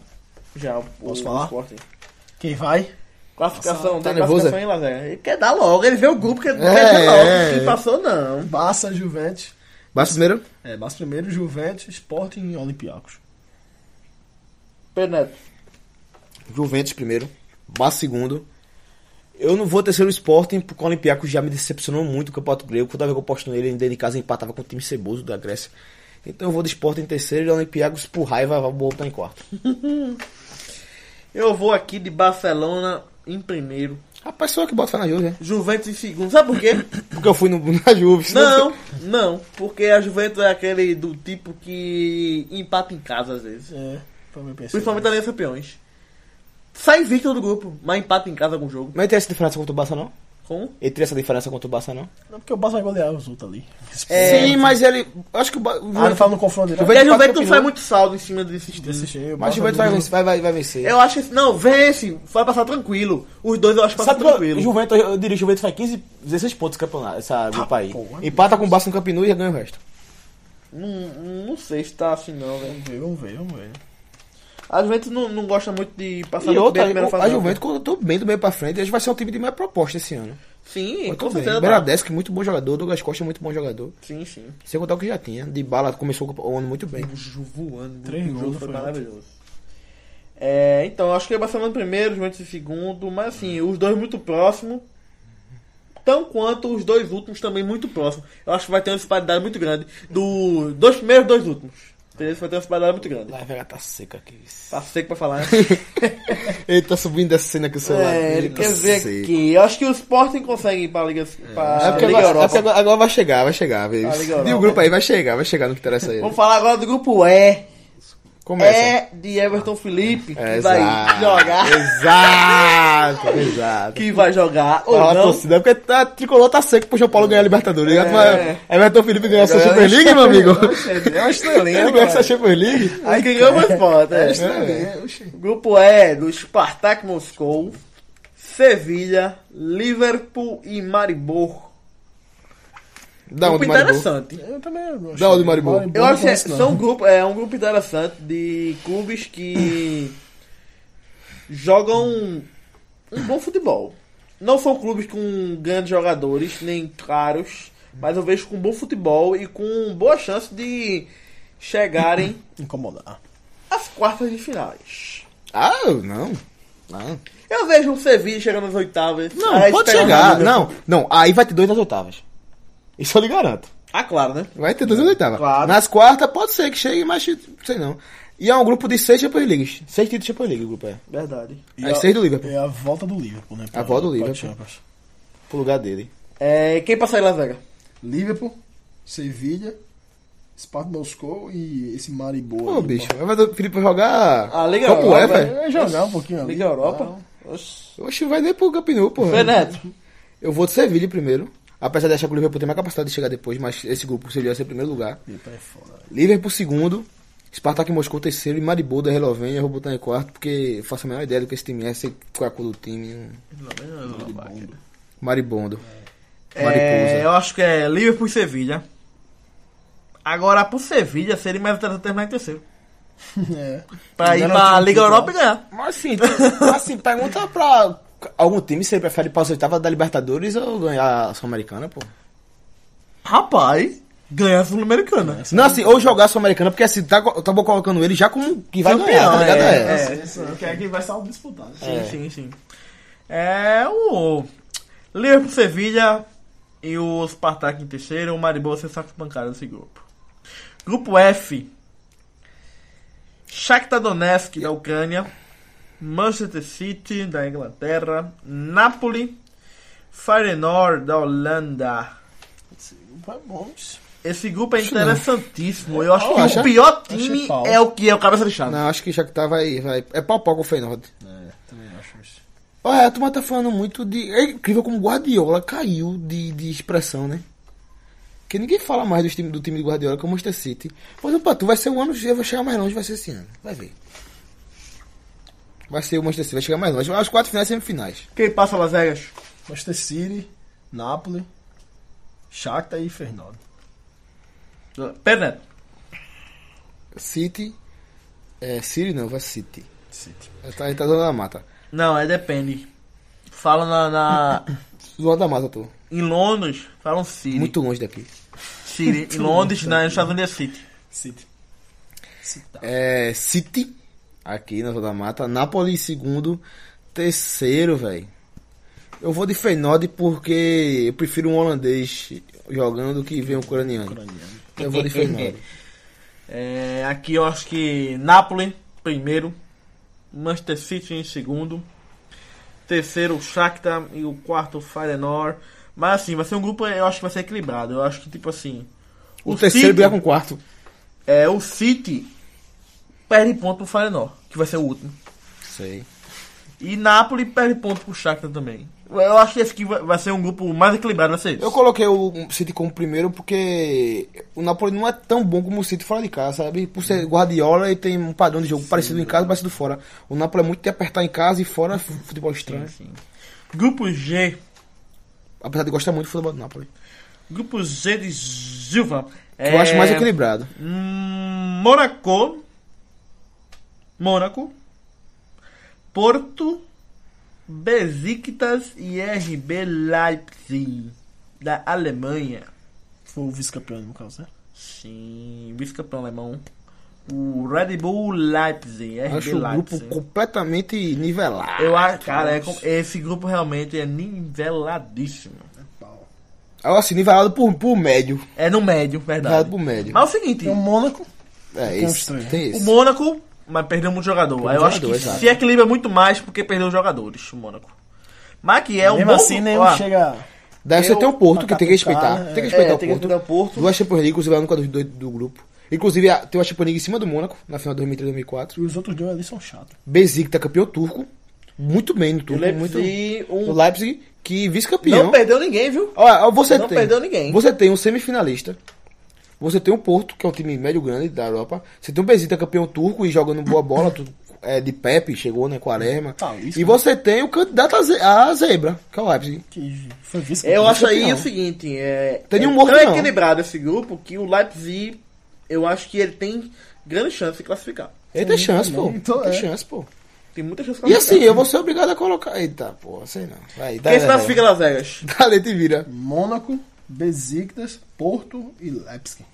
Já, o,
Posso
o
falar?
Sporting.
Quem vai?
Classificação,
Tá
tem
nervoso,
classificação em Lazé. Ele quer dar logo, ele vê o grupo que ele
É,
quer ver logo.
é,
Quem
é.
passou, não.
Barça, Juventus.
Basta primeiro?
É, Barça primeiro, Juventus, Sporting e Olympiacos.
Penetra.
Juventus primeiro, Barça segundo. Eu não vou terceiro Sporting, porque o Olympiacos já me decepcionou muito o Campeonato Grego. Toda vez que eu posto nele, ele dentro de casa empatava com o time ceboso da Grécia. Então eu vou de Sporting em terceiro e o Olympiacos por raiva vai voltar em quarto.
Eu vou aqui de Barcelona em primeiro.
Rapaz, sou eu que boto fé na Juve, né?
Juventus em segundo. Sabe por quê?
Porque eu fui no, na Juve. senão-
não, não. Porque a Juventus é aquele do tipo que empata em casa às vezes.
É, também pensei.
Principalmente na Liga dos Campeões. Sai invicto do grupo, mas empata em casa algum jogo.
Mas tem essa diferença contra o Barça, não?
Com?
Ele tem essa diferença contra o Barça, não?
Não, porque o Barça vai golear os outros ali.
É,
Sim, mas ele... Acho que o Barça...
É. Ah, não fala no confronto direto.
Porque a
Juventus
Juventus
passa
não faz
campeão.
muito saldo em cima desses times.
Desse jeito, o
Mas o
Barça
Juventus vai vencer. Vai, vai, vai vencer.
Eu acho que. Não, vence. Vai passar tranquilo. Os dois eu acho que passa
Sabe qual,
tranquilo.
Juventus, eu diria, Juventus faz 15, 16 pontos no campeonato,
Ah,
essa grupo aí.
é
porra,
Empata com o Barça no Camp Nou e já ganha o resto.
Não, não sei se tá assim não, velho.
Vamos ver, vamos ver, vamos ver.
A Juventus não, não gosta muito de passar
E
muito
outra,
bem um na primeira
a
fase. não.
Juventus contratou bem do meio pra frente. Acho que vai ser um time de mais proposta esse ano.
Sim,
Muito
com
bem.
certeza. tá.
Bernadeschi, muito bom jogador. Douglas Costa, muito bom jogador.
Sim, sim.
Sem contar o que já tinha. De bala, começou o ano muito bem.
O Ju voando.
Três
o jogo
gols
foi
foi
maravilhoso. É, então, eu acho que o Barcelona em primeiro, o Juventus em segundo, mas assim, os dois muito próximos. Tão quanto os dois últimos também muito próximos. Eu acho que vai ter uma disparidade muito grande. Do dois primeiros, dois últimos. Entendeu? Vai ter uma disparidade muito grande.
Lá, velho, tá seca aqui.
Tá seco pra falar. né?
Ele tá subindo essa cena aqui o celular.
É, ele
Tá
quer ver
seco.
aqui. Eu acho que o Sporting consegue ir pra Liga, pra
É porque,
Liga
agora, é
Europa.
porque agora- agora vai chegar, vai chegar. velho.
Ah, Liga
e o
Europa.
grupo aí vai chegar, vai chegar no que interessa a ele.
Vamos falar agora do grupo E.
Começa.
É de Everton Felipe, que
É,
vai
exato.
jogar.
Exato, exato.
Que vai jogar ou
Ah, a
não.
torcida, porque tá, tricolor tá seco pro João Paulo ganhar a Libertadores. É. Mas,
É.
Everton Felipe ganhou essa Champions League, meu amigo? Ele ganhou essa Champions League?
Aí quem ganhou foi o Sport. é. Grupo E do Spartak Moscou, Sevilha, Liverpool e Maribor.
Dá
grupo
onde, Maribor?
interessante.
Eu também gosto.
Da onde,
Eu
Maribor?
acho que é,
não conheço, não.
são grupo, é um grupo interessante de clubes que jogam um bom futebol. Não são clubes com grandes jogadores, nem caros, mas eu vejo com bom futebol e com boa chance de chegarem
Incomodar.
às quartas de finais.
Ah, não. Não, Ah,
Eu vejo um Sevilla chegando às oitavas.
não
aí
pode
esperando o
chegar.
Liverpool.
Não, não, aí vai ter dois nas oitavas. Isso eu lhe garanto.
Ah, claro, né?
Vai ter dois nas oitavas.
Claro.
Nas quartas pode ser que chegue, mas sei não. E é um grupo de seis Champions Leagues. Seis títulos de Champions League, o grupo é.
Verdade.
E
As
a-
seis do Liverpool.
É a volta do Liverpool, né? pra-
volta do
pra
Liverpool.
Champions.
Pro lugar dele.
É, quem passar em Las Vegas?
Liverpool, Sevilha, Sparta Moscou e esse Maribor.
Pô, bicho, vai fazer o Felipe jogar.
Ah, Liga
Copa
Europa,
UEFA,
é.
Vai jogar um pouquinho ali.
Liga Europa? Oxi.
Oxe, vai nem pro Camp Nou, porra.
Beneto.
Eu vou de Sevilha primeiro. Apesar de achar que o Liverpool tem mais capacidade de chegar depois, mas esse grupo Sevilha vai ser primeiro lugar.
Eita, é foda.
Liverpool segundo. Spartak Moscou terceiro e Maribor da Eslovênia eu vou botar em quarto, porque eu faço a menor ideia do que esse time é, sei qual é a cor do time. não- Maribondo.
É,
Mariposa.
eu acho que é Liverpool e Sevilha. Agora, pro Sevilha seria mais interessante terminar em terceiro.
É.
Pra ir pra Liga Europa e ganhar.
Mas assim, assim, pergunta pra algum time se ele prefere ir pra oitava da Libertadores ou ganhar a Sul-Americana, pô.
Rapaz, ganhar a Sul-Americana.
Não, assim, ou jogar a Sul-Americana, porque assim, tá, tá bom colocando ele já como que vai ganhar, tá
Campeão,
ligado? É.
é, é.
Isso, que é quem vai salvo disputado.
Sim, sim, sim. É o Liverpool Sevilha e o Spartak em terceiro, o Maribor ser saco bancário desse grupo. Grupo F. Shakhtar Donetsk da Ucrânia, Manchester City da Inglaterra, Napoli, Feyenoord da Holanda.
Não é bom isso.
Esse grupo é interessantíssimo. Eu acho que
acha?
o pior
Acho
time
pau.
é o que é o cabeça de chave.
Não, acho que já que tá, vai, vai. É pau a pau com o Feyenoord.
Também acho isso.
Olha, a turma tá falando muito de. É incrível como Guardiola caiu de, de expressão, né? Porque ninguém fala mais do time, do time de Guardiola que é o Manchester City. Mas opa, tu vai ser um ano, vai chegar mais longe, vai ser esse ano. Vai ver. Vai ser o Manchester City, vai chegar mais longe. As quatro finais e semifinais.
Quem passa Las Vegas?
Manchester City, Napoli, Shakhtar e Fernando.
Pedro Neto.
City. É, City não, vai City.
City.
Ele tá, ele tá zoando a mata.
Não, é depende. Fala na, na-
Zoando a mata, tu.
em Londres, falam City.
Muito longe daqui.
City. Em Londres, na, nos Estados Unidos é City.
City.
É, City. Aqui na Zona da Mata. Napoli em segundo. Terceiro, velho. Eu vou de Feyenoord porque eu prefiro um holandês jogando que ver um ucraniano. Eu vou de Feyenoord.
É, aqui eu acho que Napoli, primeiro. Manchester City em segundo. Terceiro, o Shakhtar. E o quarto, o Feyenoord. Mas assim, vai ser um grupo, eu acho que vai ser equilibrado. Eu acho que, tipo assim...
O, terceiro
City,
brigar com o quarto.
é o City perde ponto pro Feyenoord, que vai ser o último.
Sei.
E Napoli perde ponto pro Shakhtar também. Eu acho que esse aqui vai vai ser um grupo mais equilibrado, vai ser esse.
Eu coloquei o City como primeiro porque o Napoli não é tão bom como o City fora de casa, sabe? Por ser Guardiola e tem um padrão de jogo parecido em casa, parecido fora. O Napoli é muito de apertar em casa e fora futebol estranho.
Sim. Grupo G.
Apesar de gostar muito do futebol do Napoli.
Grupo G de Silva.
Eu acho mais equilibrado.
Hum, Monaco. Mônaco. Porto. Besiktas e RB Leipzig. Da Alemanha.
Foi o vice-campeão, no caso, né?
Sim, vice-campeão alemão. O Red Bull Leipzig. RB
Acho o
Leipzig.
grupo completamente nivelado.
Eu acho, cara, é com- esse grupo realmente é niveladíssimo.
Eu, assim, nivelado por, por médio.
É no médio,
Nivelado
verdade.
por médio.
Mas é o seguinte,
Tem o Mônaco.
é
tem uns
isso.
três.
Tem
um o
isso.
Mônaco, mas perdeu muito jogador. Aí eu acho que
jogador, exato.
se equilibra muito mais porque perdeu os jogadores, o Mônaco. Mas que é um
mesmo
bom...
assim, nenhum
ó,
chega.
Daí você
eu-
tem o um Porto, que tem que respeitar.
Cara,
Tem que
é,
respeitar
é,
o
tem que
Porto.
respeitar o Porto.
Duas Champions League, inclusive, lá no quadro do, do grupo. Inclusive, a- tem uma Champions League em cima do Mônaco, na final de 2003 e 2004.
E os outros dois ali são chatos.
Bezig tá campeão turco. Muito bem no
o
turco. Muito...
Leipzig,
O
um...
Leipzig, que
Não
vice-campeão.
perdeu ninguém, viu?
Olha, ó, você
Não
tem,
perdeu ninguém.
Você tem um semifinalista. Você tem o Porto, que é um time médio-grande da Europa. Você tem o Besiktas, campeão turco e jogando boa bola. tu- é, de Pepe, chegou, né? Quaresma.
Tá, isso
e
mesmo.
você tem o candidato a, ze- a zebra, que é o Leipzig.
Que foi
Eu
vice-campeão.
acho aí
campeão.
o seguinte, é,
Tem
é
nenhum morto,
tão
não.
equilibrado esse grupo que o Leipzig, eu acho que ele tem grande chance de classificar.
Ele tem chance, pô.
então
tem
é. Então
chance, pô.
Tem muita chance de
E
classificar.
assim, eu vou ser obrigado a colocar. Eita, pô, sei não. Vai, dá,
Quem se
dá,
classifica Las Vegas?
dá, dá letra e vira.
Mônaco, Besiktas, Porto e Leipzig.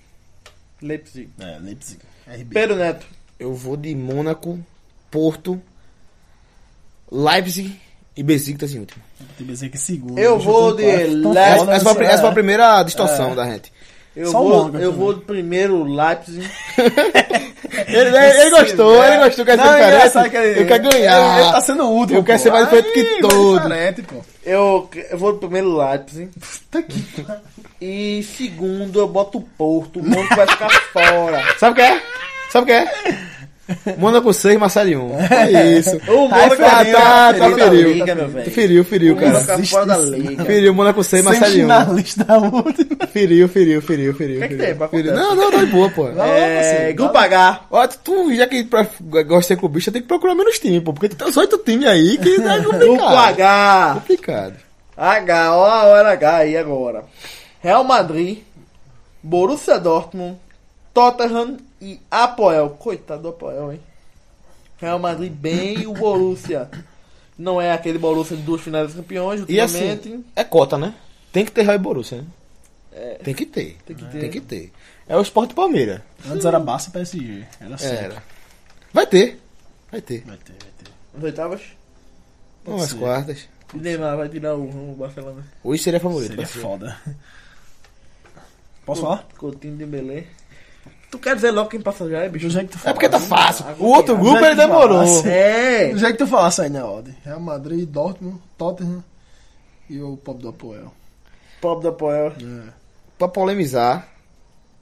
Leipzig.
É, Leipzig. RB.
Pedro Neto.
Eu vou de Mônaco, Porto, Leipzig e Besiktas em último.
Tem Besiktas em segundo.
Eu vou
Tem
de
quarto. Então,
Leipzig.
foda-se,
Essa foi a pri-
é.
essa foi a primeira distorção da gente.
Eu,
Só o
vou,
Mônaco
eu
também.
vou de primeiro Leipzig.
Ele, ele- ele gostou, ele gostou, quer ser diferente.
é engraçado que ele-
eu quero ganhar.
Ele, ele tá sendo útil.
Eu quero ser mais diferente que todo.
Diferente, pô.
Eu, eu vou de primeiro Leipzig. E segundo eu boto o Porto. O Mônaco vai ficar fora.
Sabe o que é? Sabe o que é? Mônaco 6, Marcelinho 1. É isso.
O Mônaco vai
tá, tá,
ficar
tá,
fora da
feriu.
liga, meu velho. tá
Feriu, feriu,
O Mônaco
cara.
vai ficar fora da liga.
Feriu, Mônaco 6, Marcelinho 1.
Semifinalista da última.
Feriu, feriu, feriu, feriu.
que
feriu.
tem pra
Feriu.
contar?
Não, não, tá de boa, pô.
assim,
É, grupo H.
Ó, tu- tu, já que pra- gosta de ser clubista, tem que procurar menos time, pô. Porque tem os oito times aí que é
Grupo
complicado.
H.
complicado.
H, ó a hora H aí agora. Real Madrid, Borussia Dortmund, Tottenham e Apoel. Coitado do Apoel, hein? Real Madrid bem e o Borussia. Não é aquele Borussia de duas finais de campeões,
E
ultimamente.
assim, é cota, né? Tem que ter Real e Borussia, né?
É.
Tem que ter.
Tem que ter.
Tem que ter. É o Sport Palmeira.
Antes era Barça e PSG.
É.
Era sempre.
Era. Vai ter. Vai ter.
Vai ter, vai ter.
Nas oitavas.
Umas quartas.
E Neymar vai tirar o, o Barcelona.
Hoje seria favorito.
Seria
vai ser.
foda. Posso falar?
Coutinho de Belém. Tu quer dizer logo quem passa já, é bicho?
Do jeito que tu
É porque tá
falasse-
fácil.
Ah,
O outro grupo ele demorou.
É!
Do jeito que tu falasse aí, né, Aldi?
Real Madrid, Dortmund, Tottenham e o pobre do Apoel.
Pobre da Poel.
Pra polemizar.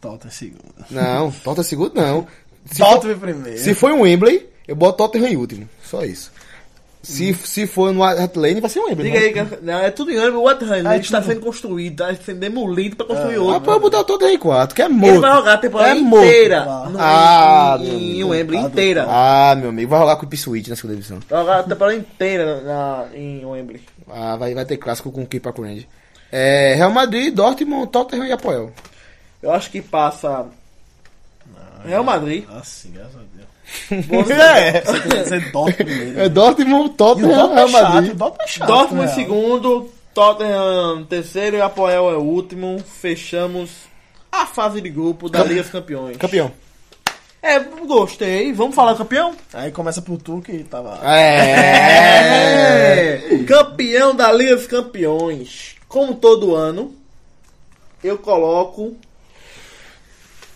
Tota, segundo.
Não, Tota segundo não. Se for,
Tota primeiro.
se foi um Wembley, eu boto Tottenham em último. Só isso. Se, se for no Atlane, vai ser um Wembley.
Hum. Diga
né?
aí, cara. não, é tudo em ânimo. O Waterhouse
Ah,
ele está
tudo.
sendo construído, está sendo demolido para construir
Ah,
é outro.
pô, eu botar o Tottenham em quatro, que é
ele vai
morto.
jogar a temporada
É morto.
inteira.
Ah.
no-
Ah,
em, em, em
meu
Wembley inteira.
Ah, meu amigo, vai rolar com o Ipswich na segunda divisão.
Vai jogar a temporada inteira na, na- em Wembley.
Ah, vai, vai ter clássico com o Kipa Range. É, Real Madrid, Dortmund, Tottenham e Apoel.
Eu acho que passa.
Ah,
Real Madrid.
Assim, graças a Deus.
é.
Quer dizer, Dota primeiro.
é Dortmund,
E o
Tottenham,
Dota é
Real
chato,
Madrid.
o Dota é
Ah,
chato.
Dortmund em
né?
segundo, Tottenham terceiro e Apoel é o último. Fechamos a fase de grupo da Liga dos Campeões.
Campeão.
É, gostei. Vamos falar do campeão?
Aí começa pro Tu que tava.
É.
Campeão da Liga dos Campeões. Como todo ano, eu coloco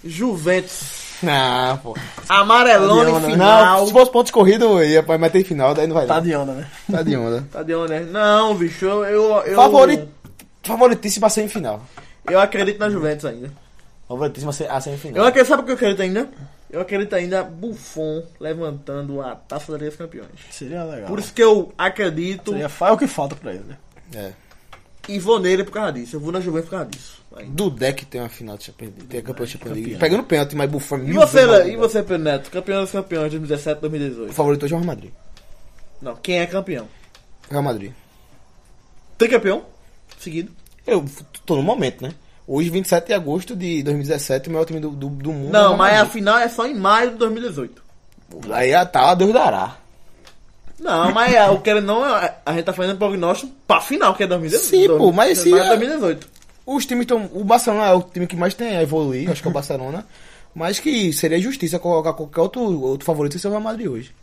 Juventus.
Ah, pô.
Amarelona em
Adiona, né?
final.
Não, se fosse pontos corridos, eu ia, pá, mas tem final, daí não vai
Tá
dar.
de onda, né?
Tá de onda.
Tá de onde? é? Não, bicho, eu, eu, eu,
Favori... Favoritíssimo a semifinal.
eu acredito na Juventus ainda.
Favoritíssimo a se- a
Eu
semifinal.
acredito, sabe o que eu acredito ainda? Eu acredito ainda Buffon levantando a taça da Liga dos Campeões.
Seria legal.
Tá.
Por isso que eu acredito
Seria fa- é o que falta pra ele, né?
É.
e vou nele por causa disso. Eu vou na Juventus por causa disso. Ainda.
Dudek tem uma final de Champions League. Tem a campeã de Champions League. Pegando pênalti, mas bufando.
E você, Le- e você, Pedro Neto? Campeão dos Campeões 2017, 2018.
Favorito hoje é o Real Madrid.
Não, quem é campeão?
Real Madrid.
Tricampeão, seguido.
Eu f- tô no momento, né? Hoje, 27 de agosto de 2017, o maior time do, do, do mundo. é o
Não,
Real
mas a
Madrid.
final é só em maio de 2018.
Aí ah, tá, Deus dará.
Não, mas é, o que ele não é- A gente tá fazendo prognóstico pra final, que é 2018.
Sim, pô, mas se
maio
é-
de 2018.
Os times estão. O Barcelona é o time que mais tem a evoluir, acho que é o Barcelona. Mas que seria justiça colocar qualquer outro, outro favorito que seja o Real Madrid hoje.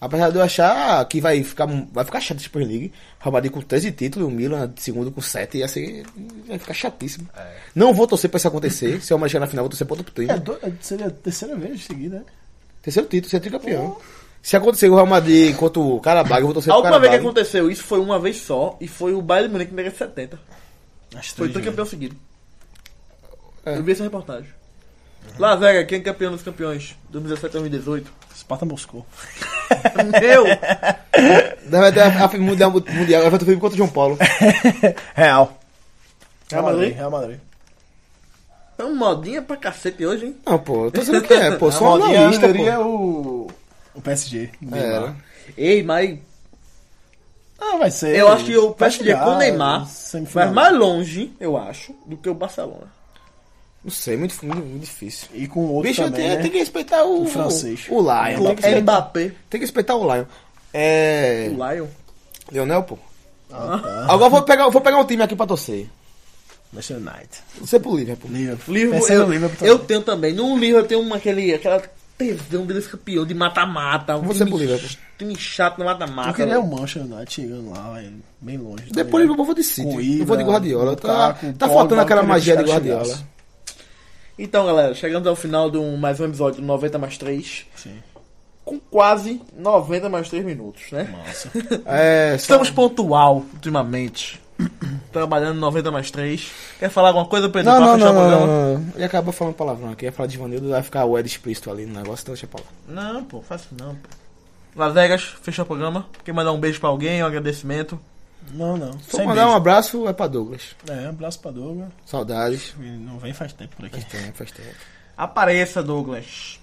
Apesar de eu achar que vai ficar, vai ficar chato a Super League. O Real Madrid com 13 títulos, o Milan segundo com 7, ia ser. Vai ficar chatíssimo. Não vou torcer pra isso acontecer. Se o Real chegar na final, vou torcer pra outro time.
É, do- é- seria a terceira vez seguida, né?
Terceiro título, ser tricampeão. Se acontecer o Real Madrid contra o Carabag, eu vou torcer
A
pro
última vez que
Carabag.
aconteceu isso foi uma vez só, e foi o Bayern de Munique na década de 70.
As
Foi
três.
tricampeão seguido.
É.
Eu vi essa reportagem. Lá, Vega, quem é campeão dos campeões 2017 2018?
vezes. Sparta Moscou.
Meu! é
Deve ter a, a mundial, mundial, vai ter filme contra o João Paulo.
Real.
Real Madrid?
Real Madrid.
É uma modinha pra cacete hoje, hein?
Não, pô, eu tô dizendo que é, pô, sou um
Modinha
analista, pô. É,
seria o. O PSG. Neymar.
Era.
né? Ei, mas
Ah, vai ser.
eu acho que o
vai
PSG
chegar
com o Neymar
semifinal.
vai mais longe, eu acho, do que o Barcelona.
Não sei, muito, muito, muito difícil.
E com o outro
Bicho,
também,
tem,
né?
tem que respeitar o,
O francês.
O Lion.
Tá
Tem que,
O
respeitar,
É Mbappé,
tem que respeitar o Lion. É.
o Lion. Ah, tá.
Leonel, pô. Agora eu vou pegar, eu vou pegar um time aqui pra torcer.
Manchester United.
Você é pro Liverpool.
Liverpool.
Liverpool,
Pensei no
eu,
é Liverpool
eu
também.
tenho também. No livro eu tenho uma, aquele, aquela tesão deles campeão de mata-mata. Um
Você
time,
pro Liverpool.
time chato no mata-mata.
é Eu queria é o
velho.
Manchester United chegando lá, vai bem longe. tá
Depois
ligado?
eu vou de City.
Com
eu vou de
Ibra,
Guardiola. Tá,
Lukaku,
tá
Pogba,
faltando aquela
eu queria
magia de
buscar
Guardiola.
chegasse.
Então, galera, chegamos ao final de um- mais um episódio do 90 mais 3.
Sim.
Com quase 90 mais 3 minutos, né?
Nossa.
É, só-
Estamos pontual ultimamente. Trabalhando 90 mais 3. Quer falar alguma coisa, Pedro?
Não,
pra
não,
fechar
não,
o
não,
programa?
não, não. Ele acabou falando palavrão aqui. Ia falar de Vanildo, vai ficar o Ed explícito ali no negócio, então deixa pra lá.
Não, pô, faço não, pô. Las Vegas, fechou o programa. Quer mandar um beijo pra alguém, um agradecimento?
Não, não.
Só
Sem
mandar um
beijo.
abraço, é pra Douglas.
É, abraço pra Douglas.
Saudades.
Ele não vem faz tempo por aqui.
Faz tempo, faz tempo.
Apareça, Douglas.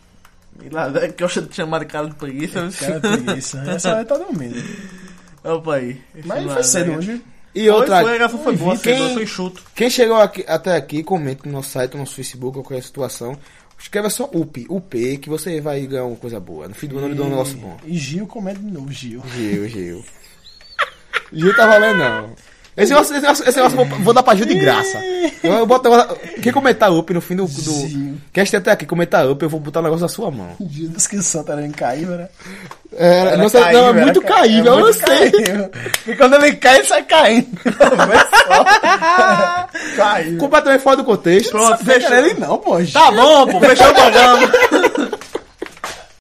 E Las Vegas, que eu acho de chamar de cara de preguiça.
Cara, é preguiça. Essa hora tá dormindo.
Opa aí. Esse
Mas foi
Las
cedo né?
Vegas.
hoje.
E outra.
Foi, foi, a foi boa,
Quem-
quem... foi enxuto.
Quem chegou aqui- até aqui, comente no nosso site, no nosso Facebook, qualquer é situação. Escreva só UP, UP, que você vai ganhar uma coisa boa. No fim do ano ele dá um negócio bom.
E Gil comenta de novo, Gil.
Gil, Gil. Gil tá valendo, não. Esse negócio, esse negócio, esse negócio eu vou, vou dar pra Gil de graça. Eu, eu boto, quem comentar up no fim do. do quem até aqui comentar up, eu vou botar o negócio na sua mão.
Gil disse que o Santa era em Caíba, né?
Era, nossa,
caído,
não, é
era
muito
ca- é
caído, eu não
muito
sei.
Porque quando ele cai, ele sai
Tá
caindo.
Caiu.
Completamente fora do contexto.
Pronto,
Não era
fechou.
ele não, pô. Gil.
Tá bom, pô, fechou o programa.